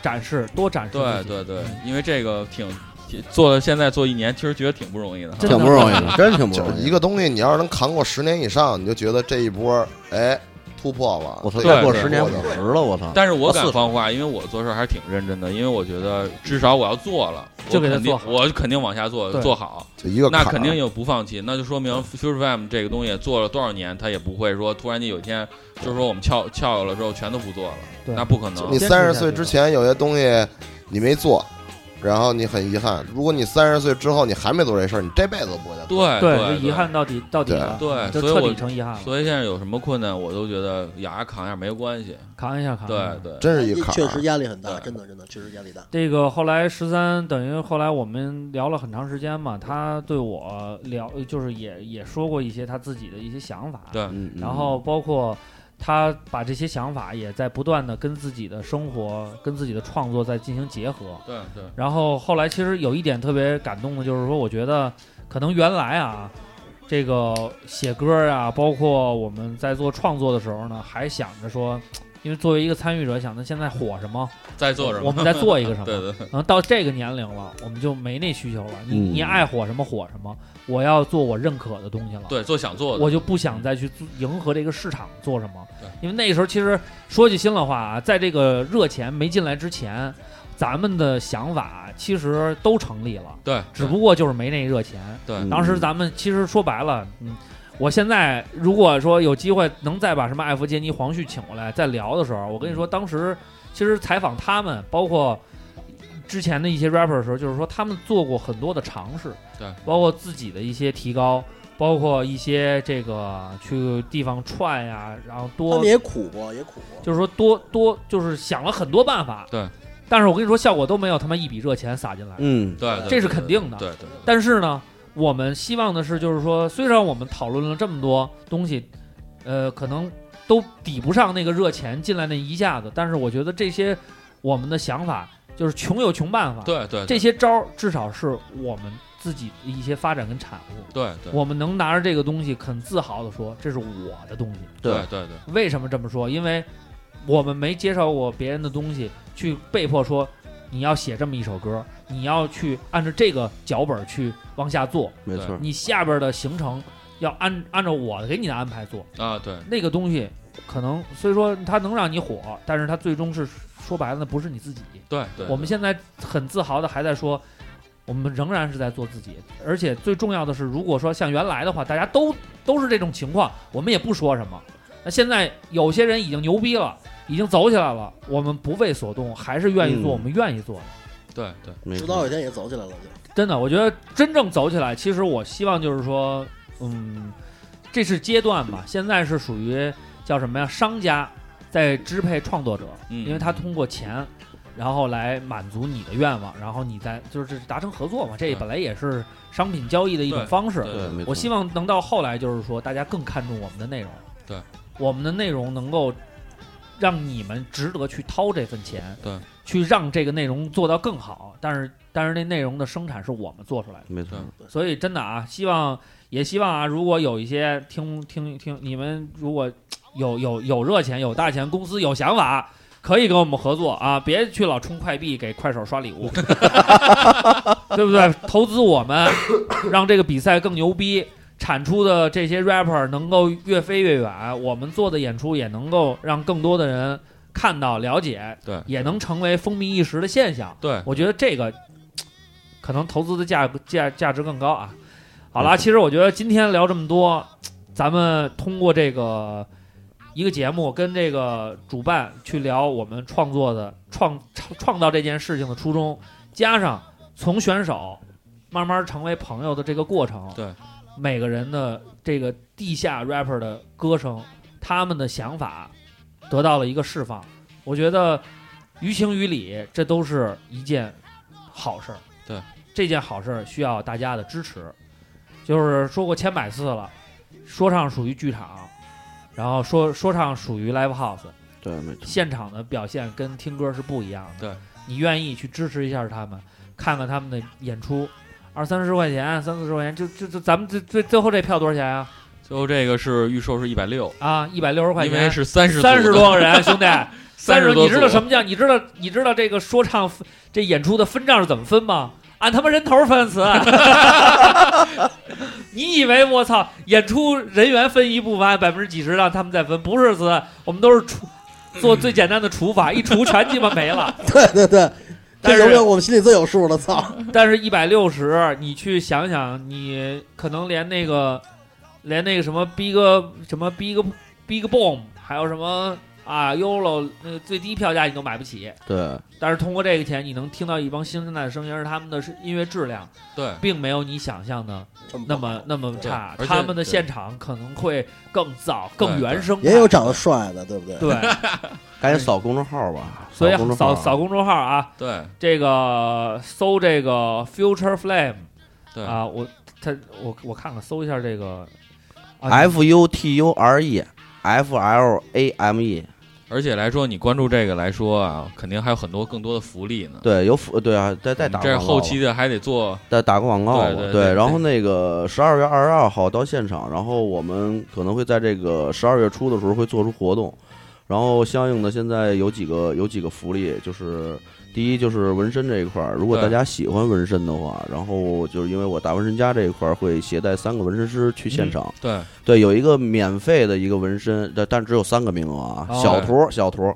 展示，多展示对自己。对对，因为这个挺挺做现在做一年，其实觉得挺不容易的。啊真挺不容易的，真挺不就容是易。一个东西，你要是能扛过十年以上，你就觉得这一波哎突破了。啊我操，这一再过波突十破年五了十了，我操！但是我啊四敢十放话，因为我做事还是挺认真的，因为我觉得至少我要做了，就我给它肯定做好我肯定往下做，对做好，就一个那坎儿肯定有不放弃，那就说明 Future Fam 这个东西做了多少年，它也不会说突然间有一天就是说我们翘翘了之后全都不做了，对那不可能你。坚持三下十去岁之前有些东西你没做，然后你很遗憾。如果你三十岁之后你还没做这事儿，你这辈子都不会再做。对对，对，就遗憾到底到底了，对就所以彻我底成遗憾了，所以现在有什么困难，我都觉得咬牙扛一下没关系。扛一下扛一对下。哎对，真是一坎哎确儿实。压力很大，对啊真的真的确实压力大。嗯这个后来十三等于后来我们聊了很长时间嘛，他对我聊就是也也说过一些他自己的一些想法，对嗯，嗯然后包括他把这些想法也在不断的跟自己的生活、跟自己的创作在进行结合。对对，然后后来其实有一点特别感动的，就是说我觉得可能原来啊，这个写歌啊，包括我们在做创作的时候呢，还想着说。因为作为一个参与者，想着现在火什么，在做什我么？们再做一个什么。 <laughs> 对对对然后到这个年龄了，我们就没那需求了。你嗯你爱火什么火什么，我要做我认可的东西了。对，做想做的。我就不想再去做迎合这个市场做什么对，因为那个时候其实说句心里话啊，在这个热钱没进来之前，咱们的想法其实都成立了，对，只不过就是没那热钱。对嗯当时咱们其实说白了，嗯，我现在如果说有机会能再把什么艾弗杰尼、黄旭请过来再聊的时候，我跟你嗯说，当时其实采访他们，包括之前的一些 rapper 的时候，就是说他们做过很多的尝试，对，包括自己的一些提高，包括一些这个去地方串呀、然后他多们也苦过，也苦过。就是说多多就是想了很多办法，对，但是我跟你说，效果都没有他妈一笔热钱撒进来，嗯，对对，这是对肯定的对对，对但是呢，我们希望的是，就是说，虽然我们讨论了这么多东西，呃，可能都抵不上那个热钱进来那一下子，但是我觉得这些我们的想法就是穷有穷办法，，对对这对些招儿至少是我们自己的一些发展跟产物，对对我们能拿着这个东西很自豪的说，这是我的东西。对对对。为什么这么说？因为我们没接受过别人的东西，去被迫说你要写这么一首歌，你要去按照这个脚本去往下做，没错，你下边的行程要按按照我给你的安排做。啊，对那个东西可能虽说它能让你火，但是它最终是说白了不是你自己。对对，我们现在很自豪的还在说。我们仍然是在做自己，而且最重要的是，如果说像原来的话，大家都都是这种情况，我们也不说什么。那现在有些人已经牛逼了，已经走起来了，我们不为所动，还是愿意做我嗯们愿意做的。对哎对没直到有错一，天也走起来了，就 <laughs> 真的，我觉得真正走起来，其实我希望就是说，嗯，这是阶段嗯吧。现在是属于叫什么呀？商家在支配创作者，嗯因为他通过钱，然后来满足你的愿望，然后你再就是达成合作嘛。这对本来也是商品交易的一种嗯对方式。对对，没错。我希望能到后来，就是说大家更看重我们的内容，对，我们的内容能够让你们值得去掏这份钱，对，去让这个内容做到更好。但是，但是那内容的生产是我们做出来没错，的，所以真的啊，希望也希望啊，如果有一些听听听你们如果有有有热钱、有大钱，公司有想法。可以跟我们合作啊！别去老充快币给快手刷礼物， <laughs> 对不对？投资我们，让这个比赛更牛逼，产出的这些 rapper 能够越飞越远，我们做的演出也能够让更多的人看到、了解，对也能成为风靡一时的现象。对，我觉得这个可能投资的价价价值更高啊。好了，其实我觉得今天聊这么多，咱们通过这个一个节目跟这个主办去聊我们创作的创创创造这件事情的初衷，加上从选手慢慢成为朋友的这个过程，对每个人的这个地下 rapper 的歌声，他们的想法得到了一个释放。我觉得于情于理，这都是一件好事儿。对，这件好事儿需要大家的支持。就是说过千百次了，说唱属于剧场，然后说说唱属于 live house，对，没错，现场的表现跟听歌是不一样的。对，你愿意去支持一下他们，看看他们的演出，二三十块钱，三四十块钱，就就就咱们最最最后这票多少钱啊？最后这个是预售是一百六，啊，一百六十块因为钱，是三十 <laughs> 三十多个人，兄弟，三但十是多你组知道什么叫？你知道你知道这个说唱分这演出的分账是怎么分吗？按他妈人头分词。啊 <laughs> 你以为我操，演出人员分一部分按百分之几十让他们再分？不是词，我们都是除做最简单的除法，一除全鸡巴没了。对对对，但这是有没有我们心里自有数了？操！ <laughs> 但是，一百六十，你去想想，你可能连那个，连那个什么 Big 什么 Big Big Boom，还有什么啊 Yolo 那个最低票价你都买不起。对，但是通过这个钱，你能听到一帮新生代的声音，而他们的是音乐质量对，并没有你想象的那么那么差，对而且他们的现场可能会更燥、更原生态。也有长得帅的，对不对？ <laughs> 对，赶紧扫公众号吧，所以公众扫号扫公众号啊，对这个搜这个 Future Flame。对啊，我他我我看看搜一下这个啊 F U T U R E F L A M E，而且来说，你关注这个来说啊，肯定还有很多更多的福利呢。对，有辅对啊，再再打嗯这是广告后吧期的还得做，再打个广告对吧，对对对。然后那个十二月二十二号到现场，然后我们可能会在这个十二月初的时候会做出活动，然后相应的现在有几个有几个福利，就是第一就是纹身这一块儿，如果对大家喜欢纹身的话，然后就是因为我大纹身家这一块儿会携带三个纹身师去现场，嗯对对，有一个免费的一个纹身，但但只有三个名额啊，哦小图儿小图儿。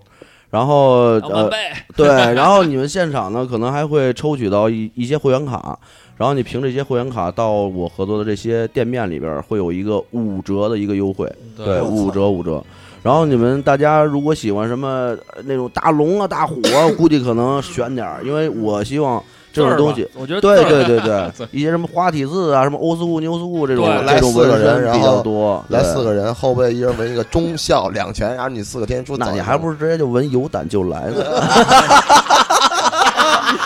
然后啊万呃，倍，对， <laughs> 然后你们现场呢，可能还会抽取到一一些会员卡，然后你凭这些会员卡到我合作的这些店面里边儿，会有一个五折的一个优惠，对，我操五折五折。然后你们大家如果喜欢什么呃那种大龙啊、大虎啊，我估计可能选点儿，因为我希望这种东西字儿吧，我觉得对字儿对对对，一些什么花体字啊、什么欧斯物、牛斯物这种对这种来四纹个身人比然较后多，来对四个人，后背一人纹一个忠孝两全，然后你四个天书，那你还不是如直接就纹有胆就来 <laughs> <laughs> 呢？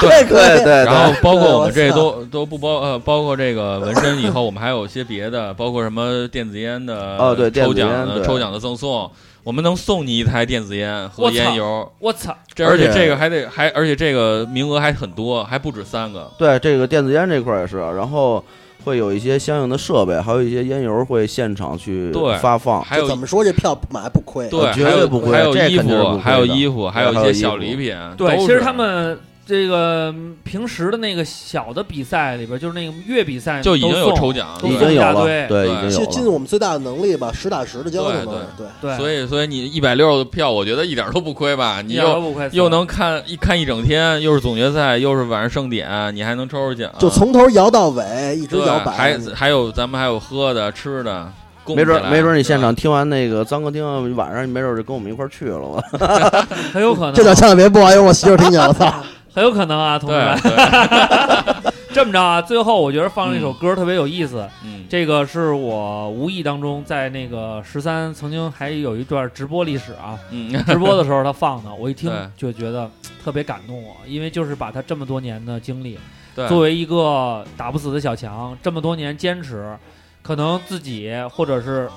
这可以 <laughs> 对对然后包括我们这对我都 <laughs> 都不包呃，包括这个纹身以后，我们还有一些别的，包括什么电子烟的哦对电抽子奖烟的对抽奖的赠送，我们能送你一台电子烟和我操烟油，我操，这而而且且这个还得还而且这个名额还很多，还不止三个。对，这个电子烟这块儿也是，啊然后会有一些相应的设备，还有一些烟油会现场去对发放。啊还有怎么说这票买不亏？对，绝还有对不亏还有这衣肯定是不服，亏的还有衣服，还有一还有些衣服小礼品。对，都其实是他们这个嗯平时的那个小的比赛里边，就是那个乐比赛就已经都有送抽奖，都已送经有了，对对，已对经尽有尽了。我们最大的能力吧，实打实的交对流嘛。对，对，所以所以你一百六十票，我觉得一点都不亏吧？一你点又都不亏死又能看一看一整天，又是总决赛，又是晚上盛典，你还能抽抽奖，就从头摇到尾，一直对，摇摆。 <laughs> 还还有咱们还有喝的吃的，供嗯没准起儿来没准儿你现对吧场听完那个脏歌厅，晚上没准儿就跟我们一块儿去了 <laughs> 吧？很有可这能点，千万别播啊，一会儿我媳妇儿听见，我操！很有可能啊，同志们，对对， <laughs> 这么着啊，最后我觉得放了一首歌特别有意思，嗯，这个是我无意当中在那个十三曾经还有一段直播历史啊，嗯 <laughs> 直播的时候他放的，我一听就对觉得特别感动我，因为就是把他这么多年的经历，对，作为一个打不死的小强，这么多年坚持，可能自己或者是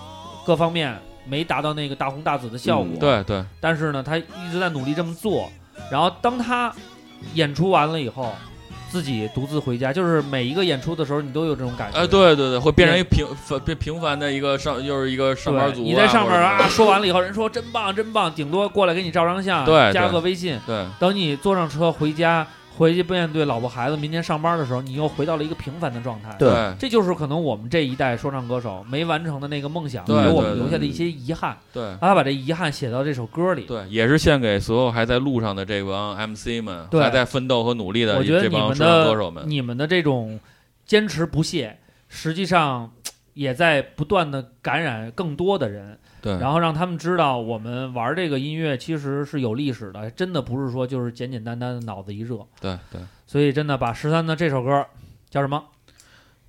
各方面没达到那个大红大紫的效果，嗯对对但是呢，他一直在努力这么做。然后当他演出完了以后，自己独自回家，就是每一个演出的时候，你都有这种感觉。哎，对对对，会变成一平凡变平凡的一个上，又是一个对上班族啊。你在上面或者啊，什说完了以后，人说真棒真棒，顶多过来给你照张相，对加对个微信。么等你坐上车回家，回去面对老婆孩子，明天上班的时候，你又回到了一个平凡的状态。对对这就是可能我们这一代说唱歌手没完成的那个梦想，给对我对们对留下的一些遗憾。对他把这遗憾写到这首歌里。对，也是献给所有还在路上的这帮 MC 们，对还在奋斗和努力的我觉得这你帮们说唱歌的手们。你们的这种坚持不懈，实际上也在不断的感染更多的人，对，然后让他们知道我们玩这个音乐其实是有历史的，真的不是说就是简简单单的脑子一热。对对，所以真的把十三的这首歌叫什么？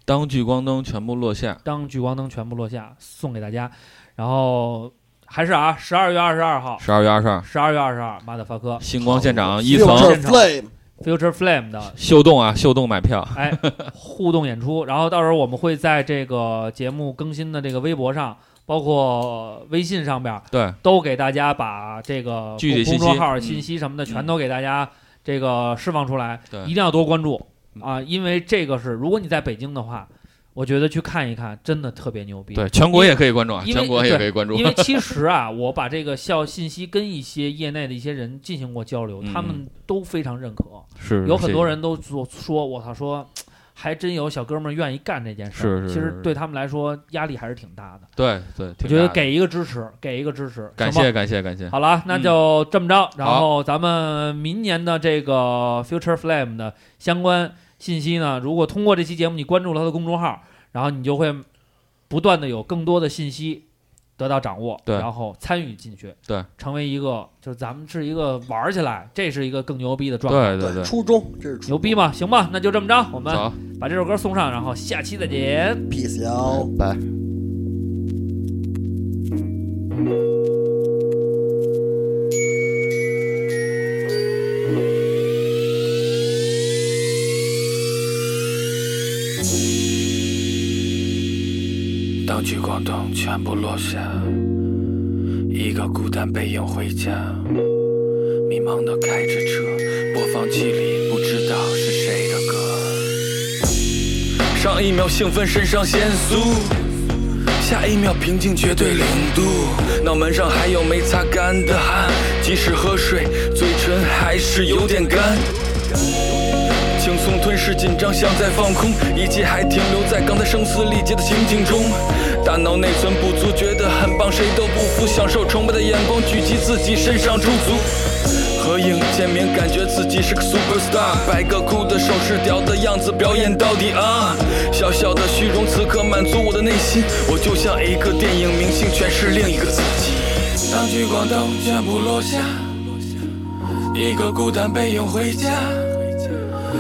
当聚光灯全部落下，当聚光灯全部落下，送给大家。然后还是啊，十二月二十二号，十二月二十二，十二月二十二，马德发科星光现场一一会层儿现场 flame， Future Flame 的秀动啊，秀动买票。哎互动演出。然后到时候我们会在这个节目更新的这个微博上，包括微信上边，对都给大家把这个具公体信息公众号嗯信息什么的全都给大家这个释放出来，对一定要多关注嗯啊！因为这个是，如果你在北京的话，我觉得去看一看，真的特别牛逼。对，全国也可以关注啊，因为全国也可以关注因。为其实啊，我把这个校信息跟一些业内的一些人进行过交流，嗯他们都非常认可。是有很多人都说说，我操，说还真有小哥们儿愿意干这件事儿。是其是实是对他们来说压力还是挺大的。对对，我挺觉大得的给一个支持，给一个支持，感行谢吧。感谢感谢。嗯好了，那就这么着，然好后咱们明年的这个 Future Flame 的相关信息呢，如果通过这期节目你关注了他的公众号，然后你就会不断的有更多的信息得到掌握，对然后参与进去，对，成为一个就是咱们是一个玩儿起来，这是一个更牛逼的状态，对对对，初中这是初牛逼吗？行吧，那就这么着，我们走，把这首歌送上，然后下期再见。 peace 哟。拜。当聚光灯全部落下，一个孤单背影回家，迷茫的开着车，播放器里不知道是谁的歌。上一秒兴奋肾上腺素，下一秒平静绝对零度，脑门上还有没擦干的汗，即使喝水，嘴唇还是有点干。轻松吞噬紧张，像在放空，一切还停留在刚才声嘶力竭的情景中。大脑内存不足，觉得很棒，谁都不服，享受崇拜的眼光聚集自己身上驻足。合影见面，感觉自己是个 super star，摆个酷的手势，屌的样子，表演到底啊！小小的虚荣，此刻满足我的内心，我就像一个电影明星，诠释另一个自己。当聚光灯全部落下，一个孤单背影回家。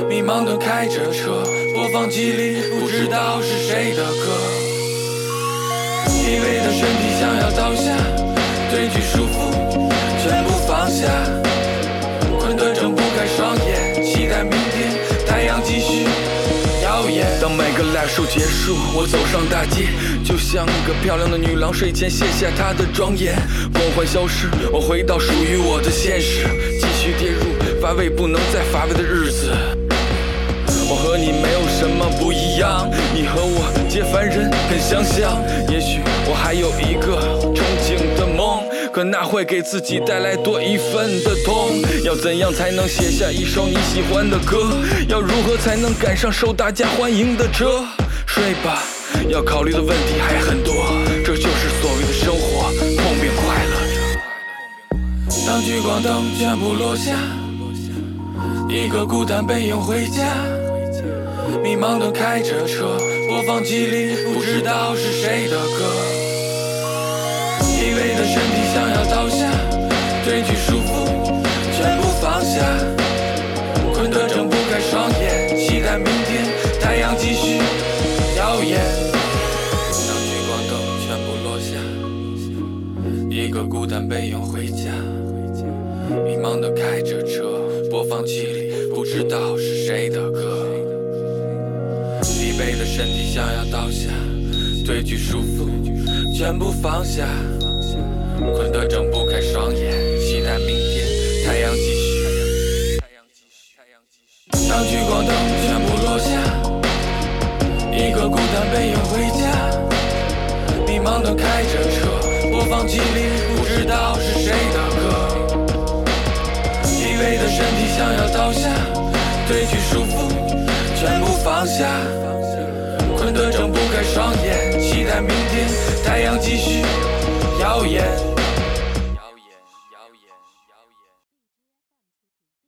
迷茫的开着车，播放机里不知道是谁的歌。疲惫的身体想要倒下，褪去束缚，全部放下。困顿睁不开双眼，期待明天太阳继续耀眼。当每个 live show 结束，我走上大街，就像个漂亮的女郎，睡前卸下她的庄严。光环消失，我回到属于我的现实，继续跌入乏味不能再乏味的日子。我和你没有什么不一样，你和我皆凡人，很相像。也许我还有一个憧憬的梦，可那会给自己带来多一份的痛。要怎样才能写下一首你喜欢的歌？要如何才能赶上受大家欢迎的车？睡吧，要考虑的问题还很多，这就是所谓的生活，痛并快乐着。当聚光灯全部落下。一个孤单背影回家，迷茫的开着车，播放机里不知道是谁的歌。疲惫的身体想要倒下，褪去束缚，全部放下。困得睁不开双眼，期待明天太阳继续耀眼。当聚光灯全部落下，一个孤单背影回家。迷茫的开着车，播放器里不知道是谁的歌。疲惫的身体想要倒下，褪去束缚，全部放下。困得睁不开双眼，期待明天太阳继续。当聚光灯全部落下，一个孤单背影回家。迷茫的开着车，播放器里不知道是谁的歌。疲惫的身体想要倒下，褪去束缚，全部放下。困得睁不开双眼，期待明天太阳继续耀眼。